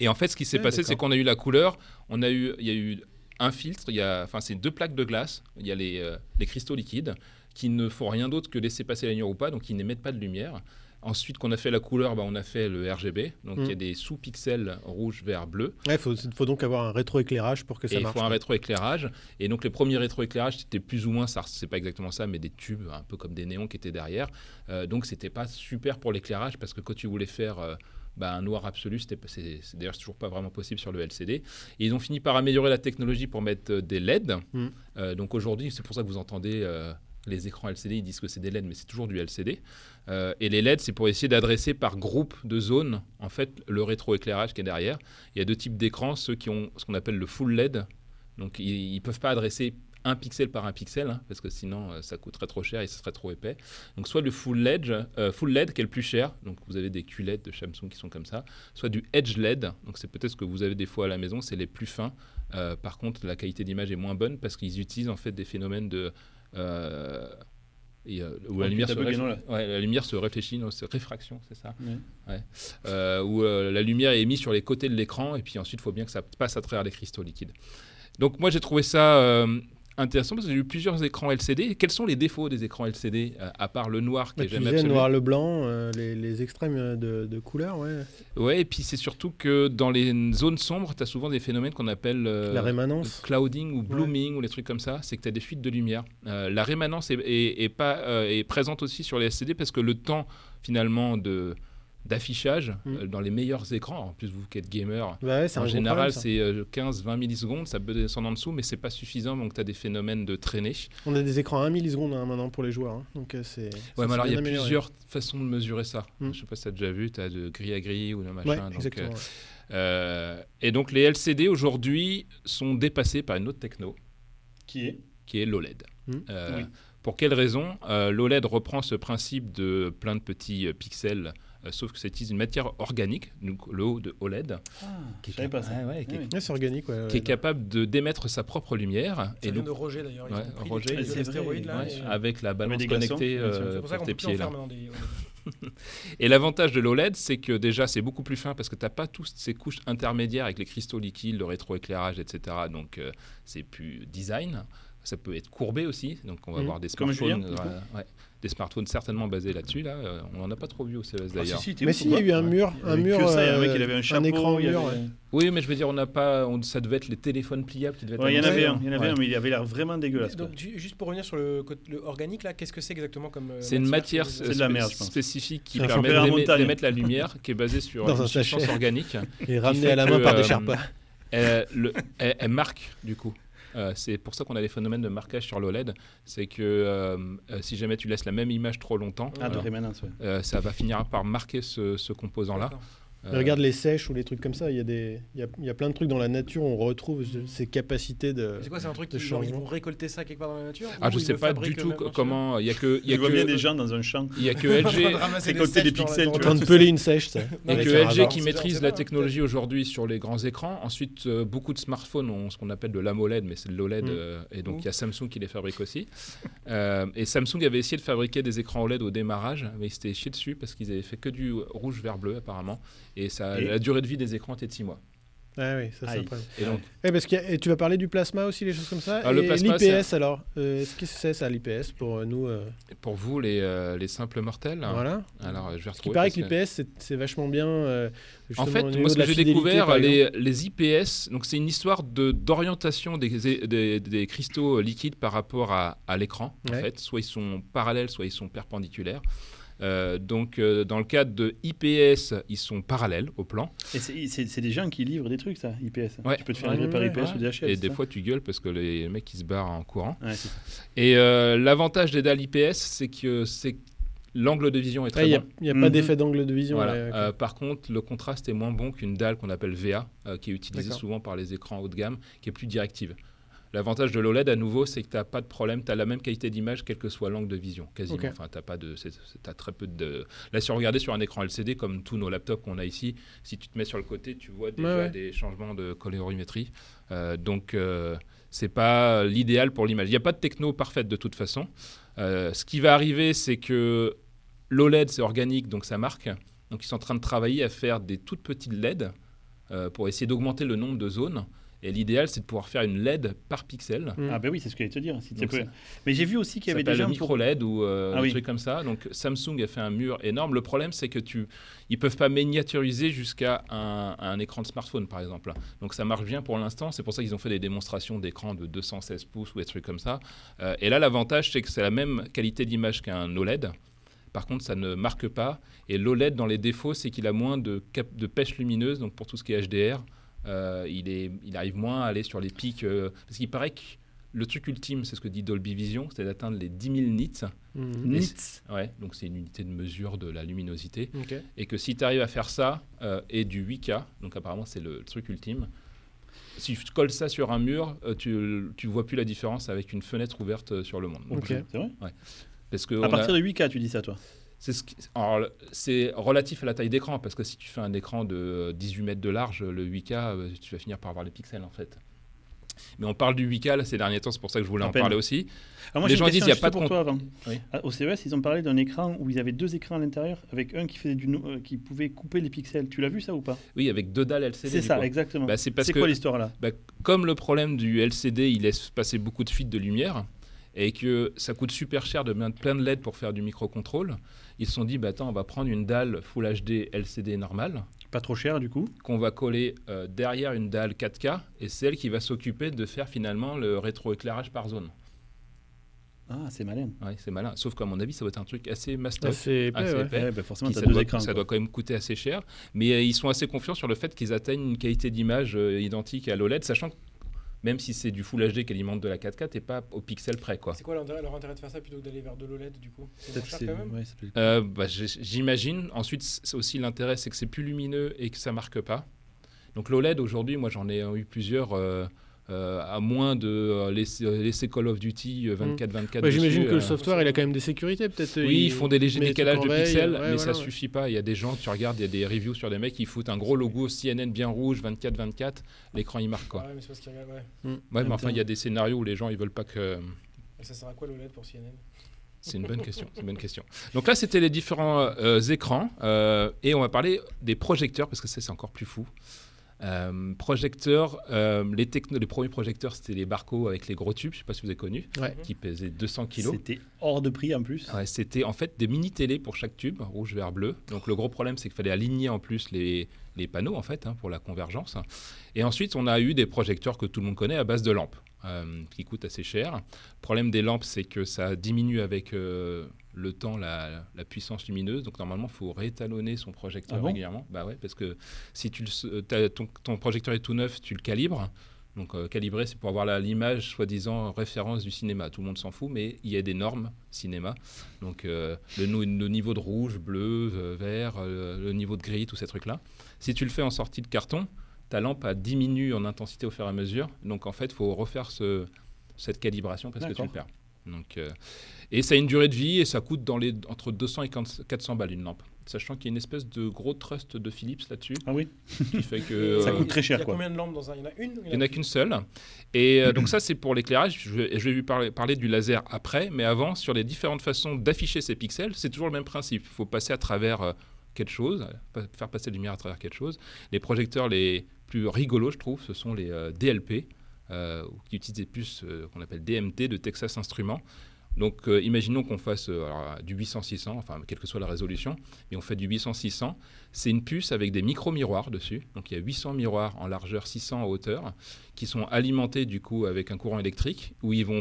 Et en fait, ce qui s'est
Ah,
passé,
d'accord.
c'est qu'on a eu la couleur, on a eu, il y a eu un filtre, il y a, enfin c'est deux plaques de glace, il y a les, euh, les cristaux liquides qui ne font rien d'autre que laisser passer la lumière ou pas, donc ils n'émettent pas de lumière. Ensuite, qu'on a fait la couleur, bah, on a fait le RGB, donc il y a
Mm.
des sous-pixels rouge, vert, bleu.
Ouais, faut, faut donc avoir un rétroéclairage pour que
Et
ça
il
marche.
faut un rétroéclairage. Et donc, les premiers rétroéclairages, c'était plus ou moins, ça, c'est pas exactement ça, mais des tubes, un peu comme des néons qui étaient derrière. Euh, donc, c'était pas super pour l'éclairage parce que quand tu voulais faire. euh, bah, un noir absolu, c'était pas- c'est c'est- d'ailleurs c'est toujours pas vraiment possible sur le LCD. Et ils ont fini par améliorer la technologie pour mettre euh, des LED.
Mm.
Euh, donc aujourd'hui, c'est pour ça que vous entendez euh, les écrans LCD, ils disent que c'est des LED, mais c'est toujours du LCD. Euh, et les LED, c'est pour essayer d'adresser par groupe de zones, en fait, le rétroéclairage qui est derrière. Il y a deux types d'écrans, ceux qui ont ce qu'on appelle le full LED. Donc ils ne peuvent pas adresser un pixel par un pixel, hein, parce que sinon euh, ça coûterait trop cher et ce serait trop épais. Donc soit le full LED, euh, full LED qui est le plus cher, donc vous avez des QLED de Samsung qui sont comme ça, soit du Edge LED, donc c'est peut-être ce que vous avez des fois à la maison, c'est les plus fins. Euh, par contre, la qualité d'image est moins bonne parce qu'ils utilisent en fait des phénomènes de... euh, et, euh, où la
Oh,
lumière,
t'as
se
bugué,
réf-
non, là.
ouais, la lumière se réfléchit, non, c'est réfraction, c'est ça
Ouais.
Ouais. Euh, Où euh, la lumière est émise sur les côtés de l'écran et puis ensuite, il faut bien que ça passe à travers les cristaux liquides. Donc moi, j'ai trouvé ça euh, intéressant parce que j'ai eu plusieurs écrans LCD. Quels sont les défauts des écrans LCD euh, à part le noir qui
Ouais, Bah,
est
tu
jamais
disais le
absolu
noir, le blanc, euh, les, les extrêmes euh, de, de couleurs, ouais.
Euh, Ouais, et puis c'est surtout que dans les zones sombres, tu as souvent des phénomènes qu'on appelle euh,
la rémanence.
clouding ou blooming ou les trucs comme ça, c'est que tu as des fuites de lumière. Euh, la rémanence est, est- est pas, euh, est présente aussi sur les LCD parce que le temps finalement de d'affichage
Mm.
euh, dans les meilleurs écrans, en plus vous qui êtes gamer,
Bah ouais, c'est un
en
gros
général
problème, ça.
c'est 15-20 millisecondes, ça peut descendre en dessous mais c'est pas suffisant donc tu as des phénomènes de traînée.
On a des écrans à 1 milliseconde hein, maintenant pour les joueurs. hein. Donc euh, c'est.
Ouais,
ça,
mais
c'est
alors il y
bien
a
amélioré.
plusieurs façons de mesurer ça.
Mm.
Je sais pas si tu as déjà vu, tu as de gris à gris ou de machin.
Ouais,
donc, euh,
exactement. ouais.
euh, et donc les LCD aujourd'hui sont dépassés par une autre techno.
Qui est
qui est l'OLED.
Mm.
Mmh.
Euh,
Oui.
Pour quelle raison Euh, L'OLED reprend ce principe de plein de petits euh, pixels, euh, sauf que c'est une matière organique, donc le haut de OLED,
Ah,
Qui
je
est
savais pas ça.
Ouais, ouais, qui est-
Ah oui.
Ouais, c'est organique, ouais.
qui
ouais,
est
non.
capable de d'émettre sa propre lumière.
Ça vient
donc-
de Roger d'ailleurs. ils
Ouais,
ont pris les
Roger,
trucs de
c'est vrai,
l'astéroïde, là,
ouais,
et-
avec la balance
des glaçons.
connectée
Bien sûr.
euh,
C'est pour ça
pour
qu'on peut
tes
plus en
pieds. Là.
faire maintenant des.
Et l'avantage de l'OLED, c'est que déjà, c'est beaucoup plus fin parce que tu n'as pas toutes ces couches intermédiaires avec les cristaux liquides, le rétroéclairage, etc. Donc, euh, c'est plus design. Ça peut être courbé aussi. Donc, on va
Mhm.
avoir des
Mmh. Comme
smartphones,
Julien, du coup.
euh, ouais, des smartphones certainement basés là-dessus. Là. Euh, on n'en a pas trop vu au CES
Ah, si,
d'ailleurs.
si, t'es
Mais
ouf
si,
ou
il y a
quoi
eu un mur,
Il y
un
avait
mur,
que ça, il y a un mec,
euh,
il avait un chapeau,
écran
il y
mur.
avait-
ouais.
Oui, mais je veux dire, on n'a pas. on- ça devait être les téléphones pliables qui devaient
Ouais, il y en
être.
avait
annoncés.
un, il y en avait
Ouais.
un, mais il avait l'air vraiment dégueulasse. quoi.
Donc ju- juste pour revenir sur le côté- le organique là, qu'est-ce que c'est exactement comme. euh,
C'est une matière
qui-
C'est de la
spé-
merde, je pense.
spécifique qui
C'est un
permet
championnat
d'émet-
montagne.
d'émettre la lumière qui est basée sur
Dans
une
un sachet.
substance organique.
Et ramené
fait
à la
que,
main par des
euh,
sherpas.
elle, le- elle- elle marque du coup. Euh, c'est pour ça qu'on a des phénomènes de marquage sur l'OLED. C'est que euh, euh, si jamais tu laisses la même image trop longtemps,
Ah, de
euh,
rémanence, ouais.
euh, ça va finir par marquer ce, ce composant-là.
D'accord.
Euh,
Mais Regarde les sèches ou les trucs comme ça. Il y a des, il y a, il y a plein de trucs dans la nature. On retrouve ce- ces capacités
Euh,
de.
C'est quoi C'est un truc
de
qui genre, ils
changement.
vont récolter ça quelque part dans la nature
ah, je
ou ils
sais
le
pas du
fabriquent euh,
tout
eux-mêmes
comment. Il y a que, il y a
Je vois bien des
que,
gens dans un champ.
il y a que
En train de
LG.
ramasser
récolter
sèches
des
dans-
pixels,
dans-
tu
En
dans-
train de peler une sèche. ça.
Non,
Il y a
mais
que
c'est un
LG qui
hasard, on sait- on
maîtrise
sait
la
pas,
technologie aujourd'hui sur les grands écrans. Ensuite, euh, beaucoup de smartphones ont ce qu'on appelle de l'AMOLED, mais c'est de l'OLED.
Mm.
euh, et donc,
Mm.
il y a Samsung qui les fabrique aussi. Euh, et Samsung avait essayé de fabriquer des écrans OLED au démarrage, mais ils s'étaient chiés dessus parce qu'ils avaient fait que du rouge, vert, bleu apparemment. Et, ça,
Et
la durée de vie des écrans était de 6 mois.
Ah oui, ça c'est un
Aïe.
problème.
Et donc,
Eh, parce qu'il y a- et tu vas parler du plasma aussi, les choses comme ça.
Ah, le
Et
plasma,
L'IPS alors. Euh, Qu'est-ce que c'est ça, l'IPS pour euh, nous euh,
pour vous, les, euh, les simples mortels,
Voilà.
alors euh, je vais
Ce qui
retrouver.
paraît
parce
que l'IPS, c'est c'est vachement bien. euh,
En
justement,
fait,
au niveau
moi, ce
de la
que j'ai
fidélité,
découvert,
par exemple.
les, les IPS, donc c'est une histoire de d'orientation des, des, des cristaux liquides par rapport à, à l'écran. En
Ouais.
fait, soit ils sont parallèles, soit ils sont perpendiculaires. Euh, donc, euh, dans le cadre de IPS, ils sont parallèles au plan.
Et c'est- c'est c'est des gens qui livrent des trucs, ça, IPS.
Ouais.
Tu peux te faire
Ouais,
livrer par
ouais,
IPS ou DHL.
Et
c'est
des
ça
fois, tu gueules parce que les mecs, ils se barrent en courant.
Ouais, c'est ça.
Et euh, l'avantage des dalles IPS, c'est que c'est l'angle de vision est
Il
très
n'y a,
bon.
y a
Mhm.
pas d'effet d'angle de vision.
Voilà.
ouais, ok.
Euh, par contre, le contraste est moins bon qu'une dalle qu'on appelle VA, euh, qui est utilisée
D'accord.
souvent par les écrans haut de gamme, qui est plus directive. L'avantage de l'OLED, à nouveau, c'est que tu n'as pas de problème, tu as la même qualité d'image, quel que soit l'angle de vision, quasiment.
Ok.
Enfin, tu pas de, c'est- c'est- t'as très peu de. Là, si on regardait sur un écran LCD, comme tous nos laptops qu'on a ici, si tu te mets sur le côté, tu vois déjà
Ouais, ouais.
des changements de colorimétrie. Euh, donc, euh, c'est pas l'idéal pour l'image. Il n'y a pas de techno parfaite de toute façon. Euh, ce qui va arriver, c'est que l'OLED, c'est organique, donc ça marque. Donc ils sont en train de travailler à faire des toutes petites LED euh, pour essayer d'augmenter le nombre de zones. Et l'idéal, c'est de pouvoir faire une LED par pixel.
Mhm.
Ah, ben oui, c'est ce que j'allais te dire. si t'es
Donc,
peu-
ça-
Mais j'ai vu aussi qu'il y avait des
s'appelle
gens pour-
micro LED ou euh,
Ah
un
oui.
truc comme ça. Donc Samsung a fait un mur énorme. Le problème, c'est que tu, ils peuvent pas miniaturiser jusqu'à un, un écran de smartphone, par exemple. Donc ça marche bien pour l'instant. C'est pour ça qu'ils ont fait des démonstrations d'écran de 216 pouces ou des trucs comme ça. Euh, et là, l'avantage, c'est que c'est la même qualité d'image qu'un OLED. Par contre, ça ne marque pas. Et l'OLED, dans les défauts, c'est qu'il a moins de, cap- de pêche lumineuse. Donc pour tout ce qui est HDR, euh, il, est, il arrive moins à aller sur les pics. euh, parce qu'il paraît que le truc ultime, c'est ce que dit Dolby Vision, c'est d'atteindre les 10 000 nits.
Mhm.
Et
Nits.
c'est- Ouais, donc c'est une unité de mesure de la luminosité.
Ok.
Et que si tu arrives à faire ça euh, et du 8K, donc apparemment c'est le truc ultime, si tu colles ça sur un mur, euh, tu, tu vois plus la différence avec une fenêtre ouverte euh, sur le monde.
Ok.
C'est vrai
Parce que on
À
a-
partir de 8K, tu dis ça, toi
c'est ce qui- alors, le- c'est relatif à la taille d'écran, parce que si tu fais un écran de euh, 18 mètres de large, le 8K, euh, tu vas finir par avoir les pixels en fait. Mais on parle du 8K là, ces derniers temps, c'est pour ça que je voulais
À
en
peine.
parler aussi.
Alors Ah, moi,
Les
j'ai
gens
une
disent,
question
il y a
juste
pas de
pour toi avant.
Oui.
Ah, Au CES, ils ont parlé d'un écran où ils avaient deux écrans à l'intérieur, avec un qui faisait du no- euh, qui pouvait couper les pixels. Tu l'as vu ça ou pas
Oui, avec deux dalles LCD.
C'est
du
ça,
coup.
exactement.
Bah, c'est parce
c'est
que
quoi l'histoire là
bah, comme le problème du LCD, il laisse passer beaucoup de fuites de lumière et que ça coûte super cher de mettre plein de LED pour faire du microcontrôle, ils se sont dit, bah, attends, on va prendre une dalle Full HD LCD normale
Pas trop cher du coup.
qu'on va coller euh, derrière une dalle 4K et c'est elle qui va s'occuper de faire finalement le rétroéclairage par zone.
Ah, c'est malin.
Ouais, c'est malin. Sauf qu'à mon avis, ça va être un truc assez
Ah,
mastoc.
c'est épais,
assez
ouais.
épais.
Ouais, bah, forcément,
Puis
tu as
ça,
deux
doit,
écrans.
ça
quoi.
doit quand même coûter assez cher, mais euh, ils sont assez confiants sur le fait qu'ils atteignent une qualité d'image euh, identique à l'OLED, sachant que même si c'est du Full HD qui alimente de la 4K, t'es pas au pixel près, quoi.
C'est quoi l'intérêt- leur intérêt de faire ça plutôt que d'aller vers de l'OLED du coup C'est moins
Peut-être
cher
c'est-
quand même
ouais, ça peut-
Euh, bah, j- J'imagine. Ensuite, c'est aussi l'intérêt, c'est que c'est plus lumineux et que ça marque pas. Donc l'OLED aujourd'hui, moi j'en ai euh, eu plusieurs. euh, euh, à moins de euh, laisser, euh, laisser Call of Duty euh, 24-24.
Mmh. Ouais, J'imagine
dessus,
que le
euh,
software, il a quand même des sécurités, peut-être. euh,
Oui, ils font des légers
mais
décalages de
tu corveilles,
pixels,
ouais,
mais ça
voilà, ouais.
suffit pas. Il y a des gens, tu regardes, il y a des reviews sur des mecs qui foutent un gros logo CNN bien rouge, 24-24, l'écran il marque quoi.
Ah ouais, mais c'est parce qu'ils regardent, ouais.
Ouais, mais
Ah,
enfin, il y a des scénarios où les gens ils veulent pas que.
Et ça sert à quoi l'OLED pour CNN
C'est une bonne question. C'est une bonne question. Donc là, c'était les différents euh, écrans euh, et on va parler des projecteurs parce que ça c'est encore plus fou. Euh, projecteurs, euh, les, techno- les premiers projecteurs c'était les Barco avec les gros tubes, je sais pas si vous avez connu,
Ouais.
qui pesaient 200 kilos.
C'était hors de prix en plus.
Ouais, c'était en fait des mini télés pour chaque tube, rouge, vert, bleu. Donc le gros problème, c'est qu'il fallait aligner en plus les, les panneaux en fait hein, pour la convergence. Et ensuite, on a eu des projecteurs que tout le monde connaît à base de lampes, euh, qui coûtent assez cher. Le problème des lampes, c'est que ça diminue avec euh, le temps la, la puissance lumineuse. Donc normalement, il faut réétalonner son projecteur
Ah bon
régulièrement. Bah ouais, parce que si tu le s- euh, t'as- ton, ton projecteur est tout neuf, tu le calibres. Donc euh, calibrer, c'est pour avoir la- l'image soi-disant référence du cinéma. Tout le monde s'en fout, mais il y a des normes cinéma. Donc euh, le, nou- le niveau de rouge, bleu, euh, vert, euh, le niveau de gris, tous ces trucs-là. Si tu le fais en sortie de carton, ta lampe a diminue en intensité au fur et à mesure. Donc en fait, il faut refaire ce- cette calibration parce que tu
D'accord.
le perds. Donc, euh, et ça a une durée de vie et ça coûte dans les, entre 200 et 400 balles une lampe. Sachant qu'il y a une espèce de gros trust de Philips là-dessus
Ah oui
qui fait que...
Ça
euh,
coûte très cher,
Il y a
quoi.
combien de lampes dans un Il y en a une ou
il n'y en a qu'une seule. Et euh, donc ça, c'est pour l'éclairage. Je, vais- je vais vous parler, parler du laser après, mais avant, sur les différentes façons d'afficher ces pixels, c'est toujours le même principe. Il faut passer à travers euh, quelque chose, pa- faire passer la lumière à travers quelque chose. Les projecteurs les plus rigolos, je trouve, ce sont les euh, DLP, euh, ou qui utilisent des puces euh, qu'on appelle DMT, de Texas Instruments. Donc euh, imaginons qu'on fasse euh, alors, du 800-600, enfin quelle que soit la résolution, mais on fait du 800-600. C'est une puce avec des micro-miroirs dessus. Donc il y a 800 miroirs en largeur, 600 en hauteur, qui sont alimentés du coup avec un courant électrique, où ils vont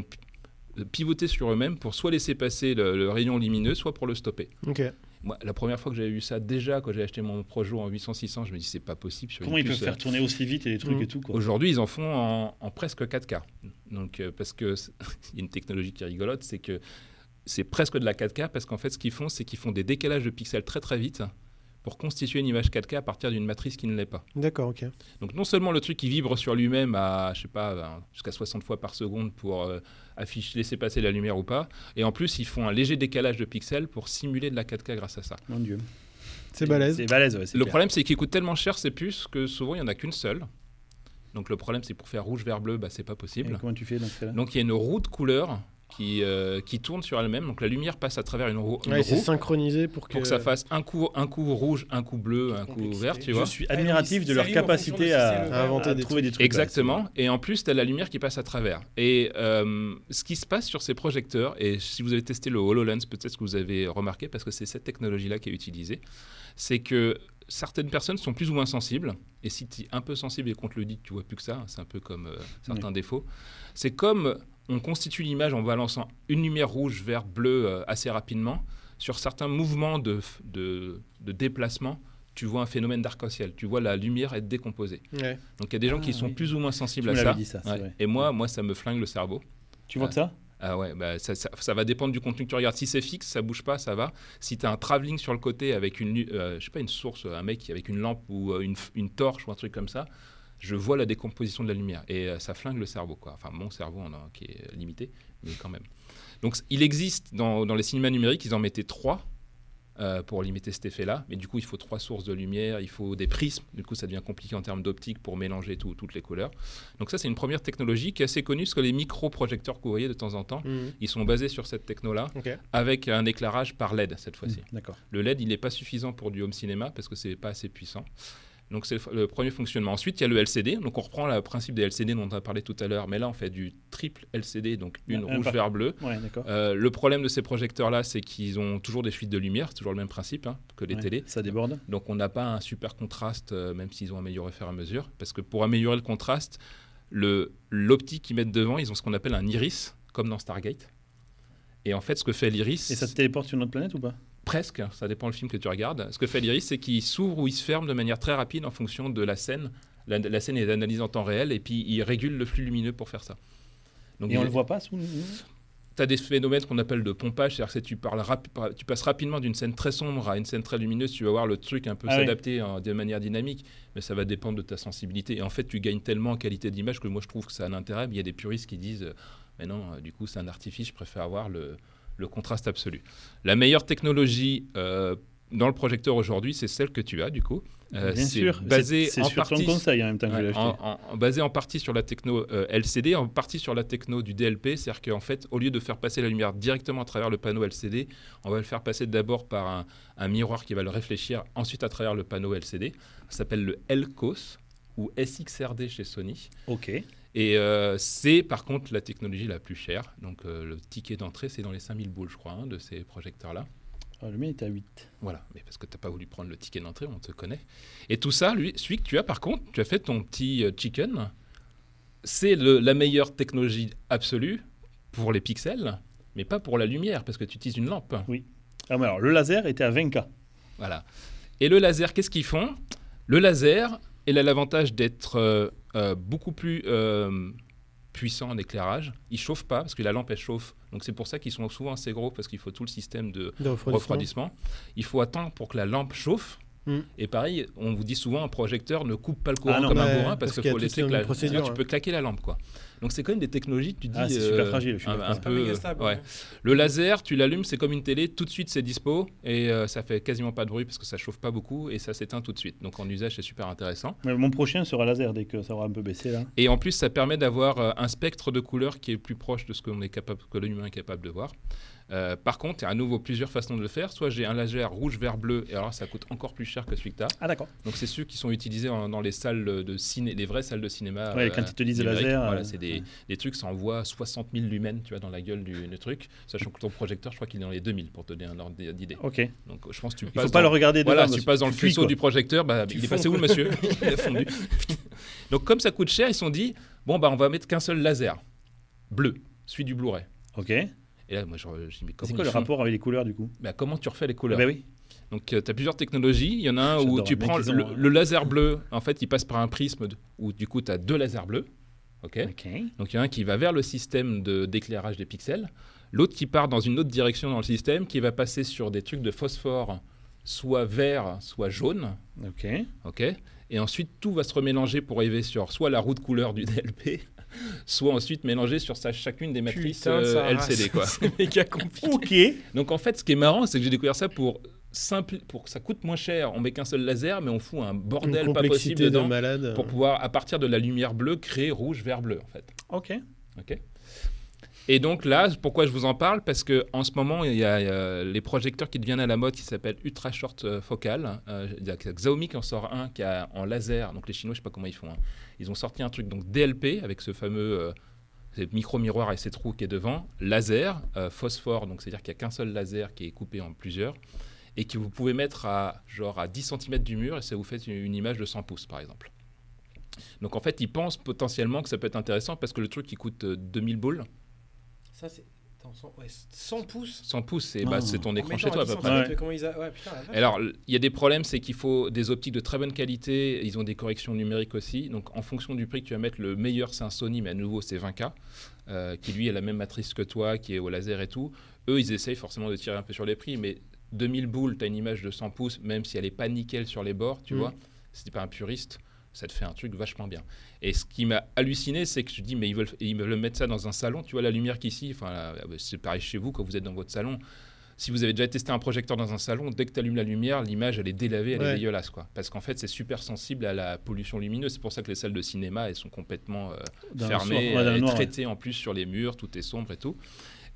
euh, p- pivoter sur eux-mêmes pour soit laisser passer le, le rayon lumineux, soit pour le stopper.
Ok.
Moi, la première fois que j'avais eu ça, déjà, quand j'ai acheté mon Projo en 800-600, je me dis c'est pas possible. sur une
Comment ils peuvent
puce, euh,
faire tourner aussi vite et les trucs
Mm.
et tout quoi.
Mmh. Aujourd'hui, ils en font en, en presque 4K. Donc, euh, parce que c'est- il y a une technologie qui est rigolote, c'est que c'est presque de la 4K parce qu'en fait, ce qu'ils font, c'est qu'ils font des décalages de pixels très très vite pour constituer une image 4K à partir d'une matrice qui ne l'est pas.
D'accord, ok.
Donc, non seulement le truc qui vibre sur lui-même à, je sais pas, ben, jusqu'à 60 fois par seconde pour euh, afficher, laisser passer la lumière ou pas, et en plus, ils font un léger décalage de pixels pour simuler de la 4K grâce à ça.
Mon dieu.
C'est balèze.
C'est balèze, ouais. c'est
Le
clair.
problème, c'est qu'ils coûtent tellement cher ces puces que souvent, il n'y en a qu'une seule. Donc, le problème, c'est pour faire rouge, vert, bleu, bah, c'est pas
Et
possible.
Comment tu fais dans ce cas-là
Donc il y a une roue de couleurs qui, euh, qui tourne sur elle-même. Donc la lumière passe à travers une roue, une
Ouais, c'est
roue
synchronisé pour que.
pour que ça fasse un coup, un coup rouge, un coup bleu, un coup
complexité.
vert, tu vois.
Je suis
Ah non,
admiratif
ils
de leur
s'allument en fonction de
capacité
si c'est Ah, le
à
vert ou
à
bleu.
trouver des trucs. ouais,
Exactement. Et en plus, tu as la lumière qui passe à travers. Et euh, ce qui se passe sur ces projecteurs, et si vous avez testé le HoloLens, peut-être que vous avez remarqué, parce que c'est cette technologie-là qui est utilisée, c'est que certaines personnes sont plus ou moins sensibles. Et si tu es un peu sensible et qu'on te le dit, tu vois plus que ça. C'est un peu comme euh, certains défauts. C'est comme on constitue l'image en balançant une lumière rouge, vert, bleu euh, assez rapidement. Sur certains mouvements de, f- de- de déplacement, tu vois un phénomène d'arc-en-ciel. Tu vois la lumière être décomposée.
Ouais.
Donc il y a des gens
Ah,
qui sont
oui.
plus ou moins
Tu
sensibles
me
à
l'avais
ça.
dit ça, c'est
Ouais.
vrai.
Et moi, moi, ça me flingue le cerveau.
Tu vois que ça
Ah ouais, bah, ça, ça- ça va dépendre du contenu que tu regardes. Si c'est fixe, ça bouge pas, ça va. Si tu as un travelling sur le côté avec une, lu- euh, je sais pas, une source, un mec avec une lampe ou euh, une, f- une torche ou un truc comme ça, je vois la décomposition de la lumière et euh, ça flingue le cerveau, quoi. Enfin, mon cerveau, on a- qui est euh, limité, mais quand même. Donc, c- il existe dans, dans les cinémas numériques, ils en mettaient trois. euh, pour limiter cet effet-là, mais du coup il faut trois sources de lumière, il faut des prismes, du coup ça devient compliqué en termes d'optique pour mélanger tout- toutes les couleurs. Donc ça c'est une première technologie qui est assez connue, parce que les micro-projecteurs que vous voyez de temps en temps,
Mhm.
ils sont basés sur cette techno-là,
Ok.
avec un éclairage par LED cette fois-ci.
Hmm, D'accord.
Le LED, il n'est pas suffisant pour du home cinéma parce que c'est pas assez puissant. Donc c'est le premier fonctionnement. Ensuite, il y a le LCD. Donc on reprend le principe des LCD dont on a parlé tout à l'heure, mais là on fait du triple LCD, donc une
Un- un
rouge,
par-
vert, bleu.
Ouais, d'accord.
Euh, le problème de ces projecteurs-là, c'est qu'ils ont toujours des fuites de lumière, c'est toujours le même principe hein, que les
Ouais,
télés.
Ça déborde.
Donc on n'a pas un super contraste, euh, même s'ils ont amélioré au fur et à mesure, parce que pour améliorer le contraste, le- l'optique qu'ils mettent devant, ils ont ce qu'on appelle un iris, comme dans Stargate. Et en fait, ce que fait l'iris,
Et ça te téléporte sur une autre planète ou pas
presque, hein, ça dépend le film que tu regardes, ce que fait l'iris, c'est qu'il s'ouvre ou il se ferme de manière très rapide en fonction de la scène. La, la scène est analysée en temps réel et puis il régule le flux lumineux pour faire ça. Donc
Et on
il-
le voit pas sous.
tu as des phénomènes qu'on appelle de pompage, c'est-à-dire que tu, parles rapi- par- tu passes rapidement d'une scène très sombre à une scène très lumineuse, tu vas voir le truc un peu
Ah oui.
s'adapter en- de manière dynamique, mais ça va dépendre de ta sensibilité. Et en fait, tu gagnes tellement en qualité d'image que moi je trouve que ça a un intérêt, mais il y a des puristes qui disent euh, Mais non, euh, du coup, c'est un artifice, je préfère avoir le, le contraste absolu. La meilleure technologie euh, dans le projecteur aujourd'hui, c'est celle que tu as, du coup. Euh,
Bien
c'est
sûr.
basé
C'est
en
c'est sur ton
partie-
conseil en même temps que je l'ai
Ouais,
acheté.
en- en- en- basé en partie sur la techno euh, LCD, en partie sur la techno du DLP, c'est-à-dire qu'en fait, au lieu de faire passer la lumière directement à travers le panneau LCD, on va le faire passer d'abord par un, un miroir qui va le réfléchir, ensuite à travers le panneau LCD. Ça s'appelle le LCOS ou SXRD chez Sony.
Ok.
Et euh, c'est par contre la technologie la plus chère. Donc euh, le ticket d'entrée, c'est dans les 5000 boules, je crois, hein, de ces projecteurs-là.
Ah, Le mien est à 8.
Voilà, mais parce que t'as pas voulu prendre le ticket d'entrée, on te connaît. Et tout ça, lui, celui que tu as par contre, tu as fait ton petit euh, chicken. C'est le- la meilleure technologie absolue pour les pixels, mais pas pour la lumière, parce que tu utilises une lampe.
Ah, mais alors, le laser était à 20K.
Voilà. Et le laser, qu'est-ce qu'ils font Le laser, il a l'avantage d'être euh, euh, beaucoup plus euh, puissant en éclairage. Il chauffe pas, parce que la lampe, elle chauffe. Donc c'est pour ça qu'ils sont souvent assez gros, parce qu'il faut tout le système de
De
refroidissement. Il faut attendre pour que la lampe chauffe.
Mm.
Et pareil, on vous dit souvent, un projecteur ne coupe pas le courant
Ah non.
comme
Ouais,
un bourrin
parce
parce qu'il
qu'il y a
faut
toute
laisser
une
que la...
procédure,
sinon,
hein.
tu peux claquer la lampe. quoi. Donc c'est quand même des technologies, tu dis... euh,
Ah, c'est super fragile, je suis
un,
d'accord.
un
C'est
Pas
peu, euh,
méga stable,
ouais.
hein.
Le laser, tu l'allumes, c'est comme une télé, tout de suite c'est dispo et euh, ça fait quasiment pas de bruit parce que ça chauffe pas beaucoup et ça s'éteint tout de suite. Donc en usage, c'est super intéressant.
Mais mon prochain sera laser dès que ça aura un peu baissé là.
Et en plus, ça permet d'avoir euh, un spectre de couleurs qui est plus proche de ce qu'on est capable, que l'humain est capable de voir. Euh, par contre, il y a à nouveau plusieurs façons de le faire. Soit j'ai un laser rouge, vert, bleu, et alors ça coûte encore plus cher que celui que tu as.
Ah, d'accord.
Donc c'est ceux qui sont utilisés en- dans les salles de ciné, les vraies salles de cinéma.
Ouais, quand ils te disent
numérique.
laser, euh,
Voilà, c'est des,
ouais.
des trucs, ça envoie 60 000 lumens, tu vois, dans la gueule du, du truc. Sachant que ton projecteur, je crois qu'il est dans les 2000 pour te donner un ordre d'idée.
Ok. Il
Donc je pense que tu
faut
passes
pas
dans-
le regarder devant.
voilà,
parce
si tu
que
passes dans le
cuis,
faisceau
quoi.
du projecteur, bah,
Tu
il est
fonds.
passé où le monsieur Il a fondu. Donc comme ça coûte cher, ils se sont dit, bon, bah, on va mettre qu'un seul laser, bleu, celui du Blu-ray.
Ok. C'est
Et là, moi, je, je dis, mais comment,
quoi
ils
le
font
rapport avec les couleurs du coup
Bah, comment tu refais les couleurs
Bah oui.
Donc, tu as plusieurs technologies. Il y en a un où
J'adore,
tu
les mecs,
prends
ils ont,
le,
euh,
le laser bleu. En fait, il passe par un prisme de- où, du coup, tu as deux lasers bleus. OK
Ok.
Donc, il y en a un qui va vers le système de- d'éclairage des pixels. L'autre qui part dans une autre direction dans le système, qui va passer sur des trucs de phosphore, soit vert, soit jaune.
Ok.
OK Et ensuite, tout va se remélanger pour arriver sur soit la roue de couleur du DLP, soit ensuite mélanger sur sa, chacune des matrices
Putain de
euh,
sa race.
LCD. Quoi.
C'est méga compliqué.
Ok.
Donc en fait, ce qui est marrant, c'est que j'ai découvert ça pour simple, pour que ça coûte moins cher. On met qu'un seul laser, mais on fout un
Une
bordel pas possible
complexité de
dedans
malade.
pour pouvoir, à partir de la lumière bleue, créer rouge, vert, bleu en fait.
Ok.
Ok. Et donc là, pourquoi je vous en parle Parce que en ce moment, il y a euh, les projecteurs qui deviennent à la mode qui s'appellent ultra short euh, focal. Euh, il y a Xiaomi qui en sort un qui a en laser. Donc les Chinois, je sais pas comment ils font. hein. Ils ont sorti un truc donc DLP avec ce fameux euh, ces micro-miroir et ces trous qui est devant, laser, euh, phosphore, donc c'est-à-dire qu'il n'y a qu'un seul laser qui est coupé en plusieurs, et que vous pouvez mettre à genre à 10 cm du mur, et ça vous fait une image de 100 pouces par exemple. Donc en fait, ils pensent potentiellement que ça peut être intéressant parce que le truc qui coûte euh, 2000 boules,
Ça, c'est. Attends, 100, ouais, 100 pouces.
100 pouces, c'est
Non.
bah, c'est ton
en
écran
mettant
chez toi
à
à peu
10
près.
centimètres,
Ouais.
Comment ils a... Ouais, putain, la vache.
Alors, il y a des problèmes, c'est qu'il faut des optiques de très bonne qualité, ils ont des corrections numériques aussi, donc en fonction du prix que tu vas mettre, le meilleur c'est un Sony, mais à nouveau c'est 20K, euh, qui lui a la même matrice que toi, qui est au laser et tout. Eux, ils essayent forcément de tirer un peu sur les prix, mais 2000 boules, tu as une image de 100 pouces, même si elle n'est pas nickel sur les bords,
Mm.
tu
Mhm.
vois, si t'es pas un puriste, ça te fait un truc vachement bien. Et ce qui m'a halluciné, c'est que je dis, mais ils veulent, ils veulent mettre ça dans un salon, tu vois, la lumière qu'ici, enfin, la- ah bah, c'est pareil chez vous quand vous êtes dans votre salon. Si vous avez déjà testé un projecteur dans un salon, dès que tu allumes la lumière, l'image, elle est délavée, elle
Ouais.
est dégueulasse, quoi. Parce qu'en fait, c'est super sensible à la pollution lumineuse. C'est pour ça que les salles de cinéma, elles sont complètement euh,
Dans le
fermées,
soir, ouais, dans le
euh, et
noir, ouais.
traitées en plus sur les murs, tout est sombre et tout.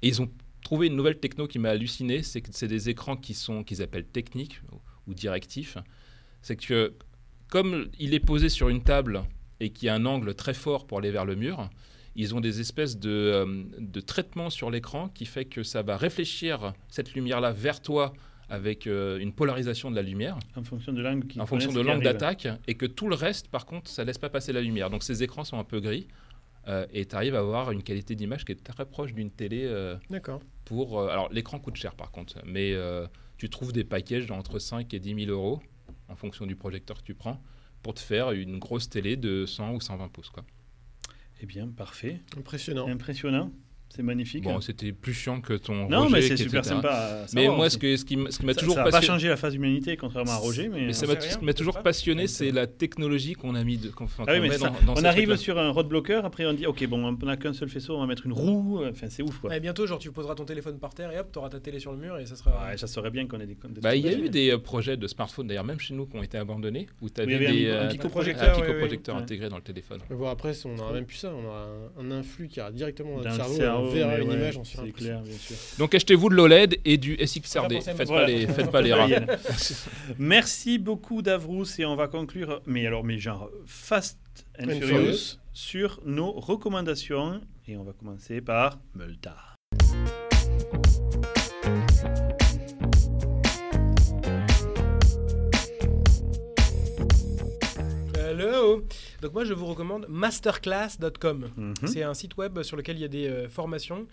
Et ils ont trouvé une nouvelle techno qui m'a halluciné, c'est que c'est des écrans qui sont qu'ils appellent techniques ou, ou directifs. C'est que comme il est posé sur une table et qu'il y a un angle très fort pour aller vers le mur, ils ont des espèces de, euh, de traitements sur l'écran qui fait que ça va réfléchir cette lumière-là vers toi avec euh, une polarisation de la lumière
En fonction de l'angle qui
en fonction de
qui
l'angle
arrive.
d'attaque et que tout le reste, par contre, ça laisse pas passer la lumière. Donc ces écrans sont un peu gris euh, et tu arrives à avoir une qualité d'image qui est très proche d'une télé. euh,
D'accord.
pour, euh, alors l'écran coûte cher par contre, mais euh, tu trouves des packages entre 5 et 10 000 euros en fonction du projecteur que tu prends pour te faire une grosse télé de 100 ou 120 pouces. Quoi.
Eh bien, parfait.
Impressionnant.
Impressionnant. C'est magnifique. hein.
Bon, c'était plus chiant que ton.
non,
Roger,
mais c'est
qui
super
était-
sympa. à
Mais
savoir
moi,
aussi.
ce, que, ce qui m- ce qui m'a
Ça-
toujours
ça, va pas hein.
passionné-
changer la face d'humanité, contrairement à Roger. Mais, Ah
mais ça
on
m'a
sait
t-
rien,
m'a
on sait
toujours
pas.
passionné,
Ouais, c'est
c'est la technologie qu'on a mis de, qu'on- enfin,
Ah oui,
qu'on
mais
met
c'est ça.
dans- dans
on
ces
arrive
trucs-là.
sur un roadblocker, après on dit ok bon on n'a qu'un seul faisceau, on va mettre une roue, enfin c'est ouf quoi.
Ouais, bientôt, genre, tu poseras ton téléphone par terre et hop, t'auras ta télé sur le mur et ça sera.
Ouais, ça serait bien qu'on ait des, des
Bah, il y a
trucs
eu
là-dessus.
des euh, projets de smartphones, d'ailleurs, même chez nous, qui ont été abandonnés, où tu
Oui,
avais
il y avait
des
un- un
euh,
picoprojecteur,
un
oui, oui.
picoprojecteur
Ouais.
intégré dans le téléphone.
On va voir après si on aura même plus ça. On aura un, un influx qui ira directement dans
Dans
notre
le
cerveau,
cerveau,
et on verra
mais
une
ouais,
image en sur
C'est clair, bien sûr.
Donc achetez-vous de l'OLED et du SXRD.
penser à
Faites
Microsoft.
pas les,
Voilà.
faites pas les rats.
Gaël. Merci beaucoup Davrous et on va conclure, mais alors, mais genre Fast and,
And
Furious,
Furious.
sur nos recommandations et on va commencer par Multa.
Hello Donc, moi, je vous recommande masterclass.com.
Mhm.
C'est un site web sur lequel il y a des euh, formations.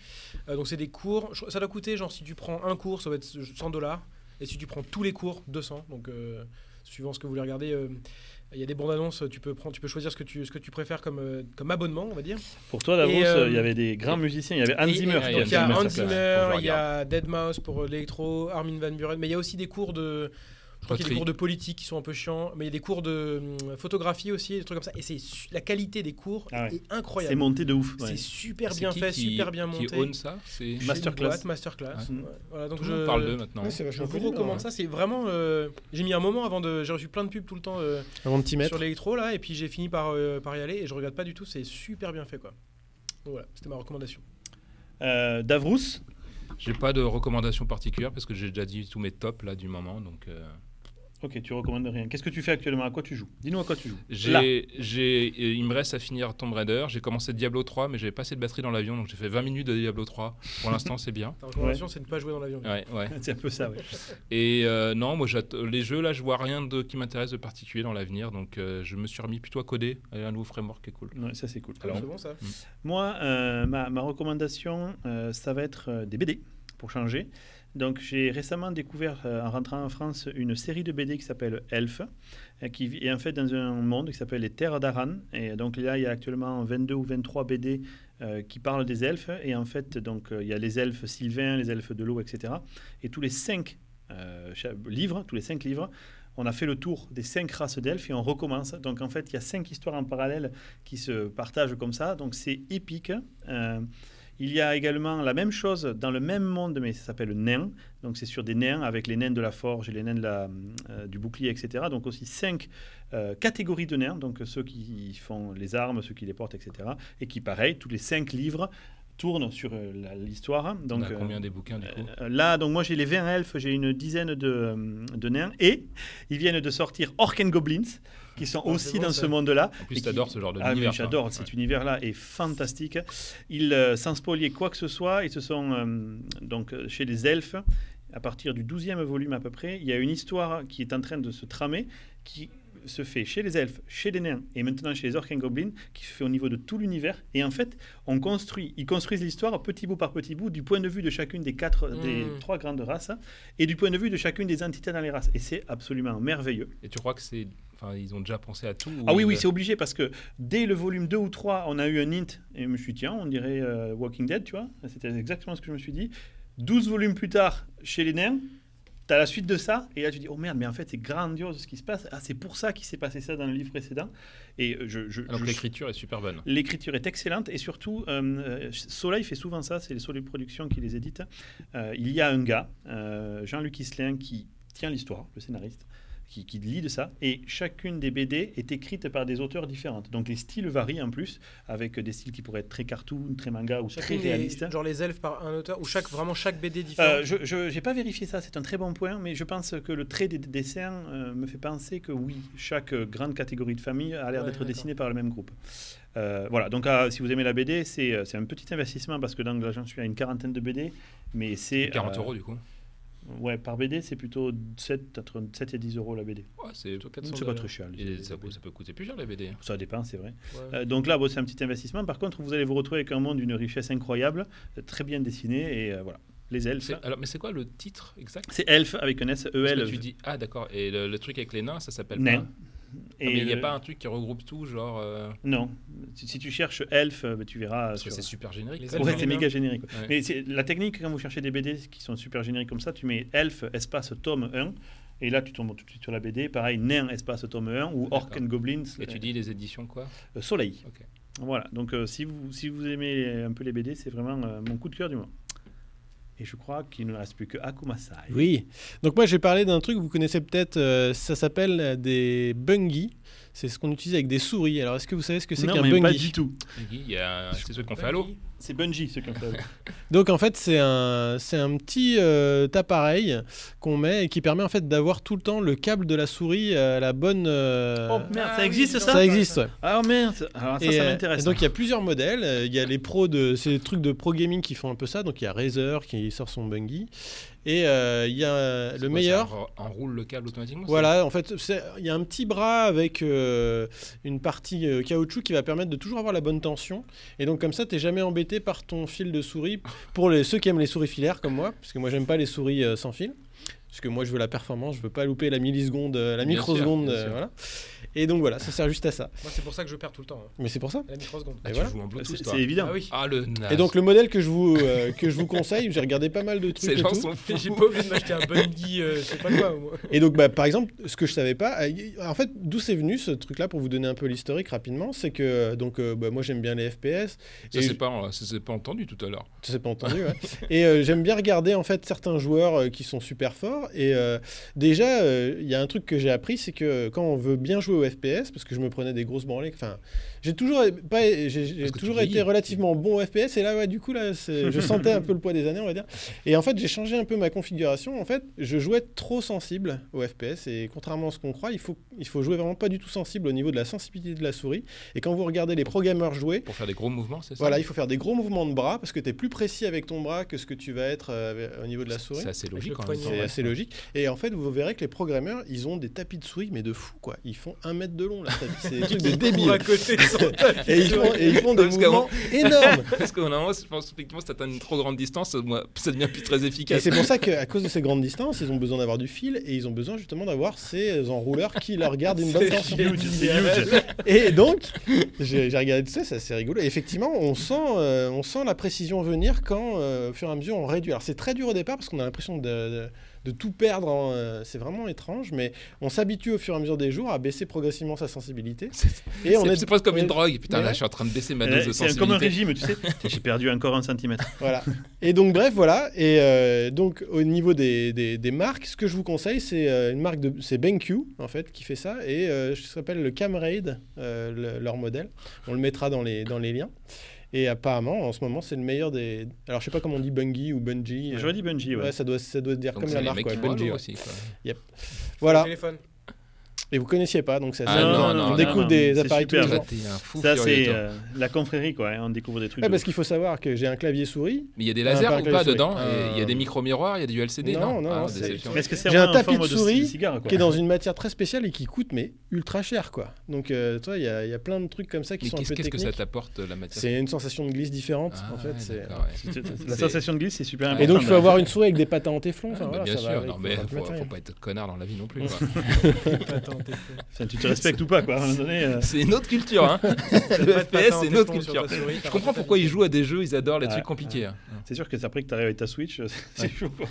Euh, donc, c'est des cours. Je- Ça doit coûter, genre, si tu prends un cours, ça va être 100 dollars. Et si tu prends tous les cours, 200. Donc, euh, suivant ce que vous voulez regarder, euh, il y a des bandes annonces. Tu peux, prendre, tu peux choisir ce que tu, ce que tu préfères comme, euh, comme abonnement, on va dire.
Pour toi Davrous,
Et,
euh,
euh,
il y avait des grands musiciens, il y avait Hans
Et-
Zimmer.
et-
qui
Donc il y a
Zimmer,
Hans
ça,
Zimmer,
faut que je
il y a Dead Mouse pour euh, l'électro, Armin van Buren, mais il y a aussi des cours de, je crois qu'il y a des
Poterie.
cours de politique qui sont un peu chiants, mais il y a des cours de hum, photographie aussi, des trucs comme ça. Et c'est su- la qualité des cours
Ah ouais.
est
C'est
incroyable.
monté de ouf.
C'est
ouais.
super
C'est
bien
qui
fait,
qui-
super bien monté.
Qui own ça C'est
Chez une
Masterclass.
boîte, masterclass.
Ouais.
Ouais. Voilà, donc
Tout
je
le monde parle d'eux maintenant.
c'est
Je
vachement hein.
vous
hein.
recommande ça, c'est vraiment. euh, j'ai mis un moment avant de. J'ai reçu plein de pubs tout le temps euh,
Avant de t'y
sur
mettre.
l'électro là, et puis j'ai fini par, euh, par y aller, et je regarde pas du tout, c'est super bien fait quoi. Donc voilà, c'était ma recommandation.
Euh, Davrous,
J'ai pas de recommandation particulière parce que j'ai déjà dit tous mes tops là du moment. Donc euh,
ok tu recommandes rien. Qu'est-ce que tu fais actuellement À quoi tu joues Dis-nous à quoi tu joues. Là.
j'ai, j'ai- euh, il me reste à finir Tomb Raider. J'ai commencé Diablo 3, mais j'avais pas assez de batterie dans l'avion, donc j'ai fait 20 minutes de Diablo 3. Pour l'instant, c'est bien.
Ta recommandation, c'est de ne pas jouer dans l'avion.
Ouais, ouais.
C'est un peu ça. Ouais.
Et euh, non, moi, j'att- les jeux là, je vois rien de qui m'intéresse de particulier dans l'avenir, donc euh, je me suis remis plutôt à coder. Il y a un nouveau framework qui est cool.
Ouais, ça c'est cool.
Ah C'est bon ça.
Moi, euh, ma, ma recommandation, euh, ça va être euh, des BD. pour changer. Donc j'ai récemment découvert euh, en rentrant en France une série de BD qui s'appelle Elf, euh, qui vit- est en fait dans un monde qui s'appelle les Terres d'Aran. Et donc là, il y a actuellement 22 ou 23 BD euh, qui parlent des elfes. Et en fait, donc euh, il y a les elfes sylvains, les elfes de l'eau, etc. Et tous les cinq euh, cha- livres, tous les cinq livres, on a fait le tour des cinq races d'elfes et on recommence. Donc en fait, il y a cinq histoires en parallèle qui se partagent comme ça. Donc c'est épique. Euh, il y a également la même chose dans le même monde, mais ça s'appelle nain. Donc c'est sur des nains avec les nains de la forge et les nains de la, euh, du bouclier, etc. Donc aussi cinq euh, catégories de nains, donc ceux qui font les armes, ceux qui les portent, etc. Et qui, pareil, tous les cinq livres tournent sur euh, la- l'histoire.
On
Donc
a
euh,
combien des bouquins du coup
euh, Là, donc moi j'ai les 20 elfes, j'ai une dizaine de, euh, de nains et ils viennent de sortir Orc and Goblins qui sont
Ah, c'est
aussi
bon,
dans
ça.
ce monde-là.
En
et
plus,
qui-
t'adores ce genre de
Ah, mais
univers, toi.
J'adore, cet
Ouais.
univers-là est fantastique. Ils, euh, sans spolier quoi que ce soit, ils se sont euh, donc euh, chez les elfes. À partir du 12e volume à peu près, il y a une histoire qui est en train de se tramer, qui se fait chez les elfes, chez les nains et maintenant chez les orques et goblins, qui se fait au niveau de tout l'univers. Et en fait, on construit, ils construisent l'histoire petit bout par petit bout, du point de vue de chacune des quatre, des
Mm.
trois grandes races, et du point de vue de chacune des entités dans les races. Et c'est absolument merveilleux.
Et tu crois que c'est. Enfin, ils ont déjà pensé à tout ou euh,
Ah oui,
ils-
oui, c'est obligé parce que dès le volume 2 ou 3, on a eu un hint et je me suis dit, tiens, on dirait euh, Walking Dead, tu vois. C'était exactement ce que je me suis dit. 12 volumes plus tard, chez les nains, t'as la suite de ça et là tu dis, oh merde, mais en fait c'est grandiose ce qui se passe. Ah, c'est pour ça qu'il s'est passé ça dans le livre précédent. Et euh, je, je,
Alors que
je-
l'écriture est super bonne.
L'écriture est excellente et surtout, euh, euh, Soleil fait souvent ça, c'est les Soleil Productions qui les éditent. Euh, il y a un gars, euh, Jean-Luc Isselin, qui tient l'histoire, le scénariste, qui, qui lit de ça. Et chacune des BD est écrite par des auteurs différentes. Donc les styles varient en plus, avec des styles qui pourraient être très cartoon, très manga ou très
Chacune des-
réaliste.
genre les elfes par un auteur ou chaque vraiment chaque BD différent.
Euh, je- je n'ai pas vérifié ça, c'est un très bon point, mais je pense que le trait des des dessins euh, me fait penser que oui, chaque euh, grande catégorie de famille a l'air
Ouais,
d'être
d'accord.
dessinée par le même groupe. Euh, voilà, donc ah, si vous aimez la BD, c'est euh, c'est un petit investissement parce que donc, là j'en suis à une quarantaine de BD, mais c'est.
40
euh,
euros du coup.
Ouais, par BD, c'est plutôt 7, entre 7 et 10 euros la BD.
Ouais, c'est plutôt
C'est pas très cher. les-
Et
les
ça,
BD.
coûte- ça peut coûter plus cher les BD.
Ça dépend, c'est vrai.
Ouais.
Euh, donc là, bon, c'est un petit investissement. Par contre, vous allez vous retrouver avec un monde d'une richesse incroyable, euh, très bien dessiné, et euh, voilà. Les elfes.
C'est- Alors, mais c'est quoi le titre exact
C'est elf avec un S, E
Parce que
E-L.
Tu dis ah d'accord et le, le truc avec les nains ça s'appelle
Nain.
pas- Ah, mais il n'y a
le- Ah,
pas un truc qui regroupe tout genre euh,
Non. Si, si tu cherches Elf, euh, bah, tu verras.
parce que
sur-
c'est super générique.
Les
quoi.
Ouais,
elfes,
c'est
bien.
méga générique. quoi.
Ouais.
Mais c'est- la technique, quand vous cherchez des BD qui sont super génériques comme ça, tu mets Elf, espace, tome 1, et là, tu tombes tout de suite sur la BD. Pareil, Nain, espace, tome 1, ou Orc
D'accord.
and Goblins,
Et tu dis les éditions quoi
euh, Soleil.
Ok.
Voilà, donc euh, si, vous, si vous aimez un peu les BD, c'est vraiment euh, mon coup de cœur du moment. Et je crois qu'il ne reste plus que Akumasai.
Oui. Donc moi, j'ai parlé d'un truc que vous connaissez peut-être. euh, ça s'appelle euh, des bungees. C'est ce qu'on utilise avec des souris. Alors, est-ce que vous savez ce que c'est
Non,
qu'un
mais pas
bungee
du tout.
Guy, il y a- c'est ceux qu'on fait à l'eau.
C'est Bungie, ce qu'on fait.
Donc en fait c'est un, c'est un petit euh, appareil qu'on met et qui permet en fait d'avoir tout le temps le câble de la souris à la bonne... euh,
Oh merde,
Ah
ça
oui,
existe
donc-
ça
ça existe. ouais.
Ah merde Alors ça,
Et,
ça
euh,
m'intéresse.
et donc il y a plusieurs modèles. Euh, Il y a les pros de ces trucs de pro gaming qui font un peu ça. Donc il y a Razer qui sort son Bungie. Et euh, il y a euh,
C'est
le
quoi,
meilleur.
ça en- Enroule le câble automatiquement.
Voilà, en fait, c'est- il y a un petit bras avec euh, une partie euh, caoutchouc qui va permettre de toujours avoir la bonne tension. Et donc, comme ça, t'es jamais embêté par ton fil de souris. Pour les, ceux qui aiment les souris filaires, comme moi, parce que moi, j'aime pas les souris euh, sans fil. Parce que moi, je veux la performance, je veux pas louper la milliseconde, euh, la
Bien
microseconde.
sûr, bien
euh,
sûr.
voilà. Et donc, voilà, ça sert juste à ça.
Moi c'est pour ça que je perds tout le temps. hein.
Mais c'est pour ça.
À la microseconde.
Ah,
Et
tu
voilà.
joues en Bluetooth
C'est
toi.
c'est évident.
Ah oui.
Ah le naze.
Et donc, le modèle que je vous, euh, que je vous conseille, j'ai regardé pas mal de trucs.
ces
et
gens
tout.
sont fous.
J'ai pas oublié de m'acheter un Bungie, euh, je sais pas quoi. Moi.
Et donc, bah, par exemple, ce que je savais pas, euh, y- en fait, d'où c'est venu ce truc-là, pour vous donner un peu l'historique rapidement, c'est que euh, donc, euh, bah, moi j'aime bien les FPS,
Ça
et
c'est
je-
pas en- ça, c'est pas entendu tout à l'heure.
tu sais pas entendu, ouais. et euh, j'aime bien regarder en fait certains joueurs euh, qui sont super forts. Et euh, déjà, euh, il y a un truc que j'ai appris, c'est que euh, quand on veut bien jouer au FPS, parce que je me prenais des grosses branlées, enfin, j'ai toujours, pas, j'ai- j'ai
Parce que tu
toujours
vieillis.
été relativement bon au FPS, et là, ouais, du coup, là, c'est- je sentais un peu le poids des années, on va dire. Et en fait, j'ai changé un peu ma configuration. En fait, je jouais trop sensible au FPS. Et contrairement à ce qu'on croit, il faut, il faut jouer vraiment pas du tout sensible au niveau de la sensibilité de la souris. Et quand vous regardez les pro gamers jouer,
Pour faire des gros mouvements c'est ça.
voilà, il faut faire des gros mouvements de bras parce que tu es plus précis avec ton bras que ce que tu vas être euh, avec- au niveau de la souris.
C'est assez logique
le
en même
poignet.
temps.
C'est
ouais.
assez logique. Et en fait, vous verrez que les programmeurs, ils ont des tapis de souris, mais de fou, quoi. Ils font un mètre de long, là. C'est des trucs de
Pour à
débiles.
côter de son tapis.
Et ils font, et ils font des
Parce qu'à un
mouvements énormes.
Parce qu'au bout d'un moment, je pense effectivement, si t'atteins une trop grande distance, moi, ça devient plus très
Et
efficace.
c'est pour ça qu'à cause de ces grandes distances, ils ont besoin d'avoir du fil et ils ont besoin justement d'avoir ces enrouleurs qui leur gardent une bonne
C'est
tension.
huge, c'est huge.
Et donc, j'ai j'ai regardé tout ça, c'est assez rigolo. Et effectivement, on sent, euh, on sent la précision venir quand, euh, au fur et à mesure, on réduit. Alors, c'est très dur au départ parce qu'on a l'impression de, de- de tout perdre. en, euh, c'est vraiment étrange, mais on s'habitue au fur et à mesure des jours à baisser progressivement sa sensibilité. Et on
C'est
est,
c'est presque comme
on
une
est-
drogue. Putain,
Mais
là,
ouais.
je suis en train de baisser ma
Et
dose de
là, C'est comme un régime,
sensibilité.
tu sais. J'ai perdu encore un centimètre.
Voilà. Et donc, bref, voilà. Et euh, donc, au niveau des, des- des marques, ce que je vous conseille, c'est euh, une marque de. C'est BenQ, en fait, qui fait ça. Et euh, ça s'appelle le Camraid, euh, le- leur modèle. On le mettra dans les, dans les liens. Et apparemment, en ce moment, c'est le meilleur des. Alors, je sais pas comment on dit Bungie ou Bungie. euh,
J'aurais dit Bungie, ouais.
ouais, ça doit, ça doit se dire
Donc
comme
c'est
la
les
marque,
mecs
ouais,
qui font
Bungie.
l'eau
ouais.
aussi. quoi.
Voilà.
Téléphone.
Et vous connaissiez pas, donc ça.
Ah,
ça-
non, non, non,
on découvre
non,
des
c'est
appareils tous les
super.
jours.
Là,
Ouais,
t'es un fou
Ça,
furieux,
c'est
toi.
euh, la confrérie, quoi. hein, On découvre des trucs. de
parce qu'il faut savoir que j'ai un clavier souris.
Mais il y a des
Ah,
lasers
par
ou
contre,
pas
les souris.
dedans et Il y a des
Euh,
micro-miroirs, il y a du LCD
non, non,
Ah,
non, c'est-
déception.
Mais est-ce que c'est
J'ai un
vraiment en
tapis
forme
de
de
souris
ci- cigare, quoi
qui est dans une matière très spéciale et qui coûte mais ultra cher quoi. Donc euh, toi il y, a- il y a plein de trucs comme ça qui
Mais
sont un
qu'est-ce
peu
qu'est-ce que ça
techniques.
t'apporte la matière
C'est une sensation de glisse différente
Ah,
en fait. c'est-
d'accord, Ah, ouais. Ah,
C'est- c'est- La
C'est-
sensation de glisse, c'est super
Et
important.
Et donc il faut
mais-
avoir une souris avec des patins en
Ah,
téflon. enfin,
bah,
voilà,
bien
ça va
sûr,
avec,
non,
euh,
mais
plein de
faut,
matériel.
faut pas être connard dans la vie non plus. quoi.
Attends, téléphone.
Enfin, tu te respectes ou pas, quoi. À un moment donné, euh,
c'est une autre culture, hein Le
Pas
FPS, c'est
de
une autre
patins en téléphone sur
culture.
ta souris,
Je
t'as
comprends
raison.
pourquoi ils jouent à des jeux, ils adorent les
Ouais.
Ah,
trucs compliqués. hein.
c'est sûr que c'est après que tu arrives avec ta Switch, c'est- c'est chaud, quoi.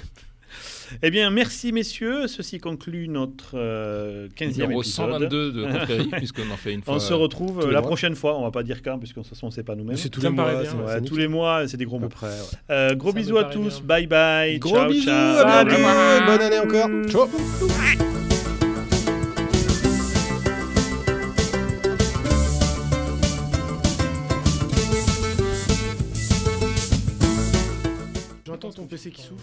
Eh bien, merci messieurs. Ceci conclut notre euh, 15e
Numéro
épisode.
122 de Confrérie, puisqu'on en fait une fois.
On se retrouve
tous
euh,
les
la
mois.
prochaine fois. On va pas dire quand, puisqu'on ne sait pas nous-mêmes.
Mais c'est tous
Ça
les
me paraît
mois,
bien,
c'est-
ouais,
Ouais,
c'est
tous
nickel.
les mois, c'est des gros
à peu
mots.
près. ouais.
Euh, gros
Ça
bisous
me
à
paraît
tous.
bien.
Bye bye.
Gros
ciao,
bisous,
ciao.
à bientôt, bonne année encore. Ciao. J'entends ton PC qui souffle.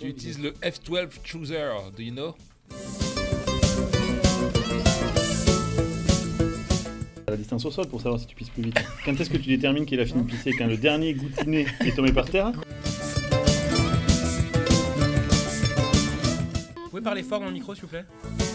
Tu utilises le F12 Chooser, do you know
À la distance au sol pour savoir si tu pisses plus vite. Quand est-ce que tu détermines qu'il a fini de pisser Quand le dernier goutinet est tombé par terre
Vous pouvez parler fort dans le micro, s'il vous plaît